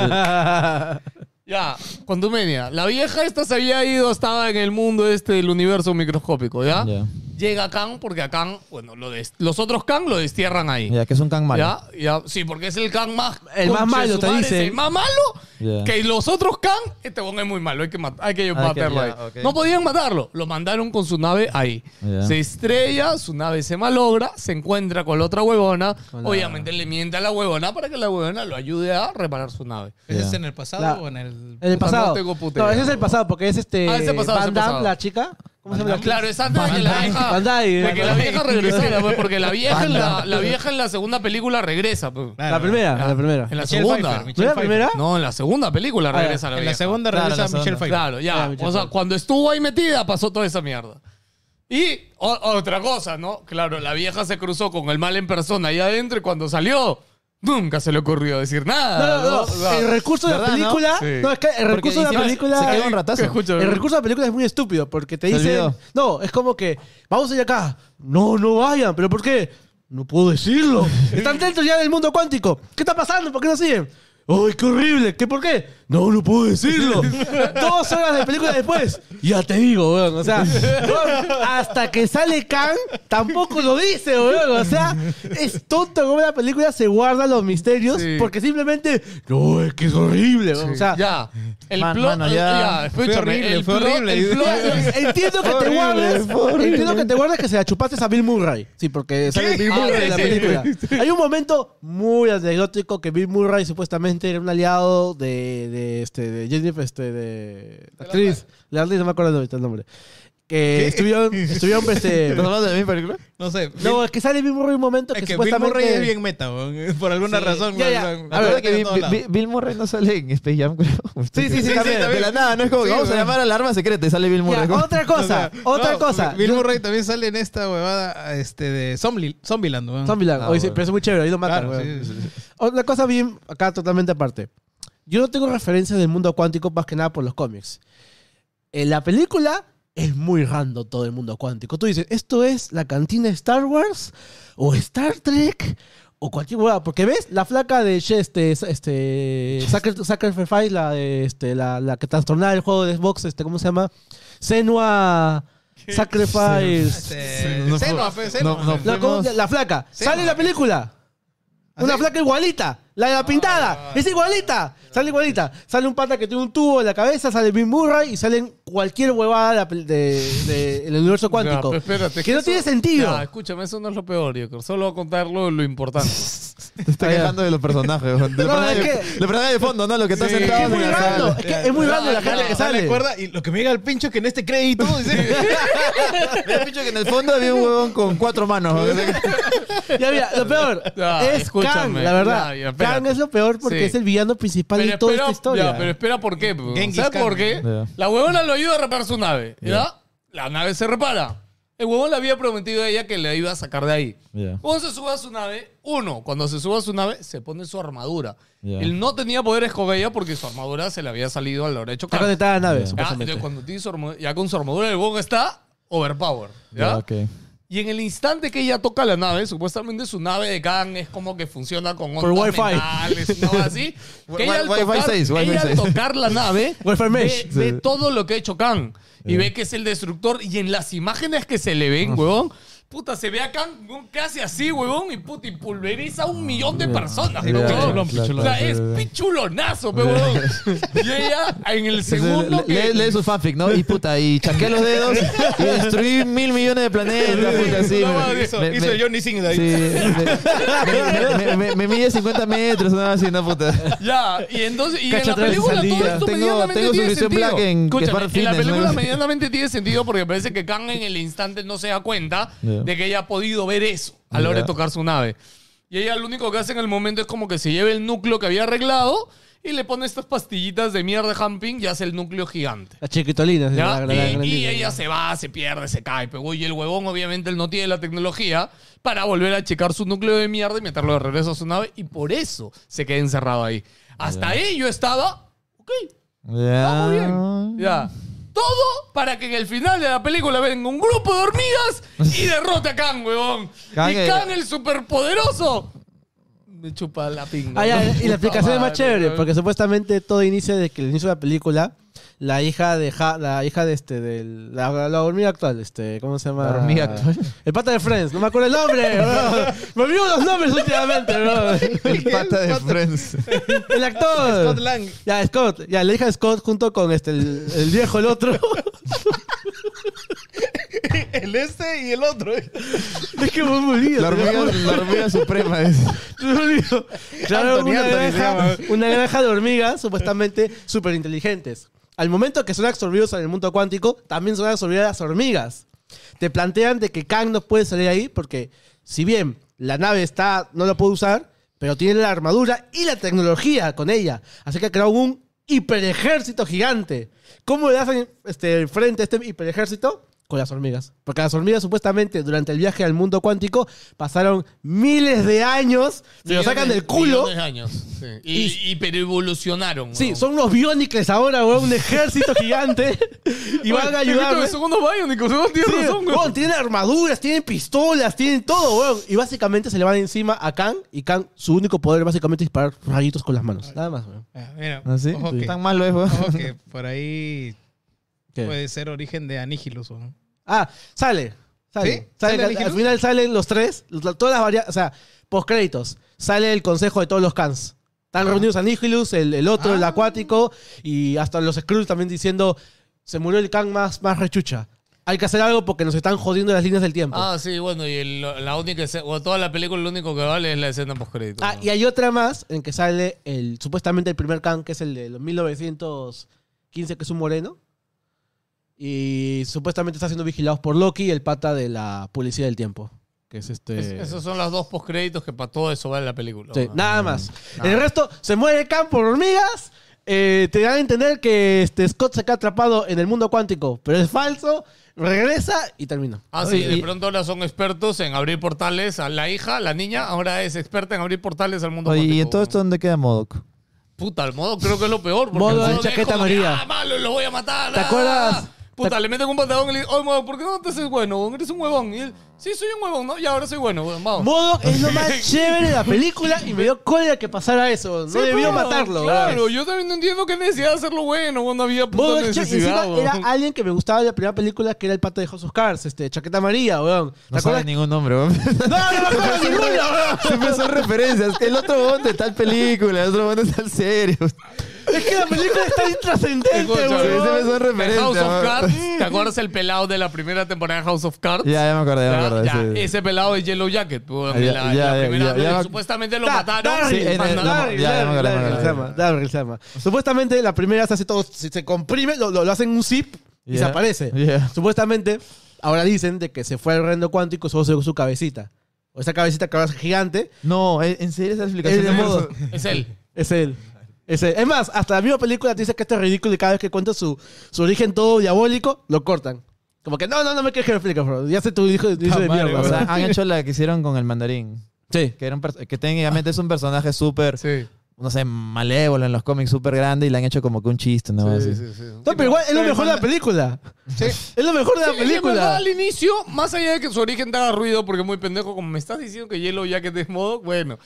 Speaker 4: Ya, Quantumania. La vieja esta se había ido, estaba en el mundo este del universo microscópico, ¿ya?
Speaker 3: Ya.
Speaker 4: Llega Kang porque a Kang, bueno, lo des- los otros Kang lo destierran ahí.
Speaker 3: Ya, que es un can malo.
Speaker 4: ¿Ya? ya, sí, porque es el Kang más.
Speaker 5: El más
Speaker 4: conche
Speaker 5: malo,
Speaker 4: su
Speaker 5: te
Speaker 4: madre,
Speaker 5: dicen.
Speaker 4: es El más malo
Speaker 3: Ya.
Speaker 4: que los otros Kang. Este bon es muy malo, hay que, mat- hay que
Speaker 3: que-
Speaker 4: matarlo
Speaker 3: ya,
Speaker 4: ahí.
Speaker 3: ok.
Speaker 4: No podían matarlo, lo mandaron con su nave ahí.
Speaker 3: Ya.
Speaker 4: Se estrella, su nave se malogra, se encuentra con la otra huevona. Obviamente le miente a la huevona para que la huevona lo ayude a reparar su nave.
Speaker 8: ¿Ese
Speaker 3: Ya.
Speaker 8: ¿Es en el pasado
Speaker 5: La-
Speaker 8: o en el...?
Speaker 5: En
Speaker 3: Pues
Speaker 5: el
Speaker 4: Puta,
Speaker 5: pasado.
Speaker 4: no
Speaker 5: No,
Speaker 4: tengo puta idea,
Speaker 5: ese es el
Speaker 4: weón.
Speaker 5: pasado, porque es este.
Speaker 4: Ah, ese pasado, ese
Speaker 5: Van Damme,
Speaker 4: pasado.
Speaker 5: la chica. ¿Cómo se llama? la
Speaker 4: Claro, es antes de que la
Speaker 5: Damme.
Speaker 4: vieja.
Speaker 5: Van Damme,
Speaker 4: de que la
Speaker 5: Van
Speaker 4: vieja
Speaker 5: Damme.
Speaker 4: regresara, pues, porque la vieja, en la,
Speaker 5: Van
Speaker 4: la vieja en la segunda película regresa. pues.
Speaker 5: La primera,
Speaker 4: Ya.
Speaker 5: Ah. la primera.
Speaker 4: En la
Speaker 8: Michelle
Speaker 4: segunda.
Speaker 8: Pfeiffer,
Speaker 5: ¿No
Speaker 8: Michelle
Speaker 5: era la
Speaker 8: Pfeiffer.
Speaker 5: primera?
Speaker 4: No, en la segunda película
Speaker 5: Ah, ya.
Speaker 4: regresa la
Speaker 8: En
Speaker 4: vieja.
Speaker 8: la segunda
Speaker 3: Claro, en
Speaker 8: regresa
Speaker 3: la segunda.
Speaker 8: Michelle Pfeiffer.
Speaker 4: Claro, ya.
Speaker 5: Ah, Michelle
Speaker 4: o sea,
Speaker 5: Pfeiffer.
Speaker 4: cuando estuvo ahí metida, pasó toda esa mierda. Y o- otra cosa, ¿no? Claro, la vieja se cruzó con el mal en persona ahí adentro y cuando salió, nunca se le ocurrió decir
Speaker 5: No,
Speaker 4: nada.
Speaker 5: no, no.
Speaker 4: O sea,
Speaker 5: El recurso de la
Speaker 3: ¿Verdad, no?
Speaker 5: película.
Speaker 4: Sí.
Speaker 5: No, es que el
Speaker 3: Porque
Speaker 5: recurso de la
Speaker 3: encima
Speaker 5: película.
Speaker 3: Se queda un ratazo.
Speaker 4: Escúchame.
Speaker 5: El recurso de la película es muy estúpido porque te
Speaker 3: Se
Speaker 5: dicen,
Speaker 3: olvidó.
Speaker 5: no, es como que, vamos allá acá. No, no vayan, pero ¿por qué? No puedo decirlo. Están dentro ya del mundo cuántico. ¿Qué está pasando? ¿Por qué no siguen? ¡Ay, qué horrible! ¿Qué por qué? No, no puedo decirlo. Dos horas de película después. Ya te digo, weón. O sea, weón, hasta que sale Khan, tampoco lo dice, weón. O sea, es tonto cómo la película se guarda los misterios
Speaker 4: Sí.
Speaker 5: porque simplemente. No, es que es horrible, weón.
Speaker 4: Sí.
Speaker 5: O sea,
Speaker 4: ya. El
Speaker 3: Man-
Speaker 4: plot.
Speaker 3: mano, ya.
Speaker 4: ya, escúchame,
Speaker 8: horrible,
Speaker 4: el
Speaker 8: fue
Speaker 4: plot-
Speaker 8: horrible.
Speaker 4: el plot-
Speaker 5: Entiendo que te
Speaker 3: Horrible,
Speaker 5: guardes.
Speaker 3: horrible.
Speaker 5: Entiendo que te guardes que se la chupaste a Bill Murray. Sí, porque sale Bill
Speaker 4: Ah,
Speaker 5: Murray
Speaker 4: sí,
Speaker 5: en la
Speaker 4: sí.
Speaker 5: película. Hay un momento muy anecdótico que Bill Murray supuestamente era un aliado de, de, este, de Jennifer, este, de la actriz. La actriz, no me acuerdo ahorita el nombre. Que estuvieron, estuvieron, este...
Speaker 3: ¿Estás hablando de mi película?
Speaker 8: No sé.
Speaker 5: No, es que sale Bill Murray un momento que,
Speaker 8: es que Bill
Speaker 5: supuestamente...
Speaker 8: Murray es bien meta, weón, por alguna
Speaker 5: Sí.
Speaker 8: razón.
Speaker 5: Ya,
Speaker 8: weón,
Speaker 5: ya.
Speaker 8: weón.
Speaker 5: A
Speaker 8: Lo
Speaker 5: ver,
Speaker 8: atacan
Speaker 3: que
Speaker 8: en
Speaker 3: Bill,
Speaker 8: todos
Speaker 3: Bill-
Speaker 8: lados.
Speaker 3: Bill- Bill Murray no sale en Space Jam, creo.
Speaker 5: sí, sí,
Speaker 8: también.
Speaker 3: De la nada, no es como que
Speaker 8: Sí,
Speaker 3: vamos a
Speaker 8: weón.
Speaker 3: llamar al arma secreta y sale Bill
Speaker 5: Ya,
Speaker 3: Murray. ¿Cómo?
Speaker 5: otra cosa,
Speaker 8: O sea,
Speaker 5: otra
Speaker 8: no,
Speaker 5: cosa.
Speaker 8: Bill
Speaker 5: Yo-
Speaker 8: Murray también sale en esta huevada este, de Zombie, Zombieland, weón.
Speaker 5: Zombieland.
Speaker 3: Ah,
Speaker 5: Oye, sí,
Speaker 3: bueno.
Speaker 5: pero es muy chévere, ahí lo matan.
Speaker 8: Claro,
Speaker 5: weón.
Speaker 8: sí, sí, sí.
Speaker 5: Otra cosa bien, acá totalmente aparte. Yo no tengo referencias del mundo cuántico más que nada por los cómics. En la película es muy random todo el mundo cuántico. Tú dices, ¿esto es la cantina de Star Wars? ¿O Star Trek? O cualquier hueá. Porque ves, la flaca de She- este, este, Sacri- Sacrifice, la, de, este, la, la que trastornaba el juego de Xbox, este, ¿cómo se llama? Senua Sacrifice.
Speaker 8: Este,
Speaker 3: No,
Speaker 8: Senua, fe, Senua.
Speaker 3: no, no.
Speaker 5: La, ¿cómo se- la flaca. Sale en la película.
Speaker 4: ¿Ah,
Speaker 5: Una flaca igualita. La de la pintada. Es igualita. Sale igualita. Sale un pata que tiene un tubo en la cabeza, sale Bill Murray y salen cualquier huevada de la pel- de- de- del universo cuántico.
Speaker 4: Ya, pero espérate,
Speaker 5: que no
Speaker 4: eso-
Speaker 5: tiene sentido.
Speaker 4: Ya, escúchame, eso no es lo peor, yo creo. Solo voy a contar lo, lo importante.
Speaker 3: Te estás
Speaker 5: Ah, ya.
Speaker 3: quejando de los personajes. weón. De los
Speaker 5: No,
Speaker 3: personajes-
Speaker 5: es que-
Speaker 3: los personajes de fondo, ¿no? Lo que está
Speaker 8: Sí,
Speaker 3: sentado.
Speaker 5: es muy
Speaker 3: en la sala.
Speaker 5: random. Es que es muy random la gente que
Speaker 8: Me
Speaker 5: sale.
Speaker 8: acuerda, y lo que me llega al pincho es que en este crédito. dice,
Speaker 3: Me has dicho que en el fondo había un huevón con cuatro manos. weón.
Speaker 5: Ya, mira, lo peor
Speaker 4: Ya,
Speaker 5: es Kang,
Speaker 4: escúchame.
Speaker 5: la verdad.
Speaker 4: Ya, ya, espérate.
Speaker 5: Kang es lo peor porque
Speaker 4: Sí.
Speaker 5: es el villano principal
Speaker 4: Pero
Speaker 5: de toda
Speaker 4: espera,
Speaker 5: esta historia.
Speaker 4: ya, pero espera por qué. po.
Speaker 8: Genghis
Speaker 4: ¿Sabes
Speaker 8: Khan.
Speaker 4: por qué?
Speaker 3: Ya.
Speaker 4: La huevona lo ayuda a reparar su nave. ¿ya?
Speaker 3: Ya.
Speaker 4: La nave se repara. El huevón le había prometido a ella que le iba a sacar de ahí.
Speaker 3: Ya.
Speaker 4: Cuando se sube a su nave, uno, cuando se sube a su nave, se pone su armadura.
Speaker 3: Ya.
Speaker 4: Él no tenía poderes con ella porque su armadura se le había salido a la hora de
Speaker 5: Está
Speaker 4: chocar.
Speaker 5: conectada a la nave,
Speaker 4: Ah,
Speaker 3: Ya.
Speaker 4: Ya, entonces,
Speaker 5: supuestamente.
Speaker 4: cuando tiene su armadura- ya con su armadura, el huevón está overpower. ¿ya?
Speaker 3: Ya, ok.
Speaker 4: Y en el instante que ella toca la nave, supuestamente su nave de Khan es como que funciona con
Speaker 5: Por
Speaker 4: ondas
Speaker 5: Wi-Fi.
Speaker 4: mentales, una cosa así. Que ella al
Speaker 3: Wi- Wi-Fi
Speaker 4: tocar,
Speaker 3: seis, Wi-Fi
Speaker 4: ella al
Speaker 3: seis.
Speaker 4: tocar la nave,
Speaker 5: Wi-Fi
Speaker 4: ve,
Speaker 5: mesh.
Speaker 4: ve
Speaker 3: Sí. Eh.
Speaker 4: todo lo que ha hecho Khan. Y ve que es el destructor. Y en las imágenes que se le ven, huevón, puta, se ve a Khan huevón, que hace así, huevón, y puta, y pulveriza a un millón de personas.
Speaker 3: Ya,
Speaker 4: huevón.
Speaker 3: claro,
Speaker 4: O sea,
Speaker 3: claro,
Speaker 4: es
Speaker 3: claro.
Speaker 4: pichulonazo, pe, huevón. Y ella, en el segundo
Speaker 3: Entonces, le-
Speaker 4: que...
Speaker 3: lee, lee su fanfic, ¿no? Y puta, y chasqué los dedos y destruí mil millones de planetas. puta, sí,
Speaker 8: no,
Speaker 3: me-
Speaker 8: madre, hizo,
Speaker 3: me-
Speaker 8: hizo
Speaker 3: me-
Speaker 8: Johnny Singh ahí.
Speaker 3: Sí, me, me- me- me- me mide 50 metros, nada así, no puta.
Speaker 4: Ya, y entonces, y en la
Speaker 5: Cacha atrás y
Speaker 4: película todo
Speaker 5: salida.
Speaker 4: esto
Speaker 3: Tengo-
Speaker 4: medianamente
Speaker 3: tengo
Speaker 4: tiene
Speaker 3: suscripción
Speaker 4: sentido.
Speaker 3: Black en- que
Speaker 4: Escúchame,
Speaker 3: es para
Speaker 4: en la
Speaker 3: fitness, ¿no?
Speaker 4: película medianamente tiene sentido porque parece que Kang en el instante no se da cuenta
Speaker 3: Ya.
Speaker 4: de que ella ha podido ver eso a la hora de
Speaker 3: Ya.
Speaker 4: tocar su nave. Y ella lo único que hace en el momento es como que se lleve el núcleo que había arreglado y le pone estas pastillitas de mierda de Hamping y hace el núcleo gigante.
Speaker 5: La chiquitolina. sí,
Speaker 4: ¿Ya?
Speaker 5: la- la- la
Speaker 4: y, y
Speaker 5: grandita.
Speaker 4: ella se va, se pierde, se cae. Pero, y el huevón, obviamente, él no tiene la tecnología para volver a checar su núcleo de mierda y meterlo de regreso a su nave. Y por eso se queda encerrado ahí. Hasta ahí yo estaba. Ok,
Speaker 5: Ah.
Speaker 4: está Ah, muy bien. Ya. Todo para que en el final de la película venga un grupo de hormigas y derrote a Khan, huevón.
Speaker 3: Kang,
Speaker 4: y
Speaker 3: eh,
Speaker 4: Khan, el superpoderoso. Me chupa la pinga.
Speaker 5: Ah, ya,
Speaker 4: ¿no?
Speaker 5: y la explicación es más
Speaker 4: Puta
Speaker 5: chévere,
Speaker 4: madre,
Speaker 5: porque supuestamente todo inicia desde que el inicio de la película, la hija de Ja- la hija de este del la, la hormiga actual, este, ¿cómo se llama?
Speaker 3: ¿La hormiga actual?
Speaker 5: El pata de Friends, no me acuerdo el nombre. bro. me olvido los nombres últimamente, bro.
Speaker 3: El pata de Friends.
Speaker 5: El actor.
Speaker 8: Scott Lang.
Speaker 5: Ya, Scott, ya, la hija de Scott junto con este el, el viejo el otro.
Speaker 8: El este y el otro.
Speaker 5: es que vos me olvido.
Speaker 3: La
Speaker 5: te lo
Speaker 3: hormiga,
Speaker 5: juro,
Speaker 3: la hormiga suprema es.
Speaker 5: te lo olvido. Claro,
Speaker 8: Anthony,
Speaker 5: una,
Speaker 8: Anthony se
Speaker 5: granja,
Speaker 8: llama.
Speaker 5: una granja de hormigas supuestamente súper inteligentes. Al momento que son absorbidos en el mundo cuántico, también son absorbidas las hormigas. Te plantean de que Kang no puede salir ahí porque, si bien la nave está, no la puede usar, pero tiene la armadura y la tecnología con ella. Así que ha creado un hiperejército gigante. ¿Cómo le hacen este, frente a este hiperejército? Con las hormigas. Porque las hormigas supuestamente durante el viaje al mundo cuántico pasaron miles de años, se lo sacan del culo.
Speaker 4: millones de años. Sí. Y, y- pero evolucionaron.
Speaker 5: Sí,
Speaker 4: huevón.
Speaker 5: son los biónicles ahora, weón, un ejército gigante. y van a ayudar.
Speaker 4: Son
Speaker 5: weón.
Speaker 4: segundo Bionicle, huevón, tienes
Speaker 5: Sí,
Speaker 4: razón,
Speaker 5: weón,
Speaker 4: weón.
Speaker 5: tienen armaduras, tienen pistolas, tienen todo, weón. Y básicamente se le van encima a Khan. Y Khan, su único poder básicamente es disparar rayitos con las manos. Nada más, weón.
Speaker 8: Ah, mira,
Speaker 3: ¿Ah, sí?
Speaker 8: ojo, que,
Speaker 3: Tan malo es, weón.
Speaker 8: ojo que por ahí
Speaker 5: ¿Qué?
Speaker 8: puede ser origen de Anigilus. weón.
Speaker 5: Ah, sale. Sale.
Speaker 8: ¿Sí?
Speaker 5: Sale,
Speaker 8: ¿Sale
Speaker 5: al- al,
Speaker 8: elegido?
Speaker 5: final salen los tres, los- todas las varias, o sea, postcréditos. Sale el consejo de todos los Khans. Están reunidos a Nihilus, el, el otro, el
Speaker 8: Ah.
Speaker 5: acuático, y hasta los Skrulls también diciendo, se murió el Kang más, más rechucha. Hay que hacer algo porque nos están jodiendo las líneas del tiempo. Ah,
Speaker 4: Ah, sí, bueno, y el- la única escena, o toda la película lo único que vale es la escena postcrédito. ¿no?
Speaker 5: Ah, y hay otra más en que sale el supuestamente el primer Kang, que es el de los 1915, que es un moreno. Y supuestamente está siendo vigilados por Loki, el pata de la policía del tiempo. Que es este...
Speaker 4: Es- esos son los dos postcréditos que para todo eso vale la película.
Speaker 5: Sí,
Speaker 4: ¿no?
Speaker 5: nada más. El resto se muere el campo por hormigas. eh, te dan a entender que este Scott se queda atrapado en el mundo cuántico, pero es falso. Regresa y termina.
Speaker 4: Ah, sí, de pronto ahora son expertos en abrir portales a la hija, la niña, ahora es experta en abrir portales al mundo
Speaker 3: Oye, ¿y
Speaker 4: cuántico.
Speaker 3: en todo esto dónde queda Modoc?
Speaker 4: Puta, el modo creo que es lo peor. porque
Speaker 5: Modo
Speaker 4: el
Speaker 5: es chaqueta
Speaker 4: como que,
Speaker 5: amarilla.
Speaker 4: ah, malo, lo voy a matar.
Speaker 5: ¿Te
Speaker 4: ah".
Speaker 5: acuerdas?
Speaker 4: Puta,
Speaker 5: ¿Te-
Speaker 4: le meten un patadón y le dicen, oye, modo, ¿por qué no te haces bueno? huevón? Eres un huevón. Y él, sí, soy un huevón, ¿no? Y ahora soy bueno, huevón, vamos.
Speaker 5: Modo es lo más chévere de la película y me dio cólera que pasara eso. No
Speaker 4: Sí,
Speaker 5: debió
Speaker 4: pero,
Speaker 5: matarlo.
Speaker 4: Claro,
Speaker 5: weón.
Speaker 4: yo también no entiendo qué necesidad de hacerlo bueno, huevón, no había puta
Speaker 5: Modo es chévere.
Speaker 4: necesidad,
Speaker 5: Encima era
Speaker 4: huevón.
Speaker 5: alguien que me gustaba de la primera película, que era el pato de House of Cards, este, Chaqueta Amarilla, weón. ¿Te
Speaker 3: No sabe
Speaker 5: acuerdas?
Speaker 3: ningún nombre, weón.
Speaker 5: No, no me acuerdo ninguno, weón.
Speaker 3: Siempre son referencias. El otro bond de tal película, el otro bond de tal serie.
Speaker 5: Es que la película está intrascendente,
Speaker 4: Escucha,
Speaker 5: weón.
Speaker 3: Ese me son referencia,
Speaker 4: House of
Speaker 3: weón.
Speaker 4: Cards, ¿te acuerdas el pelado de la primera temporada de House of Cards?
Speaker 3: Ya, ya me acordé, ya me
Speaker 4: Ya,
Speaker 3: acordé.
Speaker 4: ya,
Speaker 3: sí.
Speaker 4: Ese pelado de Yellow Jacket, huevón,
Speaker 3: Ya,
Speaker 4: en la, en
Speaker 3: ya,
Speaker 4: la
Speaker 3: ya,
Speaker 4: primera,
Speaker 3: ya, ya.
Speaker 4: supuestamente lo
Speaker 5: Da-
Speaker 4: mataron.
Speaker 5: Darryl,
Speaker 3: Sí, en el-
Speaker 4: mandaron-
Speaker 3: la-
Speaker 5: Darryl,
Speaker 3: ya, ya me
Speaker 5: Darryl,
Speaker 3: acordé, me
Speaker 5: Darryl
Speaker 3: acordé.
Speaker 5: se llama, Darryl se llama. Supuestamente la primera se hace todo, se, se comprime, lo, lo- lo hacen un zip y
Speaker 3: Yeah.
Speaker 5: se aparece.
Speaker 3: Yeah.
Speaker 5: Supuestamente, ahora dicen de que se fue al reino cuántico y solo se dio su cabecita. O esa cabecita que ahora es gigante,
Speaker 3: No, eh, en serio esa explicación
Speaker 5: Es de
Speaker 3: no me
Speaker 5: modo.
Speaker 3: gustó.
Speaker 4: Es él.
Speaker 5: es él. Es, él. es más, hasta la misma película te dice que esto es ridículo y cada vez que cuenta su, su origen todo diabólico, lo cortan. Como que no, no, no me quieres que lo explique, bro. Ya sé tu hijo de hijo de
Speaker 8: madre,
Speaker 5: mierda.
Speaker 3: O sea,
Speaker 5: bro.
Speaker 3: han hecho la que hicieron con el mandarín.
Speaker 5: Sí.
Speaker 3: Que, era un per- que técnicamente es un personaje súper,
Speaker 4: Sí.
Speaker 3: no sé, malévolo en los cómics, súper grande y le han hecho como que un chiste, ¿no? Así.
Speaker 5: No, pero igual es lo
Speaker 8: Pero el
Speaker 5: mejor de la
Speaker 8: manda-
Speaker 5: película.
Speaker 8: Sí.
Speaker 5: Es lo mejor de la
Speaker 4: Sí, en verdad,
Speaker 5: película.
Speaker 4: al inicio, más allá de que su origen te haga ruido, porque es muy pendejo, como me estás diciendo que hielo ya que te modo, bueno.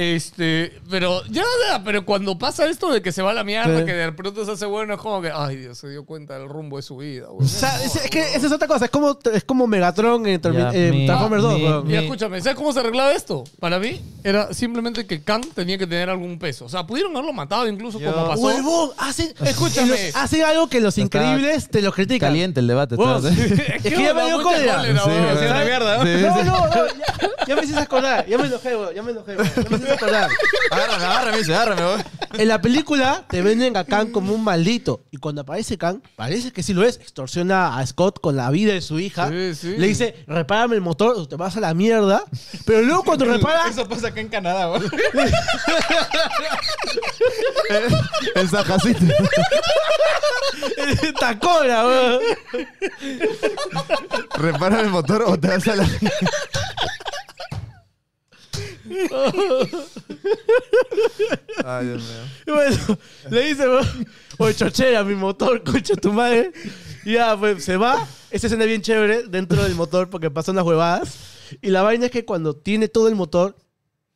Speaker 4: Este, pero ya, ya, pero cuando pasa esto de que se va a la mierda,
Speaker 5: Sí.
Speaker 4: que de pronto se hace bueno, es como que, ay Dios, se dio cuenta del rumbo de su vida, güey.
Speaker 5: O sea, es, es que esa es otra cosa. Es como, es como Megatron en, Transformers
Speaker 3: Ya, mi-
Speaker 5: Transformers 2.
Speaker 3: mi-
Speaker 5: weón.
Speaker 4: Y escúchame, ¿sabes cómo se arreglaba esto? Para mí, era simplemente que Kang tenía que tener algún peso. O sea, pudieron haberlo matado incluso
Speaker 3: Yo-
Speaker 4: como pasó.
Speaker 5: Huevón, hacen,
Speaker 4: Escúchame.
Speaker 5: los- hacen algo que los
Speaker 3: Está
Speaker 5: increíbles te lo critican.
Speaker 3: Caliente el debate.
Speaker 5: Huevón,
Speaker 3: está-
Speaker 5: es
Speaker 4: Es
Speaker 5: que ya me dio
Speaker 4: mucha
Speaker 5: cólera.
Speaker 4: cólera,
Speaker 3: Sí,
Speaker 4: weón.
Speaker 3: weón.
Speaker 4: O sea,
Speaker 8: la mierda, ¿no?
Speaker 3: Sí,
Speaker 5: No,
Speaker 3: sí.
Speaker 5: no, no, ya, ya me hiciste acordar, ya me enojé, weón, ya me enojé, weón, ya me hiciste acordar.
Speaker 3: Agárrame, agárrame, dice, agárrame, weón.
Speaker 5: En la película te venden a Khan como un maldito. Y cuando aparece Khan, parece que sí lo es. Extorsiona a Scott con la vida de su hija.
Speaker 4: Sí, sí.
Speaker 5: Le dice, repárame el motor o te vas a la mierda. Pero luego cuando repara...
Speaker 8: Eso pasa acá en Canadá, güey.
Speaker 3: El sajacito.
Speaker 5: Tacona, weón.
Speaker 3: Repárame el motor o te vas a la. Ay, Dios mío.
Speaker 5: Y bueno, le dice, weón, oye, chochera, mi motor, concha tu madre. Y ya, pues se va. Esa escena es bien chévere dentro del motor porque pasan las huevadas. Y la vaina es que cuando tiene todo el motor,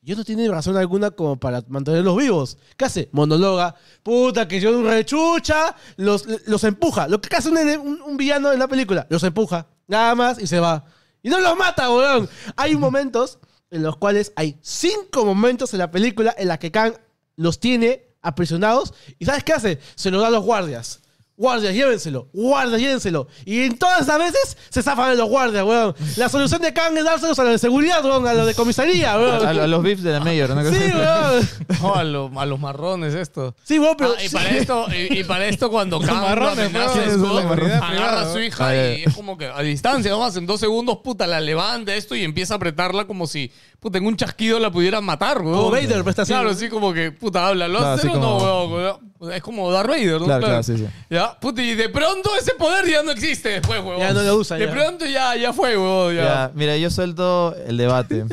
Speaker 5: yo no tiene razón alguna como para mantenerlos vivos. ¿Qué hace? Monologa. Puta, que yo un rechucha. Los, los empuja. Lo que hace un, ene- un- un villano en la película. Los empuja. Nada más y se va. Y no los mata, weón. Hay momentos en los cuales hay cinco momentos en la película en la que Kang los tiene aprisionados. ¿Y sabes qué hace? Se los da a los guardias. Guardias, llévenselo. Guardias, llévenselo. Y en todas esas veces se zafan de los guardias, weón. La solución de Kang es dárselos a los de seguridad, weón. A los de comisaría, weón.
Speaker 3: A, a los VIPs de la Mayor, ¿no?
Speaker 5: Sí, weón.
Speaker 4: No, a, lo- a los marrones esto.
Speaker 5: Sí, weón, pero.
Speaker 4: Ah, y para esto, y, y para esto cuando Kang
Speaker 8: marrones,
Speaker 4: amenaza a
Speaker 8: ¿no?
Speaker 4: Scott,
Speaker 8: Son de seguridad
Speaker 4: agarra
Speaker 8: privada,
Speaker 4: a su
Speaker 8: ¿no?
Speaker 4: hija
Speaker 3: Ah,
Speaker 4: y es como que a distancia, nomás en dos segundos, puta, la levanta esto y empieza a apretarla como si, puta, en un chasquido la pudieran matar, weón.
Speaker 5: Como Vader, pues, está así.
Speaker 4: Claro, sí, como que, puta, habla, ¿lo
Speaker 3: Claro,
Speaker 4: hace
Speaker 3: así
Speaker 4: o no,
Speaker 3: como-
Speaker 4: weón, weón? Es como Darth Vader, ¿no?
Speaker 3: Claro, claro, sí, sí.
Speaker 4: Ya, puta, y de pronto ese poder ya no existe después, weón.
Speaker 5: Ya no lo usa,
Speaker 4: De
Speaker 5: ya.
Speaker 4: pronto ya, ya fue, weón, ya.
Speaker 3: Ya, mira, yo suelto el debate.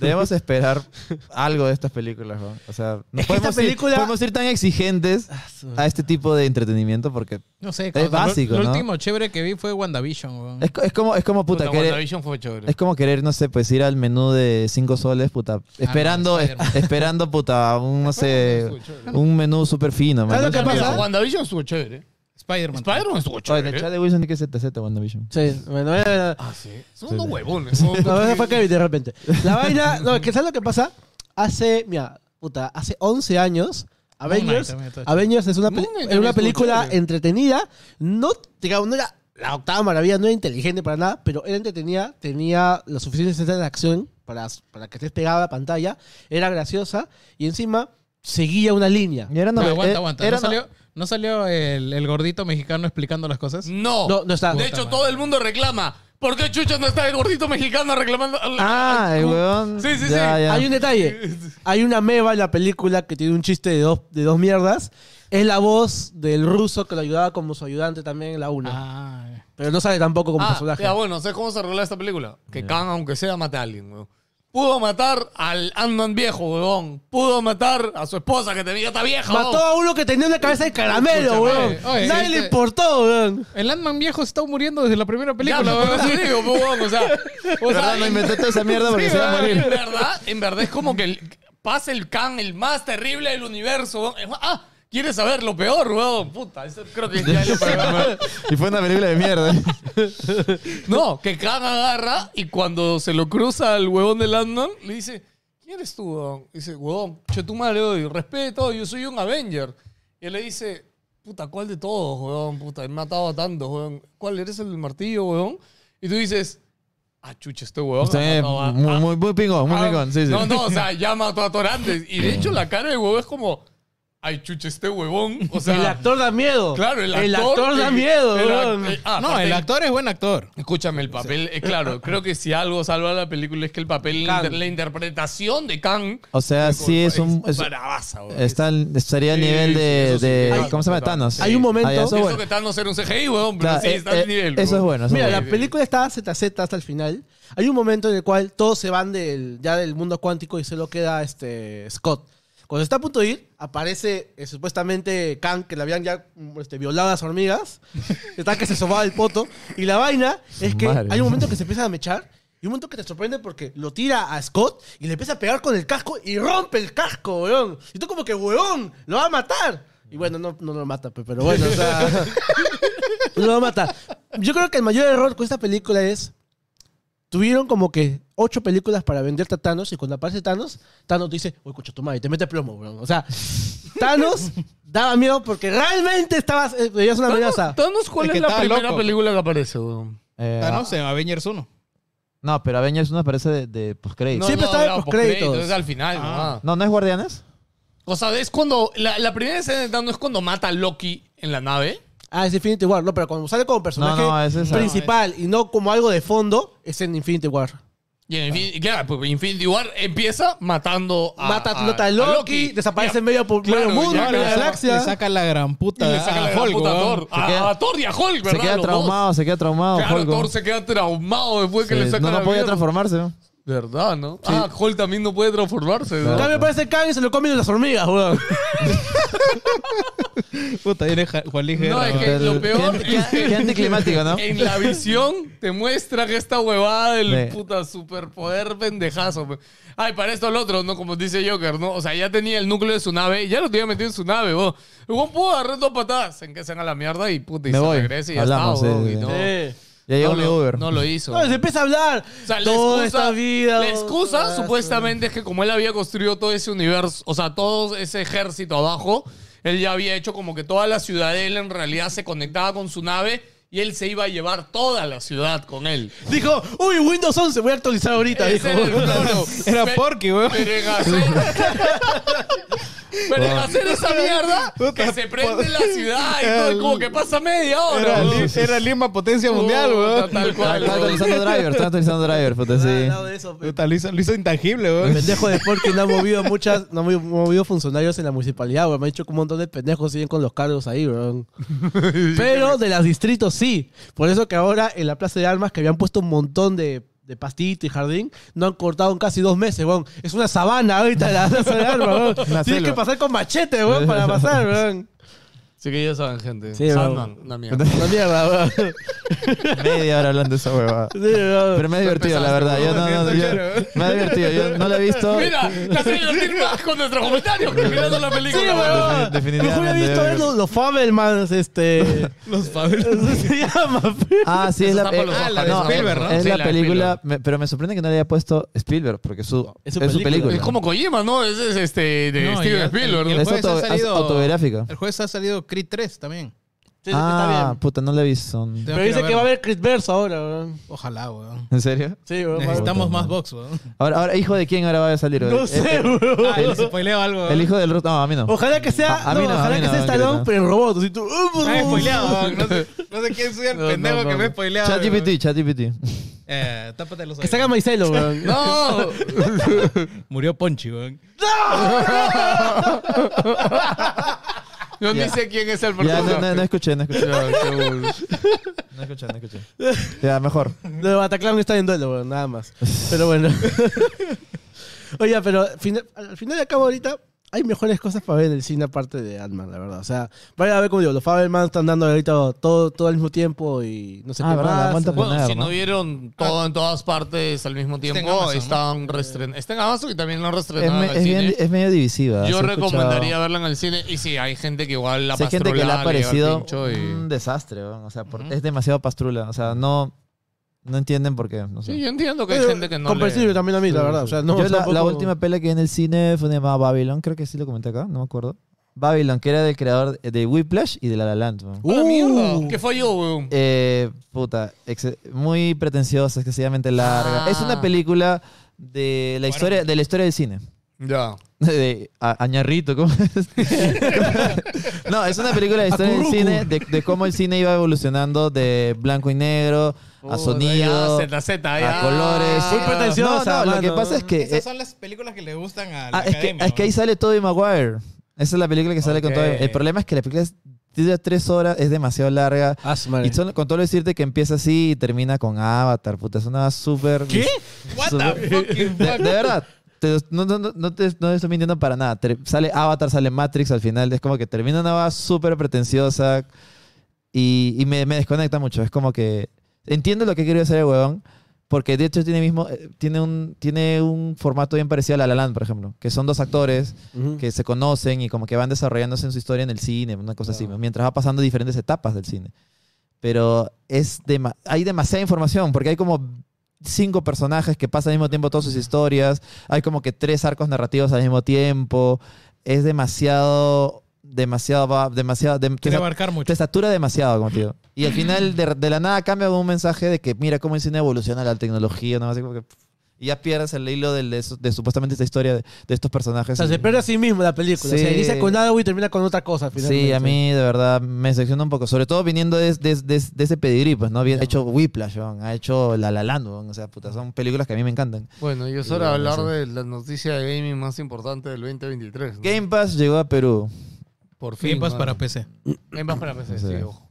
Speaker 3: Debemos esperar algo de estas películas, ¿no? O sea, no
Speaker 5: Es que esta
Speaker 3: podemos,
Speaker 5: película-
Speaker 3: ir, podemos ir tan exigentes a este tipo de entretenimiento porque
Speaker 8: No sé,
Speaker 3: Es básico,
Speaker 8: Lo,
Speaker 3: ¿no?
Speaker 8: último chévere que vi fue WandaVision, güey.
Speaker 3: es, co- es como, es como puta,
Speaker 4: Puta,
Speaker 3: querer-
Speaker 4: WandaVision fue chévere.
Speaker 3: es como querer, no sé, pues ir al menú de 5 soles, puta, esperando, es-
Speaker 8: Spider-Man.
Speaker 3: esperando, puta, un, no sé, un menú súper fino, man.
Speaker 5: ¿Sabes lo que
Speaker 4: Mira,
Speaker 5: pasa?
Speaker 4: WandaVision estuvo chévere.
Speaker 8: Spider-Man.
Speaker 4: Spider-Man estuvo
Speaker 3: Oye,
Speaker 4: chévere.
Speaker 3: en el chat de Wilson dice que es ZZ WandaVision.
Speaker 5: Sí, bueno, bueno, bueno.
Speaker 4: Ah, sí. Son unos huevones. ¿no?
Speaker 5: No, esa fue Kevin de repente. La vaina, no, que ¿sabes lo que pasa? Hace, mira, puta, puta, hace 11 años.
Speaker 8: Knight
Speaker 5: Avengers,
Speaker 8: también está chido.
Speaker 5: Avengers es una, peli-
Speaker 4: Moon Knight
Speaker 5: es
Speaker 4: también
Speaker 5: una
Speaker 4: estuvo
Speaker 5: película
Speaker 4: chévere.
Speaker 5: entretenida. No, digamos, no era la octava maravilla, no era inteligente para nada, pero era entretenida, tenía la suficiente escenas de acción para, para que estés pegada a la pantalla, era graciosa y encima seguía una línea.
Speaker 3: Y era
Speaker 8: No,
Speaker 3: nove- eh,
Speaker 8: aguanta, aguanta.
Speaker 3: era
Speaker 8: ¿No salió, no salió el, el gordito mexicano explicando las cosas?
Speaker 4: No.
Speaker 5: No, no está.
Speaker 4: De hecho, todo el mundo reclama. ¿Por qué chucha no está el gordito mexicano reclamando? al-
Speaker 3: Ah,
Speaker 4: al-
Speaker 3: el weón.
Speaker 4: Uh. Sí, sí, sí.
Speaker 3: Ya, ya.
Speaker 5: Hay un detalle. Hay una meba en la película que tiene un chiste de dos, de dos mierdas. Es la voz del ruso que lo ayudaba como su ayudante también en la 1.
Speaker 8: Ah,
Speaker 5: Pero no sale tampoco como
Speaker 4: Ah,
Speaker 5: personaje.
Speaker 4: Ya, bueno, ¿sabes cómo se arregla esta película? Que Khan, aunque sea, mata a alguien, weón. Pudo matar al Andan viejo, weón. Pudo matar a su esposa que tenía esta vieja, weón.
Speaker 5: Mató a uno que tenía una cabeza de caramelo,
Speaker 8: Escúchame,
Speaker 5: weón. Nadie
Speaker 8: oye, sí,
Speaker 4: este-
Speaker 5: le
Speaker 8: te-
Speaker 5: importó, weón.
Speaker 8: el Landman viejo se está muriendo desde la primera
Speaker 4: Ya,
Speaker 8: película.
Speaker 4: pero
Speaker 8: weón.
Speaker 4: por eso digo, pues, weón, o sea... o sea,
Speaker 3: ¿Verdad? No inventé toda esa mierda porque se iba a morir.
Speaker 4: En verdad, en verdad es como que el- pasa el Khan, el más terrible del universo, weón. Ah, ¿quieres saber lo peor, weón? Puta, eso creo que ya es lo peor.
Speaker 3: Y fue una película de mierda.
Speaker 4: No, que Khan agarra y cuando se lo cruza al huevón de Landman, le dice, ¿quién eres tú, huevón? Dice, huevón, yo tu madre doy respeto, yo soy un Avenger. Y él le dice, puta, ¿cuál de todos, huevón? Puta, he matado a tantos, huevón. ¿Cuál eres el del martillo, huevón? Y tú dices, ah, chucha, este huevón ha
Speaker 3: Está bien,
Speaker 4: matado a-
Speaker 3: muy,
Speaker 4: a-
Speaker 3: muy, muy pingón, muy
Speaker 4: Ah,
Speaker 3: pingón. Sí, sí.
Speaker 4: No, no, o sea, ya mató a Torantes. Y de hecho, la cara del huevón es como, ay, chucha, este huevón. O sea,
Speaker 5: el actor da miedo.
Speaker 4: claro, el actor.
Speaker 5: da
Speaker 4: el-
Speaker 5: miedo,
Speaker 4: el act-
Speaker 5: weón.
Speaker 4: eh, ah,
Speaker 8: no,
Speaker 4: aparte-
Speaker 8: el actor es buen actor.
Speaker 4: Escúchame, el papel, eh, claro, creo que si algo salva la película es que el papel, la,
Speaker 5: Kang.
Speaker 4: inter- la interpretación de Kang
Speaker 3: O sea, sí es un. es-
Speaker 4: bravaza, weón.
Speaker 3: está, al- estaría al
Speaker 4: Sí,
Speaker 3: nivel de.
Speaker 4: eso sí,
Speaker 3: de-
Speaker 4: claro,
Speaker 3: ¿Cómo se llama?
Speaker 4: claro.
Speaker 3: Thanos.
Speaker 5: Hay un momento-
Speaker 3: Ah, ya, eso
Speaker 4: Eso
Speaker 3: es
Speaker 4: que
Speaker 3: bueno.
Speaker 4: está no ser un CGI, weón, pero
Speaker 3: Claro,
Speaker 4: sí,
Speaker 3: eh,
Speaker 4: está
Speaker 3: eh,
Speaker 4: al nivel.
Speaker 3: Eso es
Speaker 4: weón.
Speaker 3: bueno. eso es
Speaker 5: Mira,
Speaker 3: bueno.
Speaker 5: la película está Z Z hasta el final. Hay un momento en el cual todos se van del, ya del mundo cuántico y se lo queda este Scott. Cuando está a punto de ir, aparece eh, supuestamente Kang, que le habían ya mm, este, violado a las hormigas. Está que se sobaba el poto. Y la vaina es que
Speaker 3: Madre.
Speaker 5: hay un momento que se empieza a mechar. Y un momento que te sorprende porque lo tira a Scott y le empieza a pegar con el casco y rompe el casco, weón. Y tú como que, weón, lo va a matar. Y bueno, no, no lo mata, pe, pero bueno, o sea... Lo va a matar. Yo creo que el mayor error con esta película es. Tuvieron como que ocho películas para venderte a Thanos y cuando aparece Thanos, Thanos dice, uy, escucha tu madre, te mete plomo, weón. O sea, Thanos daba miedo porque realmente estabas, eh, veías una amenaza.
Speaker 4: Thanos, ¿cuál
Speaker 8: Es
Speaker 4: es,
Speaker 8: que
Speaker 4: la
Speaker 8: está
Speaker 4: primera
Speaker 8: loco.
Speaker 4: película que aparece, weón?
Speaker 3: Eh,
Speaker 8: Ah, no, sé, Avengers 1.
Speaker 3: no, pero Avengers 1 parece de, de post-credits.
Speaker 4: No,
Speaker 3: No,
Speaker 5: Siempre
Speaker 4: no,
Speaker 5: está en
Speaker 4: no,
Speaker 5: los
Speaker 4: postcréditos,
Speaker 5: créditos.
Speaker 4: Es al final, nomás.
Speaker 3: no, es Guardianes.
Speaker 4: O sea, es cuando. La, la primera escena de Thanos es cuando mata a Loki en la nave.
Speaker 5: Ah, es Infinity War, no, pero cuando sale como personaje
Speaker 3: No, no, es esa.
Speaker 5: principal y no como algo de fondo, es en Infinity War.
Speaker 4: Y en Infin- y claro, pues Infinity War empieza matando a.
Speaker 5: Mata a, a Loki, desaparece en medio, pu-
Speaker 4: claro,
Speaker 5: medio mundo,
Speaker 4: ya,
Speaker 5: medio
Speaker 4: claro.
Speaker 5: galaxia.
Speaker 8: Le saca la gran puta.
Speaker 4: Y le saca
Speaker 8: a
Speaker 4: la gran
Speaker 8: Ah, Hulk,
Speaker 4: puta a
Speaker 8: weón.
Speaker 4: Thor. A,
Speaker 3: queda-
Speaker 4: a Thor y a Hulk, ¿verdad?
Speaker 3: Se
Speaker 4: Los
Speaker 3: queda
Speaker 4: dos.
Speaker 3: traumado, se queda traumado.
Speaker 4: Claro,
Speaker 3: Hulk.
Speaker 4: Thor se queda traumado después que
Speaker 3: Sí,
Speaker 4: le saca
Speaker 3: no, no
Speaker 4: la
Speaker 3: podía
Speaker 4: mierda.
Speaker 3: transformarse. ¿no?
Speaker 4: ¿Verdad, no? Ah, Hulk también no puede transformarse.
Speaker 5: En
Speaker 4: ¿no?
Speaker 5: cambio aparece Kang y se lo comen las hormigas, weón.
Speaker 8: Puta, eres Ja- Juan Luis
Speaker 4: No,
Speaker 8: Guerra,
Speaker 4: es que
Speaker 8: weón.
Speaker 3: Del-
Speaker 4: lo peor
Speaker 3: qué-
Speaker 4: es que-
Speaker 3: qué anticlimático, ¿no?
Speaker 4: En la visión te muestra que esta huevada del
Speaker 3: De-
Speaker 4: puta superpoder pendejazo. pe. Ay, para esto el otro, ¿no? Como dice Joker, ¿no? O sea, ya tenía el núcleo de su nave, ya lo tenía metido en su nave, vos. Luego pudo agarrar dos patadas en que se haga la mierda y puta, y
Speaker 3: Me
Speaker 4: se
Speaker 3: voy.
Speaker 4: regresa y ya
Speaker 3: Hablamos,
Speaker 4: está,
Speaker 3: sí,
Speaker 4: huevón,
Speaker 3: sí,
Speaker 4: y
Speaker 3: sí.
Speaker 4: no,
Speaker 3: Ya llegó
Speaker 4: no
Speaker 3: mi
Speaker 4: lo-
Speaker 3: Uber.
Speaker 4: no lo hizo.
Speaker 5: No, se empieza a hablar.
Speaker 4: O sea, la
Speaker 5: Toda
Speaker 4: excusa,
Speaker 5: esta vida. Ah,
Speaker 4: la excusa
Speaker 5: otra,
Speaker 4: supuestamente es que como él había construido todo ese universo, o sea, todo ese ejército abajo, él ya había hecho como que toda la ciudadela en realidad se conectaba con su nave y él se iba a llevar toda la ciudad con él.
Speaker 5: Dijo, uy, Windows 11, voy a actualizar ahorita.
Speaker 4: Ese
Speaker 5: Dijo.
Speaker 4: era el plano.
Speaker 8: Era
Speaker 4: Pe-
Speaker 8: Porky, weón.
Speaker 4: Pero en hacer... Pero en hacer esa mierda que se prende la ciudad y todo, y como que pasa media hora.
Speaker 8: Era,
Speaker 4: weón.
Speaker 8: Li- era Lima potencia
Speaker 5: Oh,
Speaker 8: mundial, weón.
Speaker 4: Tal cual,
Speaker 3: Ah, Estaba
Speaker 4: weón.
Speaker 3: actualizando driver, estaba actualizando driver, puta,
Speaker 5: Ah,
Speaker 3: sí.
Speaker 5: al lado de eso, pe.
Speaker 8: Puta, lo hizo, lo hizo intangible, weón.
Speaker 5: El pendejo de Porky no ha movido muchas, no ha movido- movido funcionarios en la municipalidad, weón. Me ha dicho que un montón de pendejos siguen con los cargos ahí, weón. Pero de las distritos sí. Por eso que ahora en la plaza de armas que habían puesto un montón de, de pastito y jardín, no han cortado en casi dos meses, weón. Es una sabana ahorita la plaza de armas, weón. Tienes
Speaker 3: selva.
Speaker 5: que pasar con machete, weón, para pasar, weón.
Speaker 4: Sí, Así que ya saben, gente.
Speaker 5: Sí,
Speaker 4: Sandman, una mierda.
Speaker 5: Una mierda, weón.
Speaker 3: Media hora hablando de esa huevada.
Speaker 5: Sí, weón.
Speaker 3: Pero me ha divertido, la verdad. Yo no, no, yo- me ha divertido. Yo no la he visto.
Speaker 4: Mira, te hace divertir más con nuestros comentarios que mirando la película.
Speaker 5: Sí,
Speaker 4: weón.
Speaker 5: weón.
Speaker 3: definitivamente.
Speaker 5: Mejor he visto ver los, los Fabelmans, este.
Speaker 8: Los Fabelmans.
Speaker 5: Eso se llama.
Speaker 3: Ah, sí, es la,
Speaker 4: Está por los
Speaker 3: eh,
Speaker 4: Oscars,
Speaker 3: no,
Speaker 4: ¿no?
Speaker 8: Spielberg, ¿no?
Speaker 3: es
Speaker 4: Sí,
Speaker 3: la
Speaker 4: la de
Speaker 3: película,
Speaker 4: Spielberg.
Speaker 3: me- pero me sorprende que no le haya puesto Spielberg, porque su, es su película.
Speaker 4: Es como Kojima, ¿no? Es, es este, de
Speaker 8: No,
Speaker 4: Steven
Speaker 8: ya-
Speaker 4: Spielberg.
Speaker 8: el
Speaker 4: ¿no?
Speaker 3: es
Speaker 8: jueves
Speaker 3: auto-
Speaker 8: ha salido-
Speaker 3: es autobiográfica.
Speaker 8: El jueves ha salido Creed 3 también.
Speaker 3: ah, puta, no la he visto.
Speaker 8: Tengo
Speaker 5: Pero
Speaker 8: ir
Speaker 5: dice que va a
Speaker 8: verlo.
Speaker 5: haber Chris Verse ahora, weón.
Speaker 8: Ojalá, weón.
Speaker 3: ¿En serio?
Speaker 5: Sí, weón. va a-
Speaker 8: Necesitamos más box, weón.
Speaker 3: Ahora, ahora, ¿hijo de quién ahora va a salir?
Speaker 5: No
Speaker 3: El-
Speaker 5: sé,
Speaker 3: el,
Speaker 5: weón.
Speaker 8: Ah, les spoileo algo. weón.
Speaker 3: el hijo del Ruth. No, a mí no.
Speaker 5: Ojalá que sea.
Speaker 3: A- a mí
Speaker 5: no,
Speaker 3: no, a
Speaker 5: ojalá
Speaker 3: mí
Speaker 5: que
Speaker 3: no,
Speaker 5: sea
Speaker 3: no,
Speaker 5: Stallone,
Speaker 3: no.
Speaker 5: pero en robot. Así tú. ¡ah, por
Speaker 8: Me han
Speaker 5: favor!
Speaker 8: spoileado, weón. No sé, no sé quién soy el
Speaker 4: No, no,
Speaker 8: pendejo
Speaker 4: no,
Speaker 8: que me ha
Speaker 4: no.
Speaker 8: spoileado. weón.
Speaker 3: ChatGPT, ChatGPT.
Speaker 8: Eh, tápate los
Speaker 5: Que
Speaker 8: oídos.
Speaker 5: salga Maicelo, weón.
Speaker 4: No,
Speaker 8: Murió Ponchi, weón.
Speaker 4: yo ni sé quién es el
Speaker 3: Ya,
Speaker 4: personaje.
Speaker 3: no, no, no escuché, no escuché. No escuché, no escuché. Ya, mejor.
Speaker 5: Lo de Bataclan está en duelo, weón, nada más. Pero bueno. Oye, pero fina- al final de acá ahorita hay mejores cosas para ver en el cine aparte de Ant-Man, la verdad. O sea, vaya a ver como digo, los Fabelman están dando ahorita todo, todo al mismo tiempo y no sé
Speaker 3: Ah,
Speaker 5: qué
Speaker 3: verdad,
Speaker 5: más.
Speaker 3: aguanta
Speaker 4: Bueno,
Speaker 3: Poner,
Speaker 4: si
Speaker 3: ¿no?
Speaker 4: no vieron todo en todas partes al mismo
Speaker 8: Ah. en
Speaker 4: tiempo,
Speaker 8: Amazon, ¿no?
Speaker 4: están reestrenadas. Está en Amazon y también lo han
Speaker 3: Es,
Speaker 4: reestrenado en
Speaker 3: me-
Speaker 4: el
Speaker 3: es
Speaker 4: Pues cine.
Speaker 3: bien- es medio divisiva.
Speaker 4: Yo
Speaker 3: sí he escuchado.
Speaker 4: recomendaría verla en el cine. Y sí, hay gente que igual la
Speaker 3: Sí, hay gente que le
Speaker 4: pastrolada,
Speaker 3: ha
Speaker 4: lleva el
Speaker 3: parecido Mm.
Speaker 4: pincho y-
Speaker 3: un desastre, weón. o sea, por- es demasiado pastrula, o sea, no, no entienden por qué. no sé.
Speaker 4: Sí, yo entiendo que hay
Speaker 5: Pero
Speaker 4: gente que no
Speaker 5: comprensible
Speaker 4: le...
Speaker 5: también a mí, la verdad. O sea, no,
Speaker 3: Yo la,
Speaker 5: tampoco-
Speaker 3: la última pela que vi en el cine fue una llamada Babylon, creo que sí lo comenté acá, no me acuerdo. Babylon, que era del creador de Whiplash y de La La Land. weón.
Speaker 4: ¡A la mierda!
Speaker 5: Uh.
Speaker 4: ¿Qué falló, weón?
Speaker 3: Eh, puta, ex- muy pretenciosa, excesivamente larga.
Speaker 4: Ah.
Speaker 3: Es una película de la historia, de la historia del cine.
Speaker 4: Ya.
Speaker 3: De a- Añarrito, ¿cómo es? no, es una película de historia del
Speaker 5: Acurruco.
Speaker 3: cine, de, de cómo el cine iba evolucionando de blanco y negro a sonido,
Speaker 4: Ya, ah, Z, Z, ya.
Speaker 3: a colores.
Speaker 5: Muy pretenciosa,
Speaker 3: No, no, lo
Speaker 5: mano.
Speaker 3: que pasa es que... eh,
Speaker 8: Esas son las películas que le gustan a la
Speaker 3: ah, es, que
Speaker 8: academia,
Speaker 3: es que ahí
Speaker 8: weón.
Speaker 3: sale Tobey Maguire. Esa es la película que sale con
Speaker 4: Ok.
Speaker 3: Tobey. El problema es que la película es- dura tres horas, es demasiado larga.
Speaker 5: Ah, su madre.
Speaker 3: Y solo- con todo decirte que empieza así y termina con Avatar, puta, es una súper... ¿Qué?
Speaker 8: What the fucking
Speaker 3: De,
Speaker 8: fuck?
Speaker 3: de verdad. te- no, no, no, no te, no te estoy mintiendo para nada. Ter- sale Avatar, sale Matrix al final. Es como que termina una va súper pretenciosa y, y me, me desconecta mucho. Es como que entiendo lo que quería hacer el huevón. Porque de hecho tiene mismo eh, tiene un tiene un formato bien parecido a La La Land, por ejemplo, que son dos actores
Speaker 5: Ujú.
Speaker 3: que se conocen y como que van desarrollándose en su historia en el cine, una cosa así, mientras va pasando diferentes etapas del cine. Pero es dema- hay demasiada información, porque hay como cinco personajes que pasan al mismo tiempo todas sus historias, hay como que tres arcos narrativos al mismo tiempo, es demasiado, demasiado, va- demasiado, de- te,
Speaker 8: Quiere
Speaker 3: sa-
Speaker 8: abarcar mucho.
Speaker 3: te satura demasiado, como te digo. Y al final de, de la nada cambia con un mensaje de que mira cómo el cine evoluciona la tecnología, ¿no? Así como que, pff, y ya pierdes el hilo del- de, su- de supuestamente esta historia de, de estos personajes.
Speaker 5: O sea,
Speaker 3: Y-
Speaker 5: se pierde a sí mismo la película. O sea,
Speaker 3: Sí.
Speaker 5: inicia con algo y termina con eh. otra cosa.
Speaker 3: Sí,
Speaker 5: finalmente.
Speaker 3: a mí de verdad me decepciona un poco. Sobre todo viniendo de, de- de- de ese pedigrí, pues, ¿no? Ha hecho Whiplash, weón, ha hecho La La Land, weón. O sea, puta, son películas que a mí me encantan.
Speaker 4: Bueno, y es hora de hablar de la noticia de gaming más importante del 2023. ¿no?
Speaker 3: Game Pass llegó a Perú.
Speaker 4: Por fin.
Speaker 8: Game Pass
Speaker 4: mano.
Speaker 8: para PC.
Speaker 4: Game Pass para PC,
Speaker 3: Sí.
Speaker 4: sí, ojo.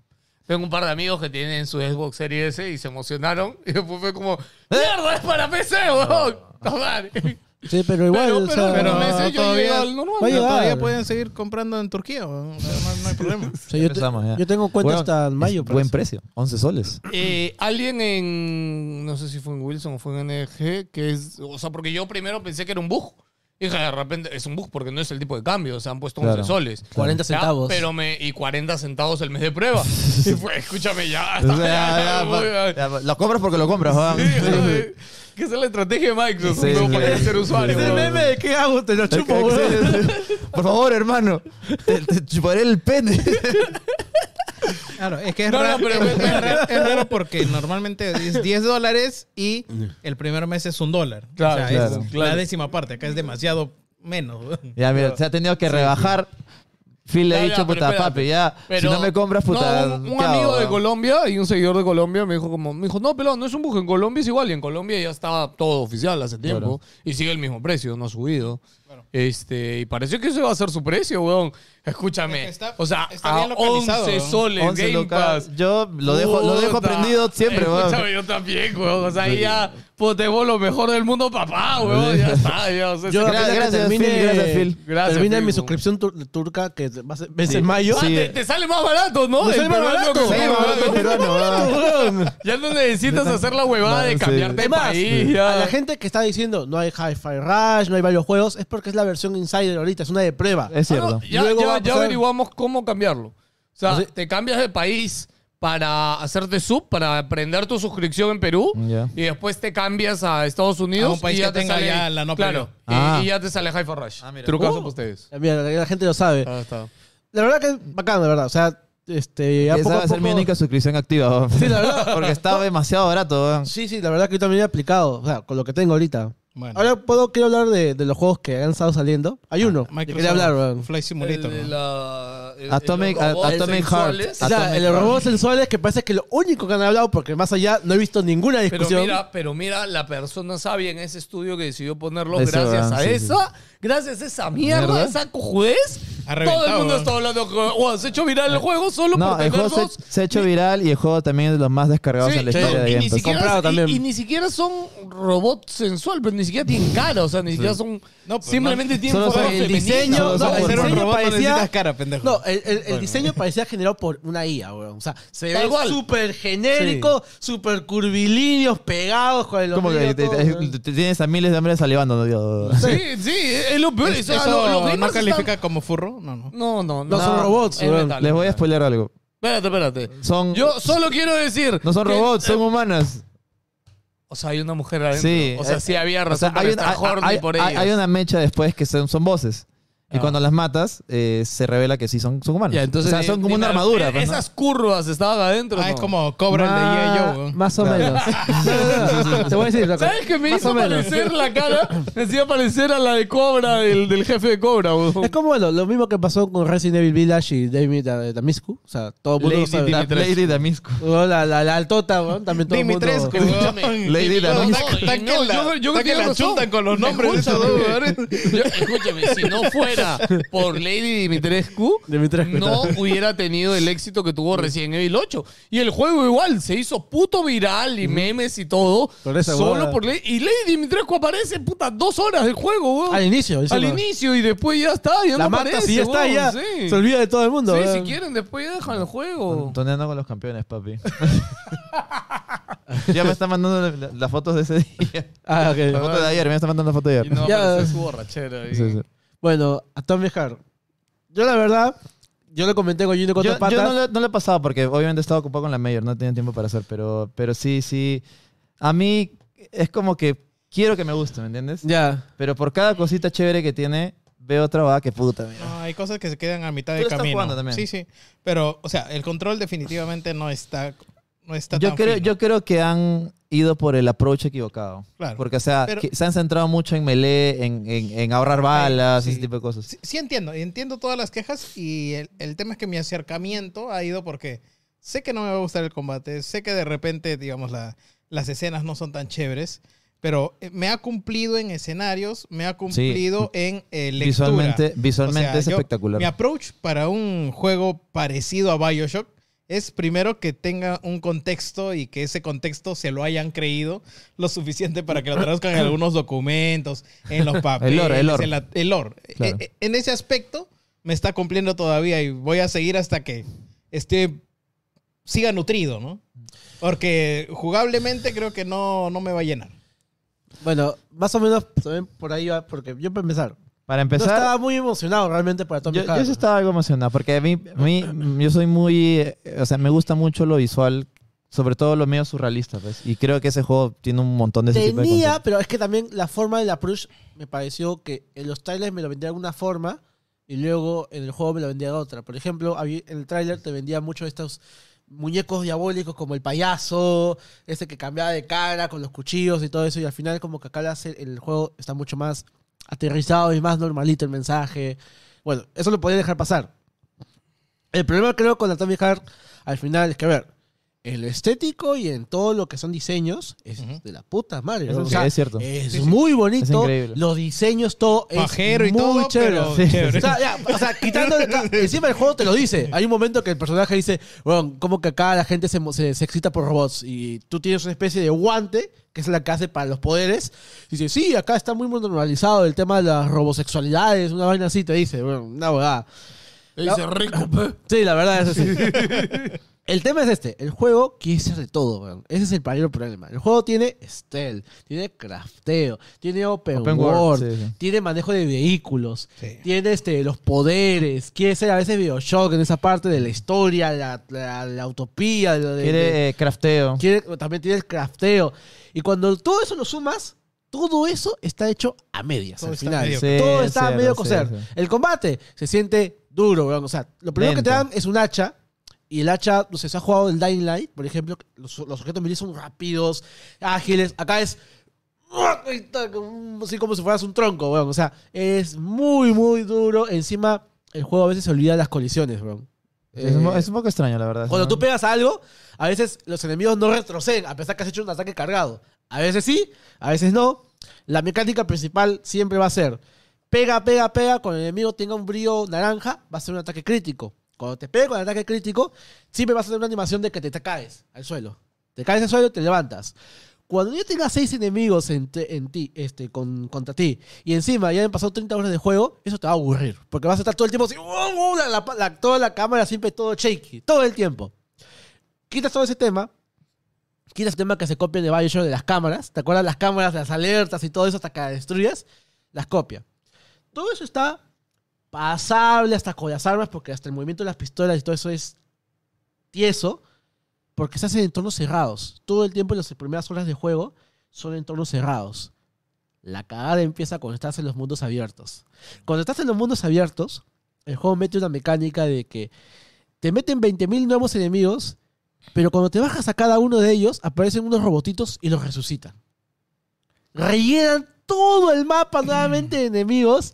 Speaker 4: Tengo un par de amigos que tienen su Xbox Series S y se emocionaron. Y después fue como, ¡Mierda, es para PC, weón! Tomar.
Speaker 5: Sí, pero igual.
Speaker 4: Pero,
Speaker 5: o
Speaker 4: pero,
Speaker 5: sea,
Speaker 4: pero
Speaker 8: no,
Speaker 4: meses yo
Speaker 8: todavía-
Speaker 4: llego al normal.
Speaker 5: Va a
Speaker 8: Pero
Speaker 5: llegar.
Speaker 8: todavía pueden seguir comprando en Turquía, weón. Además, no hay problema.
Speaker 5: o sea, yo, te-
Speaker 3: Empezamos, ya.
Speaker 5: yo tengo cuenta
Speaker 3: Weón,
Speaker 5: hasta mayo. pues.
Speaker 3: es Buen
Speaker 5: parece.
Speaker 3: precio, 11 soles.
Speaker 4: Eh, alguien en, no sé si fue en Wilson o fue en NG, que es, o sea, porque yo primero pensé que era un bug. Y dije, de repente es un bug porque no es el tipo de cambio, o sea, han puesto 11
Speaker 3: Claro.
Speaker 4: soles.
Speaker 5: 40
Speaker 4: Ya,
Speaker 5: centavos.
Speaker 4: Pero me, y 40 centavos el mes de prueba. y fue, escúchame, ya.
Speaker 3: O sea,
Speaker 4: ya,
Speaker 3: ya, pa- ya, pa- lo compras porque lo compras, weón.
Speaker 4: que esa es la estrategia de Microsoft
Speaker 3: Sí,
Speaker 4: ¿no? para
Speaker 3: sí.
Speaker 4: ser usuario.
Speaker 3: Es el
Speaker 4: weón.
Speaker 3: meme de
Speaker 5: ¿Qué hago? Te lo chupo, weón.
Speaker 3: Por favor, hermano. Te, te chuparé el pene.
Speaker 8: Claro, es que es,
Speaker 4: No, no,
Speaker 8: raro,
Speaker 4: pero-
Speaker 8: es, es raro, es raro porque normalmente es 10 dólares y el primer mes es un dólar.
Speaker 4: Claro,
Speaker 8: o sea,
Speaker 3: claro,
Speaker 8: es
Speaker 4: claro.
Speaker 8: la décima parte. Acá es demasiado menos. weón.
Speaker 3: Ya, mira, se ha tenido que rebajar. Phil le
Speaker 4: Ya,
Speaker 3: ha
Speaker 4: ya, pero
Speaker 3: dicho, puta,
Speaker 4: espérate.
Speaker 3: papi, ya. si
Speaker 4: Pero-
Speaker 3: no me compras, puta.
Speaker 4: no, un, un
Speaker 3: ¿qué hago,
Speaker 4: amigo de
Speaker 3: weón?
Speaker 4: Colombia y un seguidor de Colombia me dijo como, me dijo, no, pelón, no es un bug, en Colombia es igual. Y en Colombia ya estaba todo oficial hace tiempo. Y sigue el mismo precio, no ha subido.
Speaker 8: Claro.
Speaker 4: Este, y pareció que ese iba a ser su precio, weón. Escúchame.
Speaker 8: Es que está-
Speaker 4: o sea,
Speaker 8: está
Speaker 4: a
Speaker 8: bien localizado,
Speaker 4: 11
Speaker 8: weón.
Speaker 4: soles
Speaker 3: 11
Speaker 4: Game
Speaker 3: local.
Speaker 4: Pass.
Speaker 3: Yo lo dejo, lo dejo
Speaker 4: Puta.
Speaker 3: aprendido siempre, weón.
Speaker 4: Escúchame, yo también, weón. O sea, ahí ya, pues te lo mejor del mundo, papá, weón. Ya está, ya. O sea,
Speaker 5: Yo
Speaker 4: se-
Speaker 5: apenas que
Speaker 3: gracias,
Speaker 5: termine,
Speaker 3: Phil, gracias, Phil.
Speaker 4: Gracias,
Speaker 5: termine
Speaker 4: Phil,
Speaker 5: mi
Speaker 4: weón.
Speaker 5: suscripción tur- turca que va a ser, vence
Speaker 3: Sí.
Speaker 5: en mayo.
Speaker 4: Ah,
Speaker 3: Sí.
Speaker 4: te, te sale más barato, ¿no?
Speaker 5: Me
Speaker 4: El
Speaker 5: sale más
Speaker 4: peruano
Speaker 5: barato.
Speaker 4: que
Speaker 5: Sí,
Speaker 4: el
Speaker 5: más
Speaker 4: peruano. Ya no necesitas hacer la huevada
Speaker 3: No,
Speaker 4: de
Speaker 3: sí.
Speaker 4: cambiarte de
Speaker 5: Es más,
Speaker 4: país. ya.
Speaker 5: a la gente que está diciendo no hay Hi-Fi Rush, no hay varios juegos, es porque es la versión Insider ahorita, es una de prueba.
Speaker 3: Es
Speaker 4: Ah, no,
Speaker 3: cierto.
Speaker 4: ya,
Speaker 5: Luego
Speaker 4: ya-
Speaker 5: va a
Speaker 4: ya
Speaker 5: pasar-
Speaker 4: averiguamos cómo cambiarlo. O sea,
Speaker 5: Así-
Speaker 4: te cambias de país para hacerte sub, para prender tu suscripción en Perú.
Speaker 3: Ya.
Speaker 4: Y después te cambias a Estados Unidos.
Speaker 8: A un país
Speaker 4: y ya
Speaker 8: que
Speaker 4: te
Speaker 8: tenga
Speaker 4: sale,
Speaker 8: ya la no
Speaker 4: Claro. Y,
Speaker 3: Ah.
Speaker 4: y ya te sale Haifa Rush.
Speaker 3: Ah, mira.
Speaker 4: Trucazo
Speaker 3: Uh.
Speaker 4: para ustedes.
Speaker 5: Mira, la, la gente lo sabe.
Speaker 4: Ah, está.
Speaker 5: La verdad que es bacán, la verdad. O sea, este, a
Speaker 3: Esa
Speaker 5: poco a
Speaker 3: va a ser mi
Speaker 5: poco-
Speaker 3: única suscripción activa, weón.
Speaker 5: Sí, la verdad.
Speaker 3: Porque estaba demasiado barato, weón.
Speaker 5: Sí, sí, la verdad que yo también he aplicado, o sea, con lo que tengo ahorita.
Speaker 8: Bueno.
Speaker 5: Ahora puedo, quiero hablar de, de los juegos que han estado saliendo. Hay uno, que
Speaker 8: Microsoft
Speaker 5: quería hablar, weón.
Speaker 8: Flight Simulator.
Speaker 4: El-
Speaker 8: ¿no?
Speaker 4: la- el- el
Speaker 3: Atomic-
Speaker 4: robot
Speaker 3: Atomic Heart.
Speaker 4: sexuales.
Speaker 5: O sea,
Speaker 3: Atomic
Speaker 5: el de los robots sensuales que parece que lo único que han hablado, porque más allá no he visto ninguna
Speaker 4: Pero
Speaker 5: discusión.
Speaker 4: mira, pero mira, la persona sabia en ese estudio que decidió ponerlo
Speaker 3: Eso,
Speaker 4: gracias
Speaker 3: ah,
Speaker 4: a
Speaker 3: sí,
Speaker 4: esa, gracias a esa mierda,
Speaker 3: ¿Mierda?
Speaker 4: esa cojudez.
Speaker 8: Ha
Speaker 4: Todo el
Speaker 8: reventado,
Speaker 4: mundo
Speaker 8: ¿no?
Speaker 4: está hablando que "Wow, se ha hecho viral el juego solo
Speaker 3: Ah. No,
Speaker 4: por
Speaker 3: el
Speaker 4: tener
Speaker 3: juego se,
Speaker 4: dos".
Speaker 3: se ha hecho viral y el juego también es de los más descargados
Speaker 4: Sí,
Speaker 3: en la
Speaker 4: sí,
Speaker 3: historia de
Speaker 4: y,
Speaker 3: Game
Speaker 4: ni
Speaker 3: Pass.
Speaker 4: siquiera,
Speaker 5: Comprado
Speaker 4: y-
Speaker 5: también.
Speaker 4: y ni siquiera son robots sensual, pero ni siquiera tienen cara, o sea, ni siquiera son
Speaker 8: No, pues,
Speaker 4: simplemente
Speaker 8: no.
Speaker 4: tienen
Speaker 3: Solo
Speaker 4: forma
Speaker 3: son el
Speaker 4: femenina.
Speaker 5: diseño,
Speaker 4: Solo
Speaker 5: no,
Speaker 4: son
Speaker 5: el
Speaker 4: forma-
Speaker 5: diseño
Speaker 8: un robot
Speaker 5: parecía-
Speaker 8: no necesitas cara, pendejo.
Speaker 5: No, el, el- el diseño parecía generado por una IA, weón. O sea, se
Speaker 4: Tal
Speaker 5: ve
Speaker 4: cual.
Speaker 5: súper genérico, súper curvilíneos, pegados con el
Speaker 3: Como que
Speaker 5: ombligo,
Speaker 3: te-
Speaker 5: todo,
Speaker 3: te-
Speaker 5: weón.
Speaker 3: te- tienes a miles de hombres salivando, no Dios.
Speaker 4: Sí, sí, es lo peor. o sea,
Speaker 8: ¿Eso
Speaker 4: lo- ah, los
Speaker 8: no
Speaker 4: gamers
Speaker 8: califica
Speaker 4: están-
Speaker 8: como furro? No, no.
Speaker 4: No, no,
Speaker 5: No son robots,
Speaker 4: es
Speaker 5: weón.
Speaker 4: metal,
Speaker 3: Les voy a
Speaker 4: metal.
Speaker 3: spoiler algo.
Speaker 4: Espérate, espérate.
Speaker 3: Son,
Speaker 4: Yo solo quiero decir.
Speaker 3: no son
Speaker 4: que-
Speaker 3: robots, son humanas.
Speaker 4: O sea, hay una mujer adentro.
Speaker 3: Sí. eh,
Speaker 4: o sea, sí había
Speaker 3: O
Speaker 4: razón
Speaker 3: sea, hay,
Speaker 4: para
Speaker 3: un-
Speaker 4: estar
Speaker 3: hay-
Speaker 4: horny
Speaker 3: hay-
Speaker 4: por
Speaker 3: hay-
Speaker 4: ellas.
Speaker 3: hay una mecha después que son, son voces. Y
Speaker 4: Ah.
Speaker 3: cuando las matas, eh, se revela que sí son, son humanos.
Speaker 4: Ya, entonces,
Speaker 3: o sea, son
Speaker 4: ni- ni
Speaker 3: como una
Speaker 4: la-
Speaker 3: armadura.
Speaker 4: eh,
Speaker 3: pues, ¿no?
Speaker 4: Esas curvas estaban adentro.
Speaker 8: Ah, es
Speaker 4: ¿no?
Speaker 8: como Cobra el de G.I. Joe,
Speaker 5: Ma-
Speaker 8: weón.
Speaker 5: Más o menos. Te voy a decir, loco.
Speaker 4: ¿Sabes qué me
Speaker 5: Más
Speaker 4: hizo
Speaker 5: o menos.
Speaker 4: parecer la cara? Me hacía parecer a la de Cobra, del, del jefe de Cobra. weón.
Speaker 5: Es como lo, lo mismo que pasó con Resident Evil Village y David eh, Damiscu. O sea, todo el mundo
Speaker 4: Lady
Speaker 5: lo sabe.
Speaker 3: La
Speaker 4: Dimitres.
Speaker 3: Lady Damisco.
Speaker 5: Weón, La, la, la altota, weón, también todo el mundo.
Speaker 8: Dimitrescu, weón.
Speaker 3: Lady
Speaker 8: Y-
Speaker 3: Damisco.
Speaker 8: no, está- está
Speaker 4: No,
Speaker 8: que la-
Speaker 4: yo- yo
Speaker 8: está que
Speaker 4: tengo
Speaker 8: la
Speaker 4: razón.
Speaker 8: chuntan con los nombres de esos dos, weón.
Speaker 4: Yo- escúchame, si no fuera por Lady Dimitrescu,
Speaker 5: Dimitrescu,
Speaker 4: no hubiera tenido el éxito que tuvo recién Evil 8. Y el juego igual, se hizo puto viral y memes y todo.
Speaker 5: Por esa
Speaker 4: solo
Speaker 5: huevada.
Speaker 4: por Lady. Y Lady Dimitrescu aparece, puta, dos horas del juego, weón.
Speaker 5: Al inicio.
Speaker 4: Al
Speaker 5: encima.
Speaker 4: inicio y después ya está, ya
Speaker 5: La
Speaker 4: no
Speaker 5: mata,
Speaker 4: aparece,
Speaker 5: si ya está,
Speaker 4: weón,
Speaker 5: ya.
Speaker 4: Sí.
Speaker 5: Se olvida de todo el mundo.
Speaker 4: Sí,
Speaker 5: weón.
Speaker 4: si quieren, después ya dejan el juego.
Speaker 3: Toneando con los campeones, papi. ya me están mandando la- la- las fotos de ese día.
Speaker 5: Ah, ok.
Speaker 3: La foto de ayer, me están mandando la foto de
Speaker 4: Y
Speaker 3: ayer.
Speaker 4: no
Speaker 5: Ya.
Speaker 4: aparece su borrachera. ahí.
Speaker 3: Sí, sí.
Speaker 5: Bueno, a Tom Heart. Yo, la verdad, yo lo comenté con Junior con
Speaker 3: Yo,
Speaker 5: patas.
Speaker 3: yo no, lo, no lo he pasado porque obviamente estaba ocupado con la mayor, no tenía tiempo para hacer, pero, pero sí, sí. A mí es como que quiero que me guste, ¿me entiendes?
Speaker 5: Ya.
Speaker 3: Pero por cada cosita chévere que tiene, veo otra vaga que puta, mira.
Speaker 8: No, hay cosas que se quedan a mitad
Speaker 3: Tú
Speaker 8: de
Speaker 3: estás
Speaker 8: camino.
Speaker 3: jugando también.
Speaker 8: Sí, sí. Pero, o sea, el control definitivamente no está, no está
Speaker 3: Yo
Speaker 8: tan
Speaker 3: creo,
Speaker 8: fino.
Speaker 3: yo creo que han ido por el approach equivocado.
Speaker 8: Claro.
Speaker 3: Porque, o sea,
Speaker 8: Pero-
Speaker 3: que se han centrado mucho en melee, en, en- en ahorrar balas,
Speaker 8: sí.
Speaker 3: ese tipo de cosas.
Speaker 8: Sí, sí entiendo, entiendo todas las quejas y el, el tema es que mi acercamiento ha ido porque sé que no me va a gustar el combate, sé que de repente, digamos, la- las escenas no son tan chéveres, pero eh, me ha cumplido en escenarios, me ha cumplido en eh, lectura.
Speaker 3: Visualmente, visualmente
Speaker 8: O sea,
Speaker 3: es
Speaker 8: yo-
Speaker 3: espectacular.
Speaker 8: Mi approach para un juego parecido a Bioshock es primero que tenga un contexto y que ese contexto se lo hayan creído lo suficiente para que lo traduzcan en algunos documentos, en los papeles,
Speaker 3: lore, el lore.
Speaker 8: en la- el lore.
Speaker 3: Claro.
Speaker 8: Eh, eh, en ese aspecto me está cumpliendo todavía y voy a seguir hasta que esté siga nutrido, ¿no? Porque jugablemente creo que no, no me va a llenar.
Speaker 5: Bueno, más o menos también por ahí va, porque yo para empezar.
Speaker 3: Para
Speaker 5: Yo
Speaker 3: empezar,
Speaker 5: estaba muy emocionado realmente para Tom
Speaker 3: yo,
Speaker 5: Heart.
Speaker 3: yo sí estaba algo emocionado porque a mí, a mí- yo soy muy, eh, o sea, me gusta mucho lo visual, sobre todo lo medio surrealista, pues. Y creo que ese juego tiene un montón de ese tipo de
Speaker 5: Tenía,
Speaker 3: cosas.
Speaker 5: pero es que también la forma del approach me pareció que en los trailers me lo vendía de alguna forma y luego en el juego me lo vendía de otra. Por ejemplo, había- en el trailer te vendía mucho estos muñecos diabólicos como el payaso, ese que cambiaba de cara con los cuchillos y todo eso. Y al final como que acá la se- el juego está mucho más aterrizado y más normalito el mensaje. Bueno, eso lo podía dejar pasar. El problema creo con la Tommy Hart al final es que, a ver, en lo estético y en todo lo que son diseños, es
Speaker 8: Ujú.
Speaker 5: de la puta madre.
Speaker 3: Eso
Speaker 5: ¿no? O
Speaker 3: sí,
Speaker 5: sea,
Speaker 3: es cierto.
Speaker 5: Es
Speaker 8: Sí, sí.
Speaker 5: muy bonito.
Speaker 3: increíble.
Speaker 5: los diseños, todo es
Speaker 8: Pajero y
Speaker 5: muy
Speaker 8: todo,
Speaker 5: chévere.
Speaker 8: pero
Speaker 3: Sí.
Speaker 8: chévere.
Speaker 5: O sea, ya, o sea, quitando acá, encima el juego te lo dice. Hay un momento que el personaje dice, bueno, como que acá la gente se, mo- se, se excita por robots y tú tienes una especie de guante que es la que hace para los poderes. Y dice, sí, acá está muy normalizado el tema de las robosexualidades, una vaina así, te dice, bueno, una huevada.
Speaker 4: Le dice rico, pe.
Speaker 5: Sí, la verdad es así. El tema es este, el juego quiere ser de todo, weón. Ese es el mayor problema. El juego tiene stealth, tiene crafteo, tiene open,
Speaker 3: Open
Speaker 5: world,
Speaker 3: world, sí, sí.
Speaker 5: tiene manejo de vehículos,
Speaker 8: Sí.
Speaker 5: tiene este, los poderes, quiere ser a veces Bioshock en esa parte de la historia, la, la, la utopía. lo de- de-
Speaker 3: Quiere eh, crafteo.
Speaker 5: quiere- también tiene el crafteo. Y cuando todo eso lo sumas, todo eso está hecho a medias
Speaker 8: Todo
Speaker 5: al
Speaker 8: está
Speaker 5: final.
Speaker 8: medio-
Speaker 3: Sí,
Speaker 5: todo está
Speaker 3: cierto,
Speaker 5: medio
Speaker 3: sí,
Speaker 5: coser.
Speaker 3: sí.
Speaker 5: El combate se siente duro, weón. O sea, lo primero que te
Speaker 3: Lento.
Speaker 5: dan es un hacha. Y el hacha, no sé, se ha jugado el Dying Light, por ejemplo. Los, los objetos melee son rápidos, ágiles. Acá es. Así como si fueras un tronco, weón. O sea, es muy, muy duro. Encima, el juego a veces se olvida de las colisiones, weón.
Speaker 3: Es, un,
Speaker 5: Eh,
Speaker 3: mo- es un poco extraño, la verdad.
Speaker 5: cuando
Speaker 3: ¿no?
Speaker 5: tú pegas a algo, a veces los enemigos no retroceden, a pesar que has hecho un ataque cargado. A veces sí, a veces no. La mecánica principal siempre va a ser pega, pega, pega. Cuando el enemigo tenga un brillo naranja, va a ser un ataque crítico. Cuando te pegue con el ataque crítico, siempre vas a hacer una animación de que te, te caes al suelo. Te caes al suelo y te levantas. Cuando ya tengas seis enemigos en, te- en ti, este, con, contra ti, y encima ya han pasado 30 horas de juego, eso te va a aburrir. Porque vas a estar todo el tiempo así, ¡wow, wow! La- la- la- toda la cámara siempre todo shaky, todo el tiempo. Quitas todo ese tema, quitas el tema que se copia de Bioshock de las cámaras, ¿te acuerdas las cámaras, las alertas y todo eso hasta que las destruyas? Las copia. Todo eso está pasable hasta con las armas, porque hasta el movimiento de las pistolas y todo eso es tieso, porque se hacen en entornos cerrados. Todo el tiempo en las primeras horas de juego son entornos cerrados. La cagada empieza cuando estás en los mundos abiertos. Cuando estás en los mundos abiertos, el juego mete una mecánica de que te meten 20.000 nuevos enemigos, pero cuando te bajas a cada uno de ellos, aparecen unos robotitos y los resucitan. Rellenan todo el mapa nuevamente de enemigos.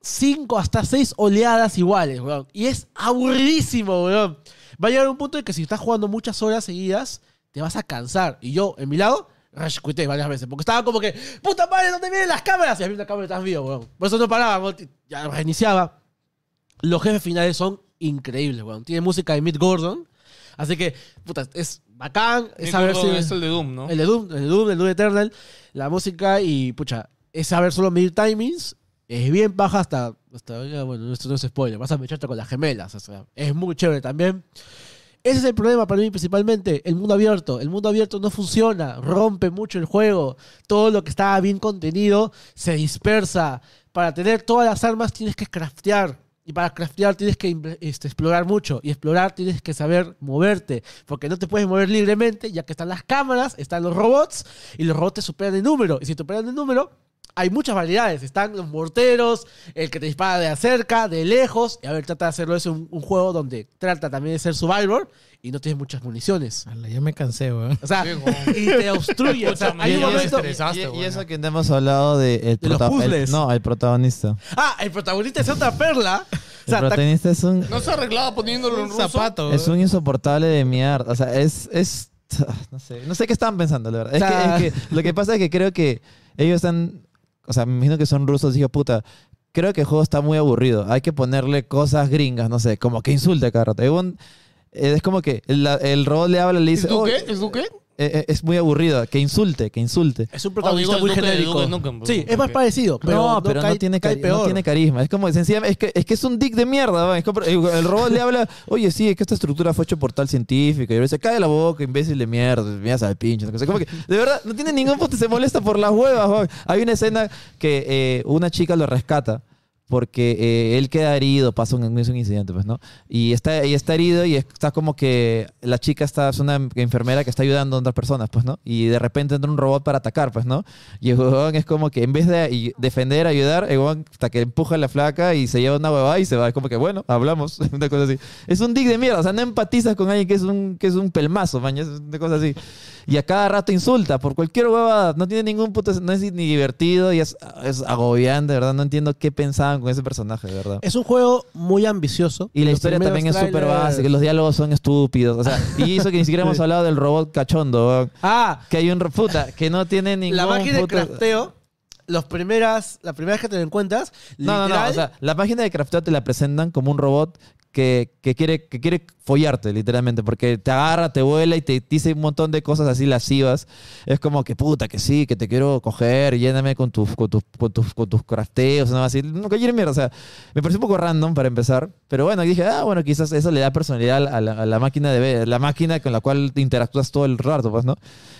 Speaker 5: Cinco hasta seis oleadas iguales, weón. Y es aburridísimo, weón. Va a llegar un punto en que si estás jugando muchas horas seguidas, te vas a cansar. Y yo, en mi lado, rascuité varias veces. Porque estaba como que, puta madre, ¿dónde vienen las cámaras? Y había una cámara detrás mío, weón. Por eso no paraba, weón. Ya reiniciaba. Los jefes finales son increíbles, weón. Tiene música de Mitt Gordon. Así que, puta, es bacán. Es
Speaker 4: Nick
Speaker 5: saber
Speaker 4: Gordon
Speaker 5: si-
Speaker 4: Es el de Doom, ¿no?
Speaker 5: el de Doom, el de Doom, el Doom Eternal, la música y pucha, es saber solo medir timings. Es bien baja hasta, hasta ya, bueno, esto no es spoiler, vas a mecharte con las gemelas, o sea, es muy chévere también. Ese es el problema para mí principalmente, el mundo abierto. El mundo abierto no funciona, rompe mucho el juego. Todo lo que estaba bien contenido se dispersa. Para tener todas las armas tienes que craftear. Y para craftear tienes que inve- este, explorar mucho. Y explorar tienes que saber moverte. Porque no te puedes mover libremente, ya que están las cámaras, están los robots. Y los robots te superan en número. Y si te superan en número, hay muchas variedades. Están los morteros, el que te dispara de cerca, de lejos. Y a ver, trata de hacerlo. Es un, un juego donde trata también de ser survivor y no tienes muchas municiones.
Speaker 8: Ala, ya me cansé, weón.
Speaker 5: O sea,
Speaker 4: Sí, weón.
Speaker 5: y te obstruye. o sea,
Speaker 4: Escúchame,
Speaker 5: hay un
Speaker 4: ya me
Speaker 5: momento.
Speaker 4: estresé. desastre,
Speaker 3: Y- y,
Speaker 4: bueno.
Speaker 3: eso que no hemos hablado de, el
Speaker 5: De los
Speaker 3: prota- el-
Speaker 5: puzzles.
Speaker 3: no, el protagonista.
Speaker 5: Ah, el protagonista es otra perla. O sea,
Speaker 3: el
Speaker 5: ta-
Speaker 3: protagonista es un,
Speaker 4: No se arreglaba poniéndolo en
Speaker 8: Un
Speaker 4: ruso.
Speaker 8: zapato.
Speaker 3: es
Speaker 8: weón.
Speaker 3: un insoportable de mierda. O sea, es, es no sé, no sé qué estaban pensando, la verdad. Es
Speaker 5: O sea-
Speaker 3: que- es que, lo que pasa es que creo que ellos están, o sea, me imagino que son rusos, dije, puta, creo que el juego está muy aburrido. Hay que ponerle cosas gringas, no sé, como que insulte cada rato. Hay un- eh, es como que la- el robot le habla y le
Speaker 4: ¿Es
Speaker 3: dice, "Oh,
Speaker 4: Duque? ¿Es Duque?
Speaker 3: eh, eh, es muy aburrido, que insulte, que insulte.
Speaker 5: es un protagonista
Speaker 4: Oh, digo,
Speaker 5: muy
Speaker 4: es Duque de
Speaker 5: genérico.
Speaker 4: Duke Nukem,
Speaker 5: sí,
Speaker 4: porque-
Speaker 5: es más parecido. Pero
Speaker 3: no, pero
Speaker 5: cae-
Speaker 3: no, tiene
Speaker 5: cae
Speaker 3: cari-
Speaker 5: peor.
Speaker 3: no tiene carisma. Es como sencillamente, es que, es que es un dick de mierda. ¿no? Es como- el robot le habla, oye, sí, es que esta estructura fue hecho por tal científico. Y se cae la boca, imbécil de mierda, miras al pinche. O sea, como que, de verdad, no tiene ningún punto, se molesta por las huevas. ¿no? Hay una escena que eh, una chica lo rescata. Porque eh, él queda herido, pasa un, es un incidente, pues, ¿no? Y está, y está herido y está como que la chica está, es una enfermera que está ayudando a otras personas, pues, ¿no? Y de repente entra un robot para atacar, pues, ¿no? Y el huevón es como que en vez de y- defender, ayudar, el huevón hasta que empuja a la flaca y se lleva una huevada y se va. Es como que, bueno, hablamos. Una cosa así. Es un dick de mierda. O sea, no empatizas con alguien que es un, que es un pelmazo, man. Es una cosa así. y a cada rato insulta por cualquier huevada. No tiene ningún puto. No es ni divertido y es, es agobiante, de ¿verdad? No entiendo qué pensaban con ese personaje, de verdad.
Speaker 5: Es un juego muy ambicioso.
Speaker 3: Y la
Speaker 5: Los
Speaker 3: historia también es
Speaker 5: primeros
Speaker 3: súper
Speaker 5: trailers-
Speaker 3: básica, los diálogos son estúpidos. O sea, y eso que ni siquiera hemos hablado del robot cachondo, weón.
Speaker 5: Ah,
Speaker 3: que hay un ro- puta que no tiene ningún
Speaker 5: la máquina de
Speaker 3: puto-
Speaker 5: crafteo, los primeras, las primeras que te lo encuentras,
Speaker 3: No, no, no,
Speaker 5: literal,
Speaker 3: o sea, la página de crafteo te la presentan como un robot que, que quiere, que quiere follarte, literalmente, porque te agarra, te vuela y te dice un montón de cosas así lascivas. Es como que puta, que sí, que te quiero coger, lléname con tus, con tus, con tus, con tus crafteos, nada así. No, que mierda, o sea, me pareció un poco random para empezar, pero bueno, dije, ah, bueno, quizás eso le da personalidad a la, a la máquina de ver, la máquina con la cual te interactúas todo el rato, pues, ¿no?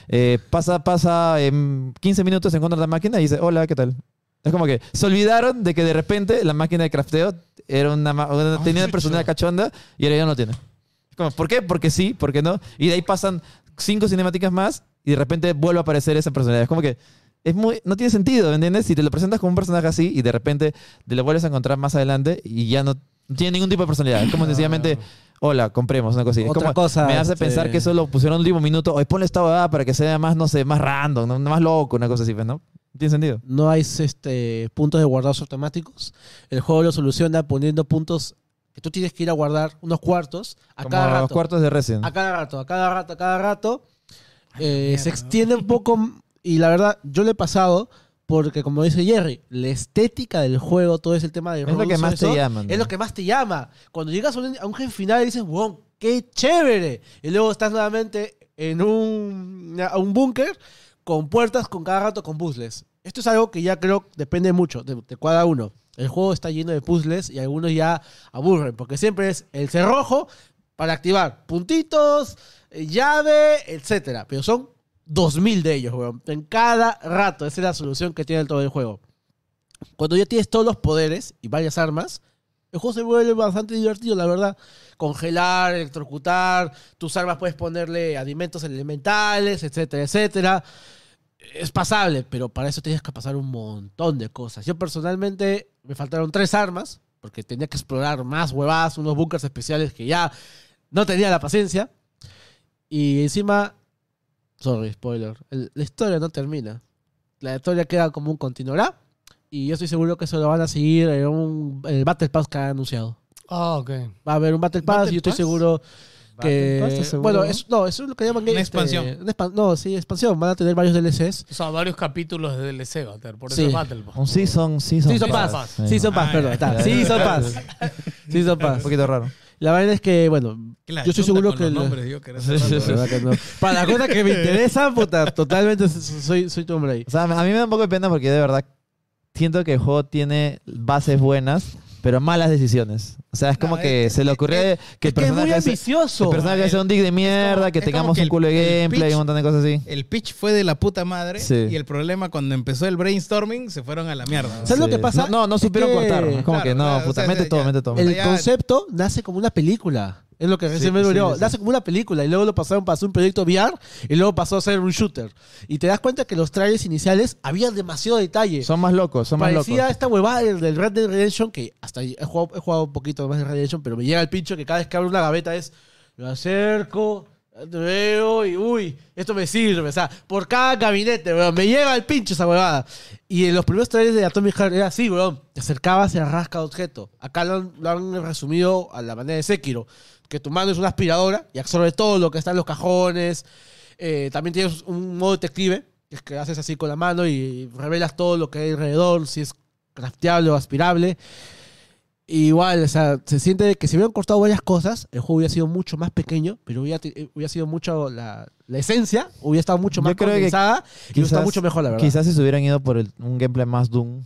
Speaker 3: Eh, pasa, pasa, en 15 minutos se encuentra la máquina y dice, hola, ¿qué tal? Es como que se olvidaron de que de repente la máquina de crafteo era una, ma- una-
Speaker 5: Ah,
Speaker 3: tenía una personalidad cachonda y ahora ya no tiene. Es como, ¿por qué? Porque sí, porque no. Y de ahí pasan cinco cinemáticas más y de repente vuelve a aparecer esa personalidad. Es como que es muy, no tiene sentido, ¿me entiendes? Si te lo presentas como un personaje así y de repente te lo vuelves a encontrar más adelante y ya no, no tiene ningún tipo de personalidad. Es como sencillamente, hola, compremos una cosa. así. Es
Speaker 5: Ah. Otra
Speaker 3: como-
Speaker 5: cosa,
Speaker 3: me hace
Speaker 5: este-
Speaker 3: pensar que eso lo pusieron en el último minuto. Hoy ponle esta huevada para que sea más, no sé, más random, ¿no? más loco, una cosa así, pues, ¿no? ¿Tiene sentido?
Speaker 5: no hay este, puntos de guardados automáticos. El juego lo soluciona poniendo puntos que tú tienes que ir a guardar unos cuartos a
Speaker 3: Como
Speaker 5: cada
Speaker 3: los
Speaker 5: rato.
Speaker 3: cuartos de Resident.
Speaker 5: a cada rato, a cada rato, a cada rato. Eh, se extiende un poco m- y la verdad yo le he pasado porque como dice Jerry, la estética del juego, todo es el tema de
Speaker 3: lo
Speaker 5: Roblox,
Speaker 3: que más te llama,
Speaker 5: Es
Speaker 3: ¿no?
Speaker 5: lo que más te llama. Cuando llegas a un, a un jefe final y dices, wow, qué chévere. Y luego estás nuevamente en un, a un búnker con puertas, con cada rato con puzzles. Esto es algo que ya creo depende mucho de, de cada uno. El juego está lleno de puzzles y algunos ya aburren, porque siempre es el cerrojo para activar puntitos, eh, llave, etcétera. Pero son 2000 de ellos, weón. En cada rato. Esa es la solución que tiene todo el juego. Cuando ya tienes todos los poderes y varias armas, el juego se vuelve bastante divertido, la verdad. Congelar, electrocutar, tus armas puedes ponerle alimentos elementales, etcétera, etcétera. Es pasable, pero para eso tienes que pasar un montón de cosas. Yo personalmente me faltaron tres armas, porque tenía que explorar más huevadas, unos búnkers especiales que ya no tenía la paciencia. Y encima, sorry, spoiler, el- la historia no termina. La historia queda como un continuará. Y yo estoy seguro que eso lo van a seguir en un, el Battle Pass que han anunciado.
Speaker 4: Ah, ok.
Speaker 5: Va a haber un Battle Pass
Speaker 4: ¿Battle
Speaker 5: y yo estoy
Speaker 4: Pass?
Speaker 5: seguro que...
Speaker 3: Pass, ¿estás seguro?
Speaker 5: Bueno, es, no, eso es lo que llaman... este,
Speaker 8: Una expansión.
Speaker 5: una expan- no, sí, expansión. Van a tener varios DLCs.
Speaker 4: O sea, varios capítulos de DLC va a tener, por eso
Speaker 5: Sí.
Speaker 4: es Battle pues. Pass.
Speaker 3: Un season, season.
Speaker 5: Season
Speaker 4: Pass.
Speaker 5: Pass.
Speaker 3: Sí. Ah,
Speaker 5: Season Pass,
Speaker 8: Ah,
Speaker 5: perdón.
Speaker 8: ya.
Speaker 5: Está. Season Pass. Season
Speaker 3: Un
Speaker 5: Pass.
Speaker 3: poquito raro.
Speaker 5: La verdad es que, bueno,
Speaker 8: Que la
Speaker 5: yo estoy
Speaker 8: chota
Speaker 5: seguro
Speaker 8: con
Speaker 5: que...
Speaker 8: los
Speaker 5: la-
Speaker 8: nombres, yo que era
Speaker 5: La verdad que no. Para las cosas que me interesan, puta, totalmente soy, soy tu hombre ahí.
Speaker 3: O sea, a mí me da un poco de pena porque de verdad siento que el juego tiene bases buenas, pero malas decisiones. O sea, es como
Speaker 8: No,
Speaker 3: que
Speaker 8: es-
Speaker 3: se le ocurrió
Speaker 8: es-
Speaker 3: que el personaje sea- que
Speaker 5: ambicioso.
Speaker 3: el personaje sea un dick de mierda, que
Speaker 8: es como
Speaker 3: tengamos
Speaker 8: que
Speaker 3: un culo de
Speaker 8: el- el
Speaker 3: gameplay y
Speaker 8: pitch-
Speaker 3: un montón de cosas así.
Speaker 8: El pitch fue de la puta madre
Speaker 3: Sí.
Speaker 8: y el problema cuando empezó el brainstorming se fueron a la mierda.
Speaker 5: ¿Sabes lo
Speaker 3: Sí.
Speaker 5: que pasa?
Speaker 3: No, no, no
Speaker 5: Es
Speaker 3: supieron
Speaker 5: que-
Speaker 3: cortar. Es como
Speaker 8: Claro,
Speaker 3: que no,
Speaker 8: claro, o
Speaker 3: puta,
Speaker 8: sea,
Speaker 3: mete
Speaker 8: ya-
Speaker 3: todo, mete todo.
Speaker 8: el-
Speaker 5: El
Speaker 8: Ya-
Speaker 5: concepto nace como una película. Es lo que recién me
Speaker 3: sí,
Speaker 5: dolió.
Speaker 3: sí.
Speaker 5: Nace como una película y luego lo pasaron para hacer un proyecto VR y luego pasó a ser un shooter. Y te das cuenta que los trailers iniciales había demasiado detalle.
Speaker 3: Son más locos, son más locos.
Speaker 5: Parecía esta huevada del, del Red Dead Redemption, que hasta ahí he jugado, he jugado un poquito más de Red Dead Redemption, pero me llega el pincho que cada vez que abro una gaveta es, lo acerco, lo veo y uy, esto me sirve. O sea, por cada gabinete, weón, me llega el pincho esa huevada. Y en los primeros trailers de Atomic Heart era así, weón, te acercabas y arrasca objeto. Acá lo han, lo han resumido a la manera de Sekiro, que tu mano es una aspiradora y absorbe todo lo que está en los cajones. Eh, también tienes un modo detective, que es que haces así con la mano y revelas todo lo que hay alrededor, si es crafteable o aspirable. Igual, o sea, se siente de que si hubieran cortado varias cosas, el juego hubiera sido mucho más pequeño, pero hubiera, ti- eh, hubiera sido mucho la, la esencia, hubiera estado mucho
Speaker 3: Yo
Speaker 5: más
Speaker 3: creo que
Speaker 5: condensada y hubiera estado mucho mejor, la verdad.
Speaker 3: Quizás si se hubieran ido por el- un gameplay más Doom,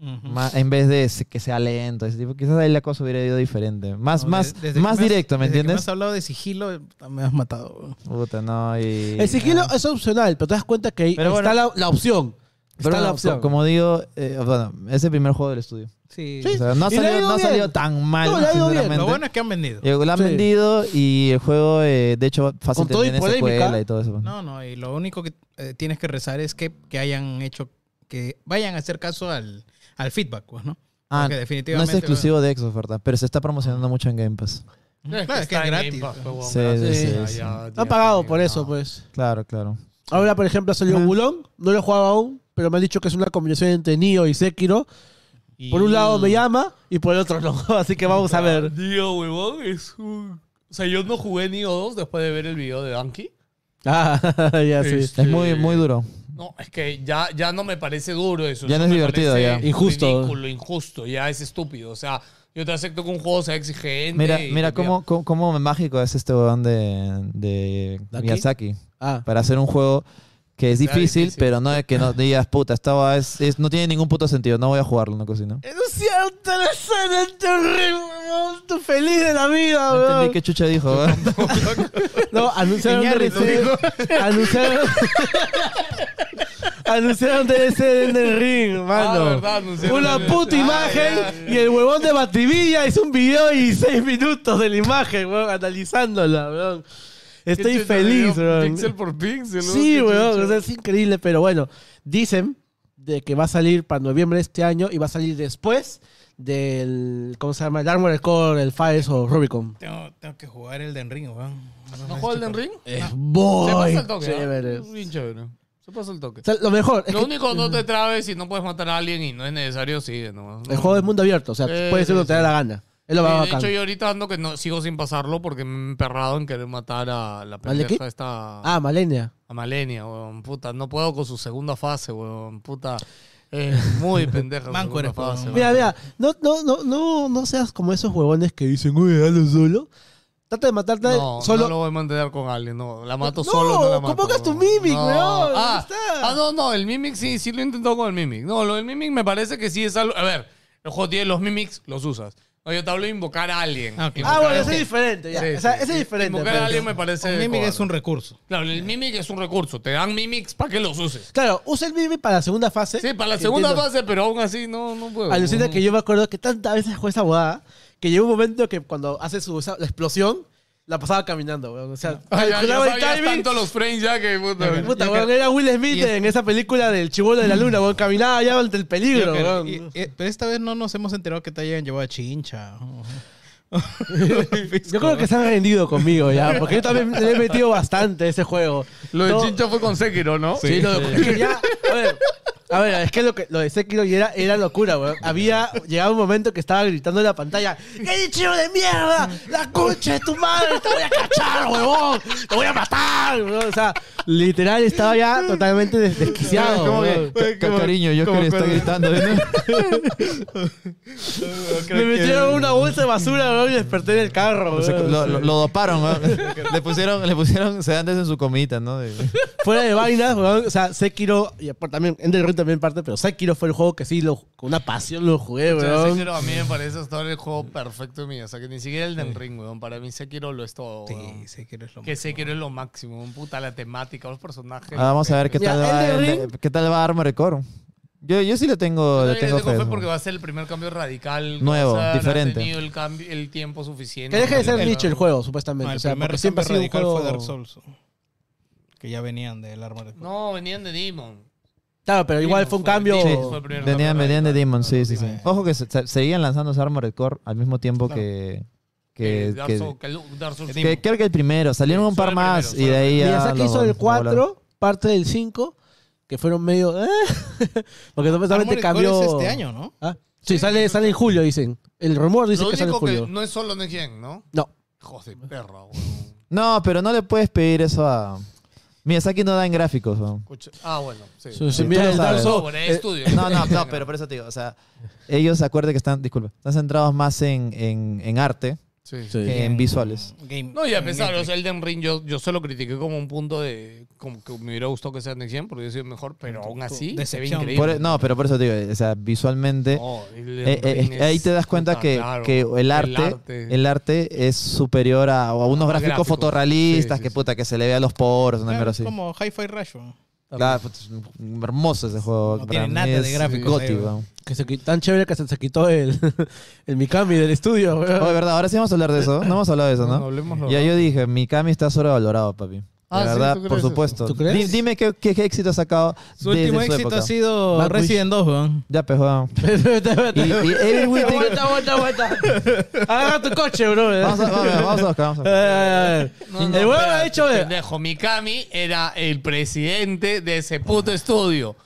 Speaker 8: Ujú.
Speaker 3: más- en vez de se- que sea lento, ese tipo, quizás ahí la cosa hubiera ido diferente. Más,
Speaker 8: No,
Speaker 3: más,
Speaker 8: desde- desde
Speaker 3: más
Speaker 8: que me has-
Speaker 3: directo, ¿me
Speaker 8: desde que
Speaker 3: entiendes?
Speaker 8: has hablado de sigilo, me has matado. weón.
Speaker 3: Puta, no, y...
Speaker 5: el sigilo es opcional, pero te das cuenta que ahí
Speaker 3: Pero
Speaker 5: está la, la opción. Está
Speaker 3: Pero
Speaker 5: la
Speaker 3: bueno,
Speaker 5: opción.
Speaker 3: co- como digo, eh, bueno, es el primer juego del estudio.
Speaker 8: Sí.
Speaker 3: O sea, no ha
Speaker 5: Y le ha
Speaker 3: salido,
Speaker 5: ido
Speaker 3: no ha
Speaker 5: bien.
Speaker 3: salido tan mal,
Speaker 5: No, le ha ido bien.
Speaker 3: sinceramente.
Speaker 8: Lo bueno es que han vendido.
Speaker 3: Eh, Lo han
Speaker 5: Sí.
Speaker 3: vendido y el juego, eh, de hecho, fácil
Speaker 5: Con todo y
Speaker 3: tiene
Speaker 5: polémica.
Speaker 3: secuela y todo eso.
Speaker 8: No, no, y lo único que eh, tienes que rezar es que, que hayan hecho, que vayan a hacer caso al, al feedback, pues, ¿no?
Speaker 3: Ah, no
Speaker 8: Porque
Speaker 3: es
Speaker 8: definitivamente.
Speaker 3: exclusivo de Xbox, ¿verdad? Pero se está promocionando mucho en Game Pass.
Speaker 4: No, es
Speaker 8: Claro, es que
Speaker 4: está
Speaker 8: es
Speaker 4: en
Speaker 8: gratis,
Speaker 4: Game Pass,
Speaker 8: ¿no?
Speaker 5: Oh,
Speaker 4: pues,
Speaker 3: Sí,
Speaker 4: weón,
Speaker 3: sí,
Speaker 5: Ah,
Speaker 4: gratis.
Speaker 3: sí,
Speaker 4: Ya, ya,
Speaker 5: Han pagado
Speaker 4: ya,
Speaker 5: por
Speaker 4: ya.
Speaker 5: eso, pues.
Speaker 3: Claro, claro.
Speaker 5: Ahora, por ejemplo, salió
Speaker 3: Ah.
Speaker 5: Bulón. No lo he jugado aún, pero me han dicho que es una combinación entre Nio y Sekiro. Por un lado me llama y por el otro no. Así que vamos a ver.
Speaker 4: Tío, Ah, huevón, es un... O sea, yo no jugué Nioh 2 después de ver el video de Donkey.
Speaker 5: Ah, ya sí.
Speaker 4: Este,
Speaker 3: Es muy, muy duro.
Speaker 4: No, es que ya, ya no me parece duro eso.
Speaker 3: Ya
Speaker 4: Eso
Speaker 3: no es
Speaker 4: me
Speaker 3: divertido,
Speaker 4: parece
Speaker 3: ya.
Speaker 5: Injusto.
Speaker 4: Ridículo, injusto, ya es estúpido. O sea, yo te acepto que un juego sea exigente.
Speaker 3: Mira,
Speaker 4: y-
Speaker 3: mira cómo, cómo, cómo mágico es este weón de, de
Speaker 5: ¿Daki?
Speaker 3: Miyazaki.
Speaker 5: Ah,
Speaker 3: Para hacer un juego que es
Speaker 4: Está
Speaker 3: difícil,
Speaker 4: difícil.
Speaker 3: pero no es que no digas, puta, esta va- es, es- no tiene ningún puto sentido, no voy a jugarlo, una cosa así, ¿no?
Speaker 5: No cierto, la escena es terrible, weón. Tú feliz de la vida,
Speaker 3: No
Speaker 5: Ah, weón.
Speaker 3: entendí qué chucha dijo, weón.
Speaker 5: No, anunciaron
Speaker 8: Iñárritu
Speaker 5: DLC. Anunciaron. anunciaron DLC de Elden Ring, mano.
Speaker 4: "Ah, verdad, anunciaron
Speaker 5: Una
Speaker 4: DLC.
Speaker 5: puta
Speaker 4: Ah,
Speaker 5: imagen
Speaker 4: ya, ya.
Speaker 5: y el huevón de Bativilla hizo un video y seis minutos de la imagen, weón, analizándola, weón.
Speaker 4: Qué
Speaker 5: Estoy
Speaker 4: chucha,
Speaker 5: feliz,
Speaker 4: video,
Speaker 5: weón.
Speaker 4: Pixel por pixel.
Speaker 5: Sí,
Speaker 4: qué
Speaker 5: weón,
Speaker 4: chucha.
Speaker 5: o sea, es increíble, pero bueno, dicen de que va a salir para noviembre de este año y va a salir después del, ¿cómo se llama? El Armored Core, el Fires o Rubicon.
Speaker 8: Tengo, tengo que jugar el Elden Ring, weón.
Speaker 4: ¿No juega Elden Ring?
Speaker 5: Es
Speaker 4: Eh, Se
Speaker 5: muy
Speaker 4: pasa el toque.
Speaker 5: Eh, chévere.
Speaker 4: ¿ah? Es bien chévere. Se pasa el toque.
Speaker 5: O sea, lo mejor es
Speaker 4: Lo
Speaker 5: que
Speaker 4: único no te trabes si no puedes matar a alguien y no es necesario, sigue nomás.
Speaker 5: el juego es mundo abierto, o sea,
Speaker 4: Sí,
Speaker 5: puedes hacer lo
Speaker 4: sí,
Speaker 5: que te da
Speaker 4: Eh, sí.
Speaker 5: la gana. Es lo
Speaker 4: Sí,
Speaker 5: más
Speaker 4: de
Speaker 5: bacán.
Speaker 4: hecho, yo ahorita ando que no, sigo sin pasarlo porque me he emperrado en querer matar a la
Speaker 5: ¿Malekith?
Speaker 4: pendeja esta...
Speaker 5: Ah, Malenia.
Speaker 4: A Malenia, weón, puta. No puedo con su segunda fase, weón, puta. Es muy pendeja su
Speaker 8: Manco
Speaker 4: segunda
Speaker 8: eres,
Speaker 4: fase.
Speaker 8: weón.
Speaker 5: Mira,
Speaker 4: weón.
Speaker 5: mira, no, no, no, no, no seas como esos huevones que dicen, uy, dalo solo. Trata de matarte
Speaker 4: No,
Speaker 5: solo. Ah,
Speaker 4: no lo voy a mantener con alguien, no. La mato
Speaker 5: No,
Speaker 4: solo, no la mato.
Speaker 5: convocas tu
Speaker 4: weón.
Speaker 5: Mimic, weón, ya
Speaker 4: Ah,
Speaker 5: está.
Speaker 4: ah, no, no, el Mimic sí, sí lo he intentado con el Mimic. No, lo del Mimic me parece que sí es algo... A ver, el juego tiene los Mimics, los usas. No, yo te hablo de invocar a alguien.
Speaker 8: Ah, claro.
Speaker 5: Ah, bueno,
Speaker 4: Invocar-
Speaker 5: ese es diferente, ya.
Speaker 4: Sí,
Speaker 5: o sea,
Speaker 4: sí.
Speaker 5: ese es diferente.
Speaker 4: Invocar
Speaker 5: pero-
Speaker 4: a alguien me parece...
Speaker 8: Un mimic
Speaker 4: cobarde.
Speaker 8: es un recurso.
Speaker 4: Claro, el Mimic es un recurso. Te dan Mimics para que los uses.
Speaker 5: Claro, usa el Mimic para la segunda fase.
Speaker 4: Sí, para la
Speaker 5: que
Speaker 4: segunda
Speaker 5: entiendo.
Speaker 4: fase, pero aún así no, no puedo.
Speaker 5: Alucina
Speaker 4: weón.
Speaker 5: que yo me acuerdo que tantas veces jugué esa huevada que llegó un momento que cuando hace su esa- la explosión, la pasaba caminando, weón. O sea,
Speaker 4: Ah, ya, ya
Speaker 5: calculaba el
Speaker 4: sabías
Speaker 5: timing.
Speaker 4: tanto los frames ya que... puta,
Speaker 5: Puta,
Speaker 8: Yo
Speaker 5: weón,
Speaker 8: creo-
Speaker 5: era Will Smith
Speaker 8: y es-
Speaker 5: en esa película del chibolo de la luna, weón. Caminaba ya ante el peligro,
Speaker 8: Pero,
Speaker 5: weón.
Speaker 8: y- eh, pero esta vez no nos hemos enterado que te hayan llevado a Chincha.
Speaker 5: Yo creo que se han rendido conmigo ya, porque yo también le he metido bastante a ese juego.
Speaker 4: Lo de
Speaker 5: No,
Speaker 4: Chincha fue con Sekiro, ¿no?
Speaker 5: Sí, lo de Sekiro ya. A ver, a ver, es que lo, que, lo de Sekiro ya era, era locura, weón. Había llegado un momento que estaba gritando en la pantalla: ¡Qué chino de mierda! ¡La concha de tu madre! ¡Te voy a cachar, huevón! ¡Te voy a matar! weón. O sea, literal estaba ya totalmente des- desquiciado.
Speaker 3: Como que,
Speaker 5: weón.
Speaker 3: ca- cariño, yo que le estoy gritando. ¿no?
Speaker 5: Me metieron una bolsa de basura, weón, y desperté en el carro,
Speaker 3: O sea,
Speaker 5: weón.
Speaker 3: lo, lo- lo doparon, ¿no? le pusieron, le pusieron sedantes en su comita, ¿no? De-
Speaker 5: Fuera de vainas, weón, o sea, Sekiro, y aparte también, Ender Ring también parte, pero Sekiro fue el juego que sí, lo, con una pasión lo jugué,
Speaker 4: O sea,
Speaker 5: weón.
Speaker 4: Sekiro a mí me parece hasta ahora el juego perfecto mío. O sea, que ni siquiera el del ring, weón. Para mí Sekiro lo es todo,
Speaker 8: Sí,
Speaker 4: weón.
Speaker 8: sí, que eres lo
Speaker 4: Que Sekiro es lo máximo, weón. Puta, la temática, los personajes.
Speaker 3: Ah, vamos a ver qué
Speaker 5: Ya,
Speaker 3: tal va,
Speaker 5: Elden
Speaker 3: el-
Speaker 5: Ring.
Speaker 3: qué tal va Armored Core. Yo, yo sí le tengo,
Speaker 4: Yo
Speaker 3: le
Speaker 4: le
Speaker 3: tengo, fe.
Speaker 4: fe
Speaker 3: ¿no?
Speaker 4: porque va a ser el primer cambio radical. que
Speaker 3: Nuevo,
Speaker 4: va a ser,
Speaker 3: diferente.
Speaker 4: Ha tenido el, cambio- el tiempo suficiente.
Speaker 5: Que deje de ser
Speaker 4: Pero-
Speaker 5: nicho el juego,
Speaker 8: No,
Speaker 5: supuestamente.
Speaker 8: el
Speaker 5: o sea,
Speaker 8: primer
Speaker 5: porque siempre ha sido un
Speaker 8: radical
Speaker 5: juego...
Speaker 8: fue Dark Souls. Que ya venían del Armored Core.
Speaker 4: No, venían de Demon.
Speaker 5: Claro, pero igual
Speaker 4: Demon
Speaker 5: fue un
Speaker 4: fue-
Speaker 5: cambio...
Speaker 4: Sí,
Speaker 3: Sí,
Speaker 4: fue el primer
Speaker 3: venían,
Speaker 4: cambio
Speaker 3: venían de
Speaker 4: radical.
Speaker 3: Demon, sí, sí, sí.
Speaker 8: Sí.
Speaker 3: Ojo que se- se- seguían lanzando Armored Core al mismo tiempo que... Que,
Speaker 4: Eh, Dark
Speaker 3: que-
Speaker 4: Souls- que el- Dark Souls
Speaker 3: que-
Speaker 4: Demon.
Speaker 3: creo que el primero, salieron
Speaker 4: Sí,
Speaker 3: un par
Speaker 4: solo el primero,
Speaker 3: más
Speaker 4: solo
Speaker 3: y de
Speaker 4: el
Speaker 3: ahí ya...
Speaker 5: Miyazaki
Speaker 3: lo-
Speaker 5: hizo el
Speaker 3: lo volaron.
Speaker 5: 4, parte del 5, que fueron medio... eh,
Speaker 8: Ah,
Speaker 5: porque supuestamente
Speaker 8: Armored Core
Speaker 5: cambió...
Speaker 8: es este año, ¿no?
Speaker 5: Ah, Sí, sale, sale en julio, dicen. El rumor dice
Speaker 4: Lo
Speaker 5: que sale en
Speaker 4: único que
Speaker 5: julio.
Speaker 4: no es solo Next Gen, ¿no?
Speaker 5: No.
Speaker 4: Hijos de perra, weón.
Speaker 3: No, pero no le puedes pedir eso a... Miyazaki no da en gráficos. ¿no?
Speaker 4: Escucha- Ah, bueno, sí.
Speaker 5: Se- se
Speaker 3: tú
Speaker 5: mira
Speaker 3: lo
Speaker 5: el Dark
Speaker 3: sabes.
Speaker 5: Souls,
Speaker 4: Sobre
Speaker 5: eh,
Speaker 4: estudio.
Speaker 3: No, no, no, pero por eso te digo, o sea, ellos acuérdate que están, disculpa, están centrados más en, en, en arte
Speaker 4: Sí.
Speaker 5: sí.
Speaker 3: que en visuales.
Speaker 8: Game-
Speaker 4: No, y a
Speaker 8: Game
Speaker 4: pesar,
Speaker 8: Matrix.
Speaker 4: o sea, Elden Ring yo, yo se lo critiqué como un punto de... Como que me hubiera gustado que sea Next Gen porque yo soy mejor, pero aún así se ve
Speaker 8: Decepción.
Speaker 4: increíble.
Speaker 3: Por- e, no, pero por eso te digo, o sea, visualmente...
Speaker 4: No, Elden
Speaker 3: Eh, eh,
Speaker 4: Ring
Speaker 3: es- ahí
Speaker 4: es-
Speaker 3: te das cuenta
Speaker 4: puta,
Speaker 3: que,
Speaker 4: claro,
Speaker 3: que el, arte, el arte
Speaker 4: arte.
Speaker 3: es superior a, a unos
Speaker 4: A
Speaker 3: gráficos,
Speaker 4: gráficos.
Speaker 3: fotorrealistas
Speaker 4: Sí, sí,
Speaker 3: que
Speaker 4: sí.
Speaker 3: puta que se le vea los poros, una
Speaker 8: Claro,
Speaker 3: mierda
Speaker 8: es
Speaker 3: así.
Speaker 8: como Hi-Fi Rush. weón.
Speaker 3: Claro, puta, es hermoso ese juego.
Speaker 8: No
Speaker 3: para
Speaker 8: tiene
Speaker 3: mí
Speaker 8: nada de
Speaker 3: es
Speaker 8: gráficos ahí,
Speaker 3: goti,
Speaker 8: weón.
Speaker 3: weón.
Speaker 5: Que se, qui- tan chévere que se, se quitó el, el Mikami del estudio, weón.
Speaker 3: Oh, de verdad, ahora sí vamos a hablar de eso. No hemos hablado de eso,
Speaker 4: No,
Speaker 3: ¿no?
Speaker 4: no, hablemos, no.
Speaker 3: ya yo dije, Mikami está sobrevalorado, papi.
Speaker 4: Ah,
Speaker 3: de
Speaker 4: ¿sí?
Speaker 3: verdad,
Speaker 4: ¿Tú
Speaker 3: por
Speaker 4: crees
Speaker 3: supuesto.
Speaker 5: eso? ¿Tú crees?
Speaker 3: Di- Dime qué, qué- qué éxito ha sacado.
Speaker 8: Su
Speaker 3: desde
Speaker 8: último
Speaker 3: su
Speaker 8: éxito
Speaker 3: época.
Speaker 8: ha sido
Speaker 5: Bad Wish.
Speaker 8: Resident 2, weón.
Speaker 3: Ya, pues, weón. y, y Evil Within-
Speaker 5: Aguanta, aguanta, aguanta. Agarra tu coche, bro.
Speaker 3: Vamos a, vamos a- vamos a buscar, vamos a buscar.
Speaker 4: No, no,
Speaker 5: el huevo
Speaker 4: espera,
Speaker 5: ha eh, hecho de-
Speaker 4: Pendejo, Mikami era el presidente de ese puto estudio.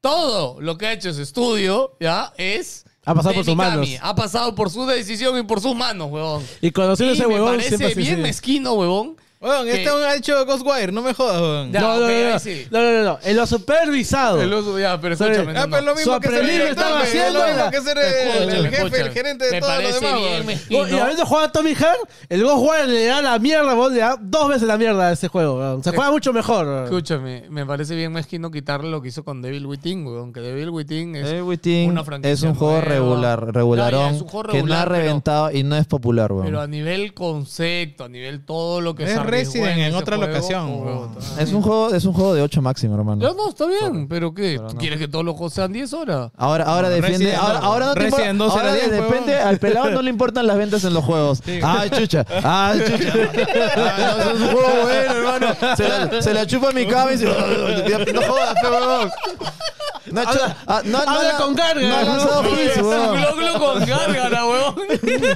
Speaker 4: Todo lo que ha hecho ese estudio, ¿ya? Es.
Speaker 5: Ha pasado
Speaker 4: de
Speaker 5: por sus
Speaker 4: Mikami.
Speaker 5: manos.
Speaker 4: Ha pasado por su decisión y por sus manos, huevón.
Speaker 5: Y
Speaker 4: Sí,
Speaker 5: conociendo ese
Speaker 4: me
Speaker 5: huevón
Speaker 4: parece
Speaker 5: siempre
Speaker 4: bien
Speaker 5: sí, sí.
Speaker 4: mezquino, huevón.
Speaker 8: Weón,
Speaker 4: que-
Speaker 8: este weón ha hecho Ghostwire, no me jodas, weón.
Speaker 4: Ya,
Speaker 5: No, no,
Speaker 4: ok,
Speaker 5: no,
Speaker 4: ahí
Speaker 5: no,
Speaker 4: sí.
Speaker 5: no, no, no, El lo supervisado.
Speaker 4: El oso, ya, pero
Speaker 5: Sorry.
Speaker 4: escúchame. no,
Speaker 8: Ah, pero es
Speaker 4: no.
Speaker 8: lo mismo que ser el
Speaker 5: Sobrelibre
Speaker 8: director,
Speaker 5: estaba
Speaker 8: weón, es
Speaker 5: haciendo,
Speaker 8: lo mismo
Speaker 5: era.
Speaker 8: que ser el, el
Speaker 4: Escúchame,
Speaker 8: jefe,
Speaker 4: escúchame.
Speaker 8: el gerente de
Speaker 4: Me
Speaker 8: todo lo
Speaker 4: parece
Speaker 8: demás,
Speaker 4: bien
Speaker 5: Oh, Y
Speaker 8: weón.
Speaker 5: a
Speaker 4: mezquino.
Speaker 5: veces juega Tommy Hart, el Ghostwire le da la mierda, weón, le da dos veces la mierda a ese juego. weón. Se juega mucho mejor. weón.
Speaker 4: Escúchame, me parece bien mezquino quitarle lo que hizo con Devil Within, weón. Que Devil Within es.
Speaker 3: Evil Within
Speaker 4: una franquicia
Speaker 3: es un juego
Speaker 4: nueva. Ya,
Speaker 3: regular,
Speaker 4: ya,
Speaker 3: regularón,
Speaker 4: es un juego
Speaker 3: que no ha
Speaker 4: regular, pero-
Speaker 3: reventado y no es popular, weón.
Speaker 4: Pero a nivel concepto, a nivel todo lo que
Speaker 8: Es
Speaker 4: se arriesgó
Speaker 8: Resident en
Speaker 4: ese
Speaker 8: otra
Speaker 4: juego,
Speaker 8: locación,
Speaker 4: puta.
Speaker 3: Es un juego, es un juego de 8 máximo, hermano.
Speaker 4: Ya no, está bien, pero ¿qué?
Speaker 3: Pero
Speaker 4: ¿Tú
Speaker 3: no.
Speaker 4: quieres que todos los juegos sean 10 horas?
Speaker 3: Ahora, ahora defiende.
Speaker 8: Resident
Speaker 3: ahora,
Speaker 8: dos.
Speaker 3: ahora no te importa-
Speaker 8: Resident dos era
Speaker 3: ahora de
Speaker 8: 10,
Speaker 3: repente
Speaker 8: huevón.
Speaker 3: al pelado no le importan las ventas en los juegos. Ah, chucha. Ah, chucha. Ah, no, es un juego bueno, hermano. Se la, se la chupa mi cama y se. No jodas, pe, huevón. No, ha hecho- ah, no, no
Speaker 5: habla
Speaker 3: la-
Speaker 5: con carga,
Speaker 3: No ha lanzado
Speaker 5: huevón.
Speaker 3: hits, huevón.
Speaker 4: glóbulo con gárgara, huevón.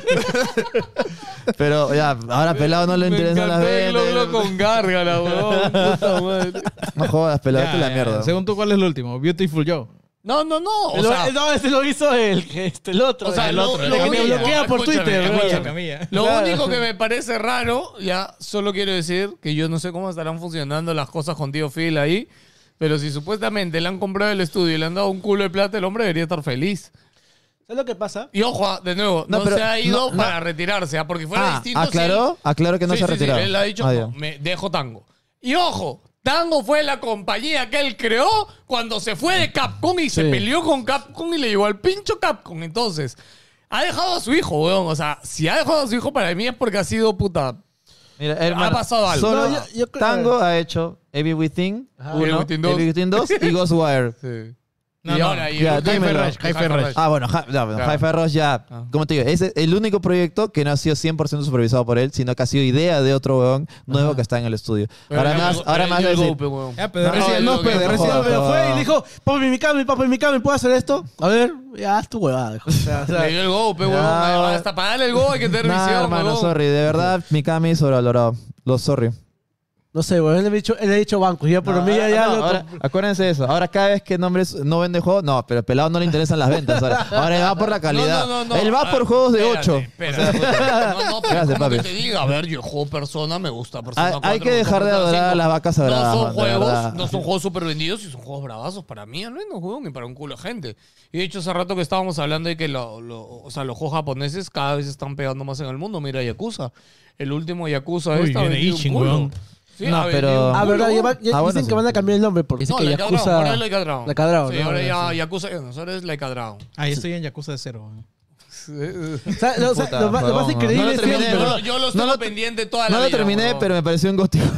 Speaker 3: Pero ya, ahora pelado no le
Speaker 4: Me
Speaker 3: interesan las
Speaker 4: encantó el glóbulo
Speaker 3: ventas.
Speaker 4: con gárgara, huevón. Puta madre.
Speaker 3: No jodas, pelado,
Speaker 8: Ya,
Speaker 3: esto es la
Speaker 8: ya,
Speaker 3: mierda.
Speaker 8: ya. Según tú, ¿cuál es el último? Beautiful Joe.
Speaker 4: No, no, eh, no. O
Speaker 5: El-
Speaker 4: sea,
Speaker 5: el- no, ese lo hizo el, este, el otro.
Speaker 4: o sea,
Speaker 5: el
Speaker 4: lo-
Speaker 5: otro.
Speaker 4: lo
Speaker 5: el que te
Speaker 4: único-
Speaker 5: bloquea por
Speaker 4: escúchame,
Speaker 5: Twitter.
Speaker 4: escúchame. eh.
Speaker 5: weón.
Speaker 8: Camilla, Camilla.
Speaker 4: Lo único que me parece raro, ya solo quiero decir que yo no sé cómo estarán funcionando las cosas con tío Phil ahí, pero si supuestamente le han comprado el estudio y le han dado un culo de plata, el hombre debería estar feliz.
Speaker 5: ¿Sabes lo que pasa?
Speaker 4: Y ojo, ah, de nuevo,
Speaker 3: No,
Speaker 4: no,
Speaker 3: pero-
Speaker 4: se ha ido
Speaker 3: no, no.
Speaker 4: para retirarse, ah, porque fuera
Speaker 3: Ah,
Speaker 4: distinto. si
Speaker 3: aclaró,
Speaker 4: él-
Speaker 3: aclaró que no
Speaker 4: Sí,
Speaker 3: se ha
Speaker 4: sí, sí,
Speaker 3: retirado.
Speaker 4: él ha dicho,
Speaker 3: Ah,
Speaker 4: no,
Speaker 3: ya.
Speaker 4: me dejo Tango. Y ojo, Tango fue la compañía que él creó cuando se fue de Capcom y se
Speaker 5: Sí.
Speaker 4: peleó con Capcom y le llevó al pincho Capcom. Entonces, ha dejado a su hijo, weón. O sea, si ha dejado a su hijo, para mí es porque ha sido puta.
Speaker 3: Mira, hermano,
Speaker 4: pasado algo.
Speaker 3: solo
Speaker 5: No, yo- yo creo-
Speaker 3: Tango ha hecho Heavy Within
Speaker 5: Ajá.
Speaker 3: 1,
Speaker 4: Evil Within dos.
Speaker 3: Evil Within 2 y Ghostwire.
Speaker 8: No,
Speaker 4: y
Speaker 8: no.
Speaker 4: ahora, y
Speaker 3: Ya,
Speaker 4: el-
Speaker 3: dímelo.
Speaker 8: Hi-Fi Rush.
Speaker 3: Ah, bueno, ja, ya, bueno,
Speaker 4: Claro.
Speaker 3: Hi-Fi Rush ya,
Speaker 4: Ah.
Speaker 3: como te digo, ese es el único proyecto que no ha sido 100% supervisado por él, sino que ha sido idea de otro huevón nuevo que está en el estudio.
Speaker 4: Pero
Speaker 3: ahora
Speaker 4: ya
Speaker 3: más,
Speaker 4: llegó-
Speaker 3: ahora
Speaker 4: pero
Speaker 3: más
Speaker 4: ya
Speaker 3: va a
Speaker 4: llegó,
Speaker 3: decir,
Speaker 4: pe, weón.
Speaker 8: Ya, pero de
Speaker 3: No,
Speaker 8: Resident
Speaker 3: no,
Speaker 8: no, pero de
Speaker 3: no,
Speaker 8: Resident
Speaker 3: no,
Speaker 5: No, pero
Speaker 3: no.
Speaker 5: fue y le dijo, papi, mi cami, papi, mi cami, ¿puedo hacer esto? A ver, ya, haz tu huevada. dijo. O sea, o sea,
Speaker 4: Le dio el go, pe, weón.
Speaker 3: Ya.
Speaker 4: Hasta pagarle el go hay que tener
Speaker 3: "Nah,
Speaker 4: visión,
Speaker 3: hermano,
Speaker 4: weón.
Speaker 3: sorry, de verdad, Mikami es sobrevalorado. Lo sorry.
Speaker 5: no sé, weón, le he dicho, él ha dicho bancos. Ya por
Speaker 3: No,
Speaker 5: mí, ya,
Speaker 3: ahora-
Speaker 5: ya
Speaker 4: Ah,
Speaker 3: no,
Speaker 5: lo-
Speaker 3: ahora- acuérdense de eso. Ahora cada vez que nombres no vende juegos, no, pero el pelado no le interesan las ventas. Ahora, Ahora él va por la calidad.
Speaker 4: No, no, no, no.
Speaker 3: Él va
Speaker 4: Ah,
Speaker 3: por juegos de
Speaker 4: espérate,
Speaker 3: 8.
Speaker 4: espérate. No, no, pero como
Speaker 3: Gracias, papi. Ah,
Speaker 4: que te diga, a ver, yo juego Persona, me gusta Persona
Speaker 3: Hay-
Speaker 4: 4,
Speaker 3: hay que
Speaker 4: me gusta
Speaker 3: dejar de
Speaker 4: Persona
Speaker 3: adorar a
Speaker 4: 5.
Speaker 3: las vacas sagradas,
Speaker 4: No
Speaker 3: de
Speaker 4: son
Speaker 3: verdad.
Speaker 4: juegos, no son juegos super vendidos y son juegos bravazos para mí, al menos, juego ni para un culo de gente. Y de hecho, hace rato que estábamos hablando de que lo- lo- o sea, los juegos japoneses cada vez están pegando más en el mundo. Mira Yakuza. El último Yakuza
Speaker 8: Uy,
Speaker 4: esta ha
Speaker 8: viene
Speaker 4: vendido
Speaker 8: Ishin,
Speaker 4: un culo.
Speaker 8: weón.
Speaker 4: Sí,
Speaker 3: No,
Speaker 4: ha vendido
Speaker 3: pero-
Speaker 4: un
Speaker 5: Ah,
Speaker 4: culo,
Speaker 5: verdad, ya
Speaker 4: weón.
Speaker 5: va- ya
Speaker 3: Ah, bueno,
Speaker 5: dicen
Speaker 3: sí.
Speaker 5: que van a cambiar el nombre porque dice
Speaker 4: No,
Speaker 5: que
Speaker 4: la Yakuza...
Speaker 5: Yakuza...
Speaker 4: Ahora es Laika Dragon.
Speaker 5: La Cadrao,
Speaker 4: Sí,
Speaker 5: ¿no?
Speaker 4: ahora ya
Speaker 5: Sí.
Speaker 4: Yakuza ya no, ahora es Laika Dragon.
Speaker 8: Ahí Ah, estoy en Yakuza de cero, weón.
Speaker 5: O sea, lo, o sea,
Speaker 3: Puta,
Speaker 5: lo más- lo
Speaker 3: huevón,
Speaker 5: más
Speaker 3: ¿no?
Speaker 5: increíble
Speaker 3: No lo
Speaker 5: es
Speaker 3: terminé,
Speaker 5: que-
Speaker 3: Pero-
Speaker 4: Yo, lo- yo lo
Speaker 3: no
Speaker 4: estuve
Speaker 3: lo-
Speaker 4: pendiente toda la
Speaker 3: No lo
Speaker 4: vida,
Speaker 3: terminé,
Speaker 4: weón.
Speaker 3: pero me pareció un goteo.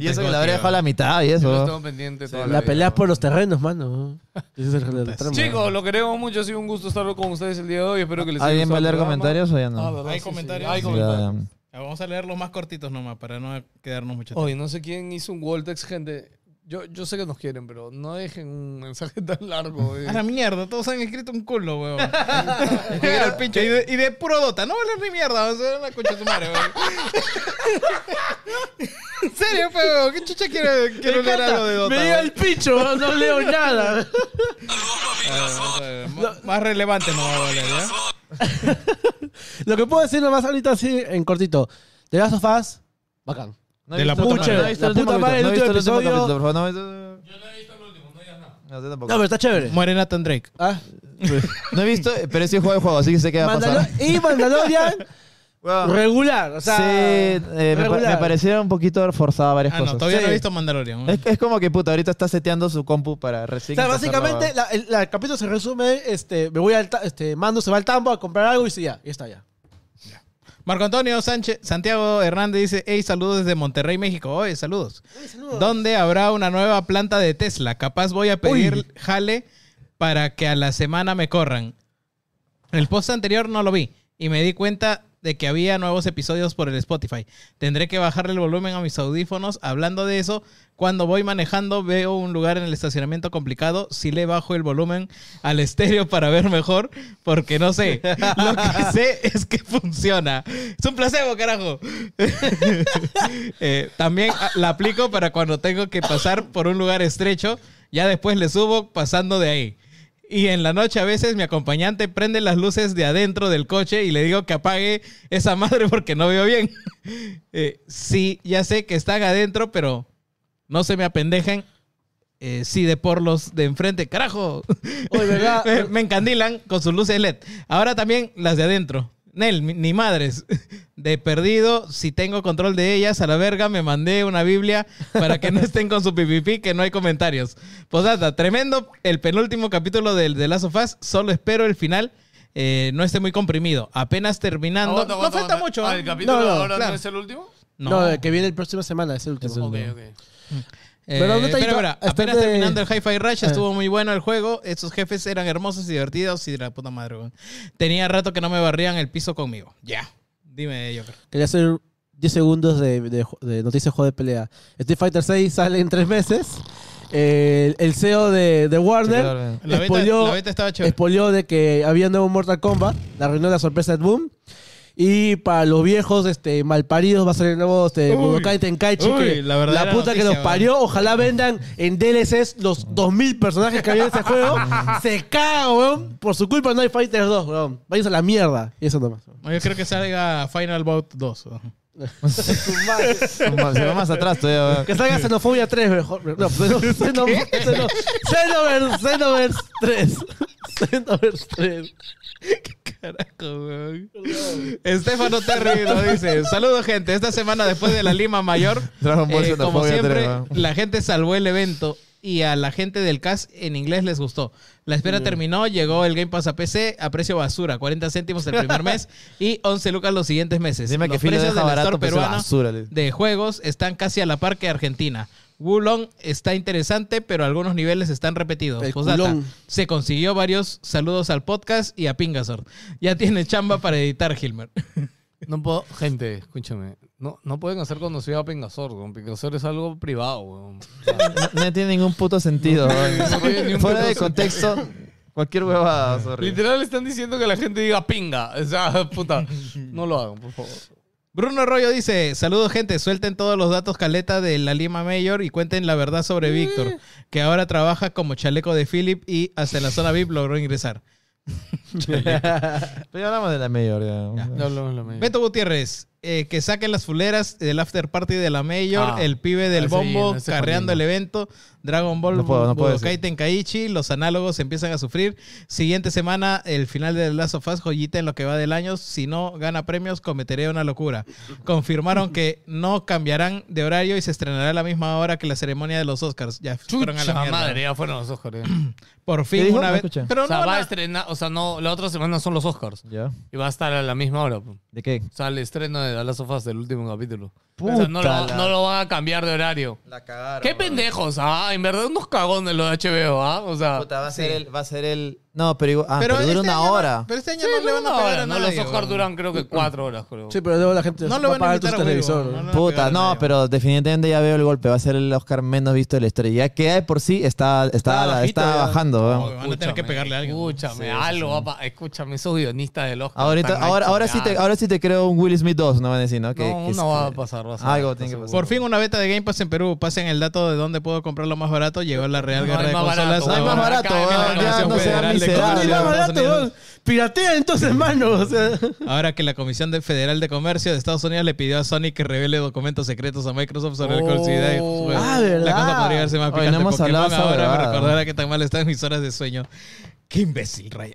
Speaker 3: y eso que la habría dejado a la mitad y
Speaker 4: Yo lo
Speaker 3: eso.
Speaker 4: tengo pendiente toda
Speaker 5: La
Speaker 4: vida.
Speaker 5: pelea por los terrenos, mano. Ese es el- el tramo.
Speaker 4: Chicos, lo queremos mucho. Ha sido un gusto estar con ustedes el día de hoy. Espero que les haya
Speaker 3: ¿Alguien va a
Speaker 4: gustado
Speaker 3: leer
Speaker 4: el programa.
Speaker 3: comentarios o ya
Speaker 4: Ah,
Speaker 3: no?
Speaker 4: ¿verdad?
Speaker 8: Hay
Speaker 4: Sí, sí,
Speaker 8: comentarios.
Speaker 4: Hay
Speaker 8: Ya,
Speaker 4: comentarios.
Speaker 8: Ya, Vamos a leer los más cortitos nomás para no quedarnos mucho tiempo.
Speaker 4: Oye, no sé quién hizo un Voltex, gente. Yo, yo sé que nos quieren, pero no dejen un mensaje tan largo. eh.
Speaker 8: A la mierda, todos han escrito un culo, weón. Mira el pinche. Y de, y de puro Dota, no vale ni mierda, o sea, una concha de su madre, weón. en serio, pe, weón, ¿qué chucha quiero, quiero leer algo de Dota?
Speaker 5: Me llega
Speaker 8: weón?
Speaker 5: el picho, weón, no leo nada.
Speaker 8: Eh, más- Más relevante no va a valer, ¿eh? ¿ya?
Speaker 5: Lo que puedo decir nomás ahorita así en cortito. The Last of Us, bacán.
Speaker 3: No he
Speaker 8: de la
Speaker 3: visto-
Speaker 8: puta
Speaker 3: no he
Speaker 5: madre.
Speaker 3: visto el
Speaker 5: La puta
Speaker 3: último
Speaker 5: madre, el
Speaker 3: capítulo, no he visto el último
Speaker 5: último episodio.
Speaker 3: capítulo, por favor, no he visto- No, yo tampoco.
Speaker 5: No, pero está chévere.
Speaker 8: Muere Nathan Drake.
Speaker 5: Ah,
Speaker 3: No he visto, pero sí juego de juego, así que sé qué va a pasar.
Speaker 5: Mandalo- y Mandalorian,
Speaker 3: Weón.
Speaker 5: regular. O sea,
Speaker 3: sí, eh, me, pa-
Speaker 5: regular.
Speaker 3: me parecieron un poquito forzadas varias
Speaker 8: Ah,
Speaker 3: cosas.
Speaker 8: no, todavía
Speaker 3: Sí. Eh.
Speaker 8: no he visto Mandalorian. weón.
Speaker 3: Es, es como que puta, ahorita está seteando su compu para
Speaker 5: O
Speaker 3: recién.
Speaker 5: sea, básicamente la- el, la- el capítulo se resume, este, me voy al, ta- este, mando se va al tambo a comprar algo y sí, ya, y está ya.
Speaker 8: Marco Antonio Sánchez, Santiago Hernández dice, hey, saludos desde Monterrey, México. Oye, saludos. ¿Dónde habrá una nueva planta de Tesla? Capaz voy a pedir jale para que a la semana me corran. El post anterior no lo vi y me di cuenta de que había nuevos episodios por el Spotify. Tendré que bajarle el volumen a mis audífonos. Hablando de eso, cuando voy manejando veo un lugar en el estacionamiento complicado. Si le bajo el volumen al estéreo para ver mejor, porque no sé. Lo que sé es que funciona. Es un placebo, carajo. Eh, también ah, la aplico para cuando tengo que pasar por un lugar estrecho. Ya después le subo pasando de ahí. Y en la noche a veces mi acompañante prende las luces de adentro del coche y le digo que apague esa madre porque no veo bien. Eh, sí, ya sé que están adentro, pero no se me apendejen. Eh, sí, de por los de enfrente, carajo.
Speaker 5: Oye, ¿verdad?
Speaker 8: me, me encandilan con sus luces LED. Ahora también las de adentro. Nel, mi- ni madres. De perdido, si tengo control de ellas, a la verga me mandé una Biblia para que no estén con su pipipi, que no hay comentarios. Posdata, tremendo el penúltimo capítulo del de Last of Us. Solo espero el final eh, no esté muy comprimido. Apenas terminando.
Speaker 4: Aguanta,
Speaker 8: no
Speaker 4: aguanta,
Speaker 8: falta
Speaker 4: aguanta.
Speaker 8: mucho.
Speaker 4: Ah,
Speaker 8: ¿eh?
Speaker 4: ¿El capítulo
Speaker 5: No, no,
Speaker 4: ahora
Speaker 8: claro.
Speaker 4: no es el último?
Speaker 5: No,
Speaker 8: No.
Speaker 5: el que viene la próxima semana es el último.
Speaker 4: Ok, ok.
Speaker 8: Eh,
Speaker 5: Pero un
Speaker 8: espera,
Speaker 5: detallito,
Speaker 8: espera.
Speaker 5: hasta
Speaker 8: apenas
Speaker 5: de-
Speaker 8: terminando el Hi-Fi Rush,
Speaker 5: Ah.
Speaker 8: estuvo muy bueno el juego. Estos jefes eran hermosos y divertidos y de la puta madre. weón. Tenía rato que no me barrían el piso conmigo. Ya. Dime, Joker.
Speaker 5: Quería hacer 10 segundos de, de- de noticias de juego de pelea. Street Fighter 6 sale en 3 meses. El, el CEO de, de Warner
Speaker 8: La beta,
Speaker 5: Spoileó-
Speaker 8: la beta estaba chévere.
Speaker 5: Espolió de que había nuevo Mortal Kombat, la reunión la sorpresa de Boom. Y para los viejos este, malparidos va a ser el nuevo este,
Speaker 8: Uy.
Speaker 5: Budokai Tenkaichi.
Speaker 8: Uy,
Speaker 5: que
Speaker 8: la verdadera
Speaker 5: puta que los
Speaker 8: noticia,
Speaker 5: parió. Ojalá vendan en DLCs los 2000 personajes que había en ese juego. Se caga, weón. Por su culpa no hay Fighters 2, weón. Váyanse a la mierda. Y eso nomás.
Speaker 8: No, Yo creo que salga Final Bout 2. weón.
Speaker 3: Se va más atrás todavía. weón.
Speaker 5: Que salga Xenofobia 3, mejor. No, pero Xeno- Xeno- Xenoverse, Xenoverse 3. Xenoverse 3.
Speaker 8: Carajo, weón. Estefano Terry nos dice: Saludos, gente. Esta semana, después de la Lima Mayor,
Speaker 3: Dragon Ball
Speaker 8: eh,
Speaker 3: Xenophobia
Speaker 8: como siempre,
Speaker 3: 3, weón.
Speaker 8: la gente salvó el evento y a la gente del cast en inglés les gustó. La espera terminó, llegó el Game Pass a PC a precio basura: 40 céntimos el primer mes y 11 lucas los siguientes meses.
Speaker 3: Encima que
Speaker 8: los
Speaker 3: Phil lo
Speaker 8: precios
Speaker 3: deja
Speaker 8: del
Speaker 3: barato,
Speaker 8: store
Speaker 3: pero es
Speaker 8: peruano
Speaker 3: basura. le-
Speaker 8: de juegos están casi a la par que Argentina. Wulong está interesante, pero algunos niveles están repetidos.
Speaker 5: El
Speaker 8: Postdata,
Speaker 5: culón.
Speaker 8: se consiguió varios saludos al podcast y a Pingasort. Ya tiene chamba para editar, Hilmer.
Speaker 4: No puedo, gente, escúchame. No, no pueden hacer conocido a Pingasor. weón. Pingasor es algo privado, weón.
Speaker 3: No, no tiene ningún puto sentido. weón.
Speaker 4: no tiene ningún
Speaker 3: Fuera
Speaker 4: puto
Speaker 3: de contexto, cualquier huevada. sorry.
Speaker 4: Literal están diciendo que la gente diga pinga. O sea, puta, no lo hagan, por favor.
Speaker 8: Bruno Arroyo dice: Saludos, gente. Suelten todos los datos caleta de la Lima Mayor y cuenten la verdad sobre Víctor, que ahora trabaja como chaleco de Philip y hasta la zona VIP logró ingresar.
Speaker 3: Pero ya hablamos de la mayor. ya.
Speaker 4: No hablamos lo mismo.
Speaker 8: Beto Gutiérrez, eh, que saquen las fuleras del after party de la Mayor,
Speaker 4: Ah,
Speaker 8: el pibe del
Speaker 4: ese
Speaker 8: bombo
Speaker 4: bien, ese jodiendo.
Speaker 8: carreando el evento, Dragon Ball,
Speaker 3: No puedo, no puedo
Speaker 8: Budokai
Speaker 3: decir.
Speaker 8: Tenkaichi, los análogos empiezan a sufrir. Siguiente semana, el final de Last of Us, joyita en lo que va del año. Si no gana premios, cometeré una locura. Confirmaron que no cambiarán de horario y se estrenará a la misma hora que la ceremonia de los Oscars. Ya fueron a la
Speaker 4: Chucha
Speaker 8: mierda.
Speaker 4: madre, ya fueron los Oscars.
Speaker 8: Por
Speaker 3: ¿Qué
Speaker 8: fin,
Speaker 3: dijo?
Speaker 8: una
Speaker 3: No
Speaker 8: vez.
Speaker 3: escuché.
Speaker 8: Pero
Speaker 4: o sea,
Speaker 8: no,
Speaker 4: va a
Speaker 8: no.
Speaker 4: estrenar, o sea, no, la otra semana son los Oscars.
Speaker 3: ¿Ya?
Speaker 4: Y va a estar a la misma hora. po.
Speaker 3: ¿De qué?
Speaker 4: O sea, el estreno de las sofás del último capítulo.
Speaker 3: Puta
Speaker 4: o sea, no lo,
Speaker 3: la-
Speaker 4: no lo van a cambiar de horario.
Speaker 3: La cagaron.
Speaker 4: Qué pendejos, ah, en verdad unos cagones los de HBO, ah, o sea.
Speaker 3: va a ser el. Va a ser el. No, pero igual. Ah,
Speaker 8: Pero
Speaker 3: pero, dura
Speaker 8: este
Speaker 3: una
Speaker 8: año no-
Speaker 3: hora.
Speaker 8: pero este año
Speaker 4: Sí,
Speaker 8: no, le van a
Speaker 4: una
Speaker 8: pegar
Speaker 4: hora,
Speaker 8: a
Speaker 4: no,
Speaker 8: nadie,
Speaker 4: los Oscars
Speaker 8: weón.
Speaker 4: duran creo que cuatro horas, creo.
Speaker 5: Sí, pero luego la gente
Speaker 8: No lo
Speaker 5: va a
Speaker 8: van a
Speaker 5: pagar tu
Speaker 8: invitar a huevo,
Speaker 5: televisor.
Speaker 8: no lo van a pegar
Speaker 3: Puta,
Speaker 8: a
Speaker 3: no,
Speaker 8: nadie.
Speaker 3: pero definitivamente ya veo el golpe. Va a ser el Oscar menos visto de la historia. Ya que de por sí está, está,
Speaker 5: Está bajito
Speaker 3: está
Speaker 5: ya.
Speaker 3: bajando. weón.
Speaker 8: van a tener que pegarle a alguien.
Speaker 4: Escúchame, algo, papá, escúchame, esos guionistas del Oscar.
Speaker 3: Ahorita,
Speaker 4: están
Speaker 3: ahora,
Speaker 4: hechos
Speaker 3: ahora,
Speaker 4: de
Speaker 3: sí te,
Speaker 4: algo.
Speaker 3: ahora sí te creo un Will Smith 2, no van a decir, ¿no? Que,
Speaker 4: no,
Speaker 3: que es-
Speaker 4: no va a pasar, va a pasar.
Speaker 3: Algo tiene que
Speaker 4: está
Speaker 3: pasar.
Speaker 8: Por fin una beta de Game Pass en Perú. Pasen el dato de dónde puedo comprar lo más barato. Llegó la Real
Speaker 4: No
Speaker 8: Guerra
Speaker 4: hay
Speaker 8: de
Speaker 4: más
Speaker 8: Consolas.
Speaker 4: barato,
Speaker 3: No hay
Speaker 4: weón.
Speaker 3: más barato,
Speaker 4: Acá viene la
Speaker 3: weón, ya
Speaker 4: Comisión
Speaker 3: no sea
Speaker 8: Federal
Speaker 3: miserable.
Speaker 8: de Comercio
Speaker 5: Más
Speaker 8: de Estados
Speaker 5: barato,
Speaker 8: Unidos.
Speaker 5: weón. Piratea entonces, hermano. O sea.
Speaker 8: Ahora que la Comisión de- Federal de Comercio de Estados Unidos le pidió a Sony que revele documentos secretos a Microsoft sobre
Speaker 4: Oh.
Speaker 8: el Call de juegos.
Speaker 5: Ah,
Speaker 8: La
Speaker 5: ¿verdad?
Speaker 8: cosa podría verse más
Speaker 3: Oye,
Speaker 8: picante.
Speaker 3: no hemos
Speaker 8: Pokémon
Speaker 3: hablado sobre
Speaker 8: ahora me
Speaker 3: nada.
Speaker 8: recordará que tan mal están mis horas de sueño. Qué imbécil, Ryan.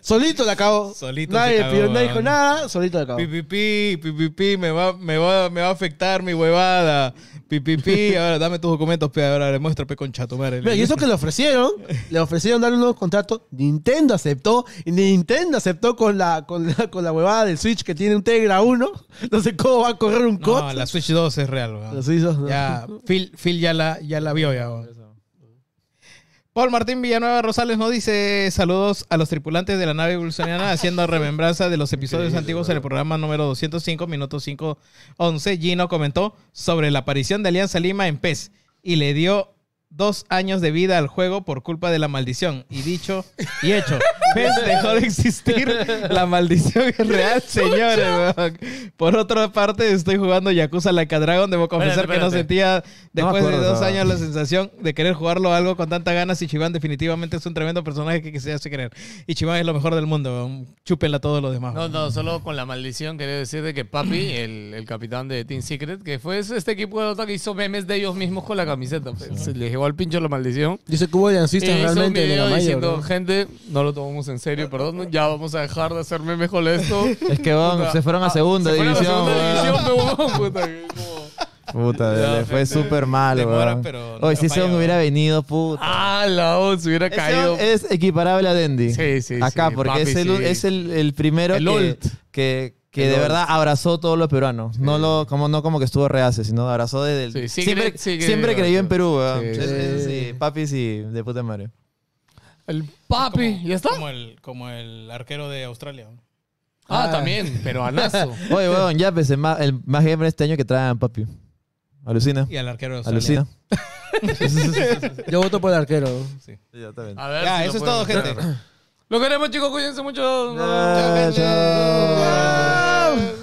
Speaker 5: Solito la acabó.
Speaker 8: Solito
Speaker 5: nadie
Speaker 8: se cagó,
Speaker 5: pidió, nadie
Speaker 8: weón.
Speaker 5: dijo nada, solito la acabó.
Speaker 8: Pipipi, pipipi, me va, me, va, me va a afectar mi huevada. Pipipi, ahora dame tus documentos, pe, ahora le muestro, pe, concha tu madre.
Speaker 5: Mira, y eso que le ofrecieron, le ofrecieron darle un nuevo contrato, Nintendo aceptó, y Nintendo aceptó con la, con la, con la huevada del Switch que tiene un Tegra 1, no sé cómo va a correr un COD.
Speaker 8: No, la Switch 2 es real, weón.
Speaker 5: Los suizos, no.
Speaker 8: Ya, Phil, Phil ya la, ya la vio ya. weón.
Speaker 5: Paul Martín Villanueva Rosales nos dice saludos a los tripulantes de la nave evolucionada haciendo remembranza de los episodios antiguos en el programa número 205, minuto 511. Gino comentó sobre la aparición de Alianza Lima en PES y le dio dos años de vida al juego por culpa de la maldición. Y dicho y hecho, PES dejó de existir. La maldición es real, señores. weón. Por otra parte, estoy jugando Yakuza Like a Dragon. Debo confesar
Speaker 4: Espérate,
Speaker 5: que no
Speaker 4: espérate.
Speaker 5: sentía después
Speaker 8: acuerdo,
Speaker 5: de dos
Speaker 8: no.
Speaker 5: años la sensación de querer jugarlo algo con tanta ganas y Chiván definitivamente es un tremendo personaje que se hace querer. Y Chiván es lo mejor del mundo. weón. Chúpenla a todos los demás.
Speaker 4: No,
Speaker 5: weón.
Speaker 4: no, solo con la maldición quería decir de que Papi, el, el capitán de Team Secret, que fue ese- este equipo de Dota que hizo memes de ellos mismos con la camiseta. pues. Se les llegó al pincho la maldición.
Speaker 9: Yo sé que hubo
Speaker 4: Y
Speaker 9: dancistas
Speaker 4: hizo un
Speaker 9: realmente de
Speaker 4: video
Speaker 9: la mayor.
Speaker 4: diciendo,
Speaker 9: ¿no?
Speaker 4: gente, no lo tomamos en serio, perdón, ya vamos a dejar de hacer memes con esto.
Speaker 8: Es que weón,
Speaker 4: Puta.
Speaker 8: se fueron a
Speaker 4: Ah,
Speaker 8: segunda
Speaker 4: se fueron a
Speaker 8: división.
Speaker 4: segunda
Speaker 8: weón.
Speaker 4: división, me huevón, puta, que como-
Speaker 8: Puta,
Speaker 4: Ya,
Speaker 8: le fue
Speaker 4: gente,
Speaker 8: súper mal,
Speaker 5: demora,
Speaker 8: weón.
Speaker 5: pero no
Speaker 8: Oye, si ese
Speaker 5: falla,
Speaker 8: weón hubiera venido, puta.
Speaker 4: Ah, la voz, se hubiera
Speaker 8: Ese
Speaker 4: caído.
Speaker 8: weón es equiparable a Dendy.
Speaker 4: Sí, sí,
Speaker 8: Acá,
Speaker 4: sí,
Speaker 8: porque
Speaker 4: papi,
Speaker 8: es, el,
Speaker 4: sí.
Speaker 8: es el, el primero
Speaker 4: El
Speaker 8: que,
Speaker 4: old.
Speaker 8: que, que
Speaker 4: El
Speaker 8: de
Speaker 4: old.
Speaker 8: verdad abrazó todo lo peruano. No, lo, como, no como que estuvo rehace, sino abrazó desde el...
Speaker 4: Sí, sí
Speaker 8: siempre
Speaker 4: cre- sí que-
Speaker 8: siempre creyó en Perú, weón.
Speaker 4: Sí.
Speaker 8: Sí, sí, sí. Papi, sí, de puta madre.
Speaker 4: El Papi, ¿ya está?
Speaker 5: Como el, como el arquero de Australia. weón.
Speaker 4: Ah, también, pero anazo.
Speaker 8: Oye, weón, ya pues, el más, el más gamer este año que traen, papi. Alucina.
Speaker 5: Y al arquero de Australia.
Speaker 8: Alucina.
Speaker 9: Yo voto por el arquero.
Speaker 4: A ver,
Speaker 5: Ya,
Speaker 4: si
Speaker 5: eso
Speaker 4: lo
Speaker 5: es todo,
Speaker 4: pueden-
Speaker 5: gente.
Speaker 4: Lo queremos, chicos, cuídense mucho.
Speaker 8: Ah, chao.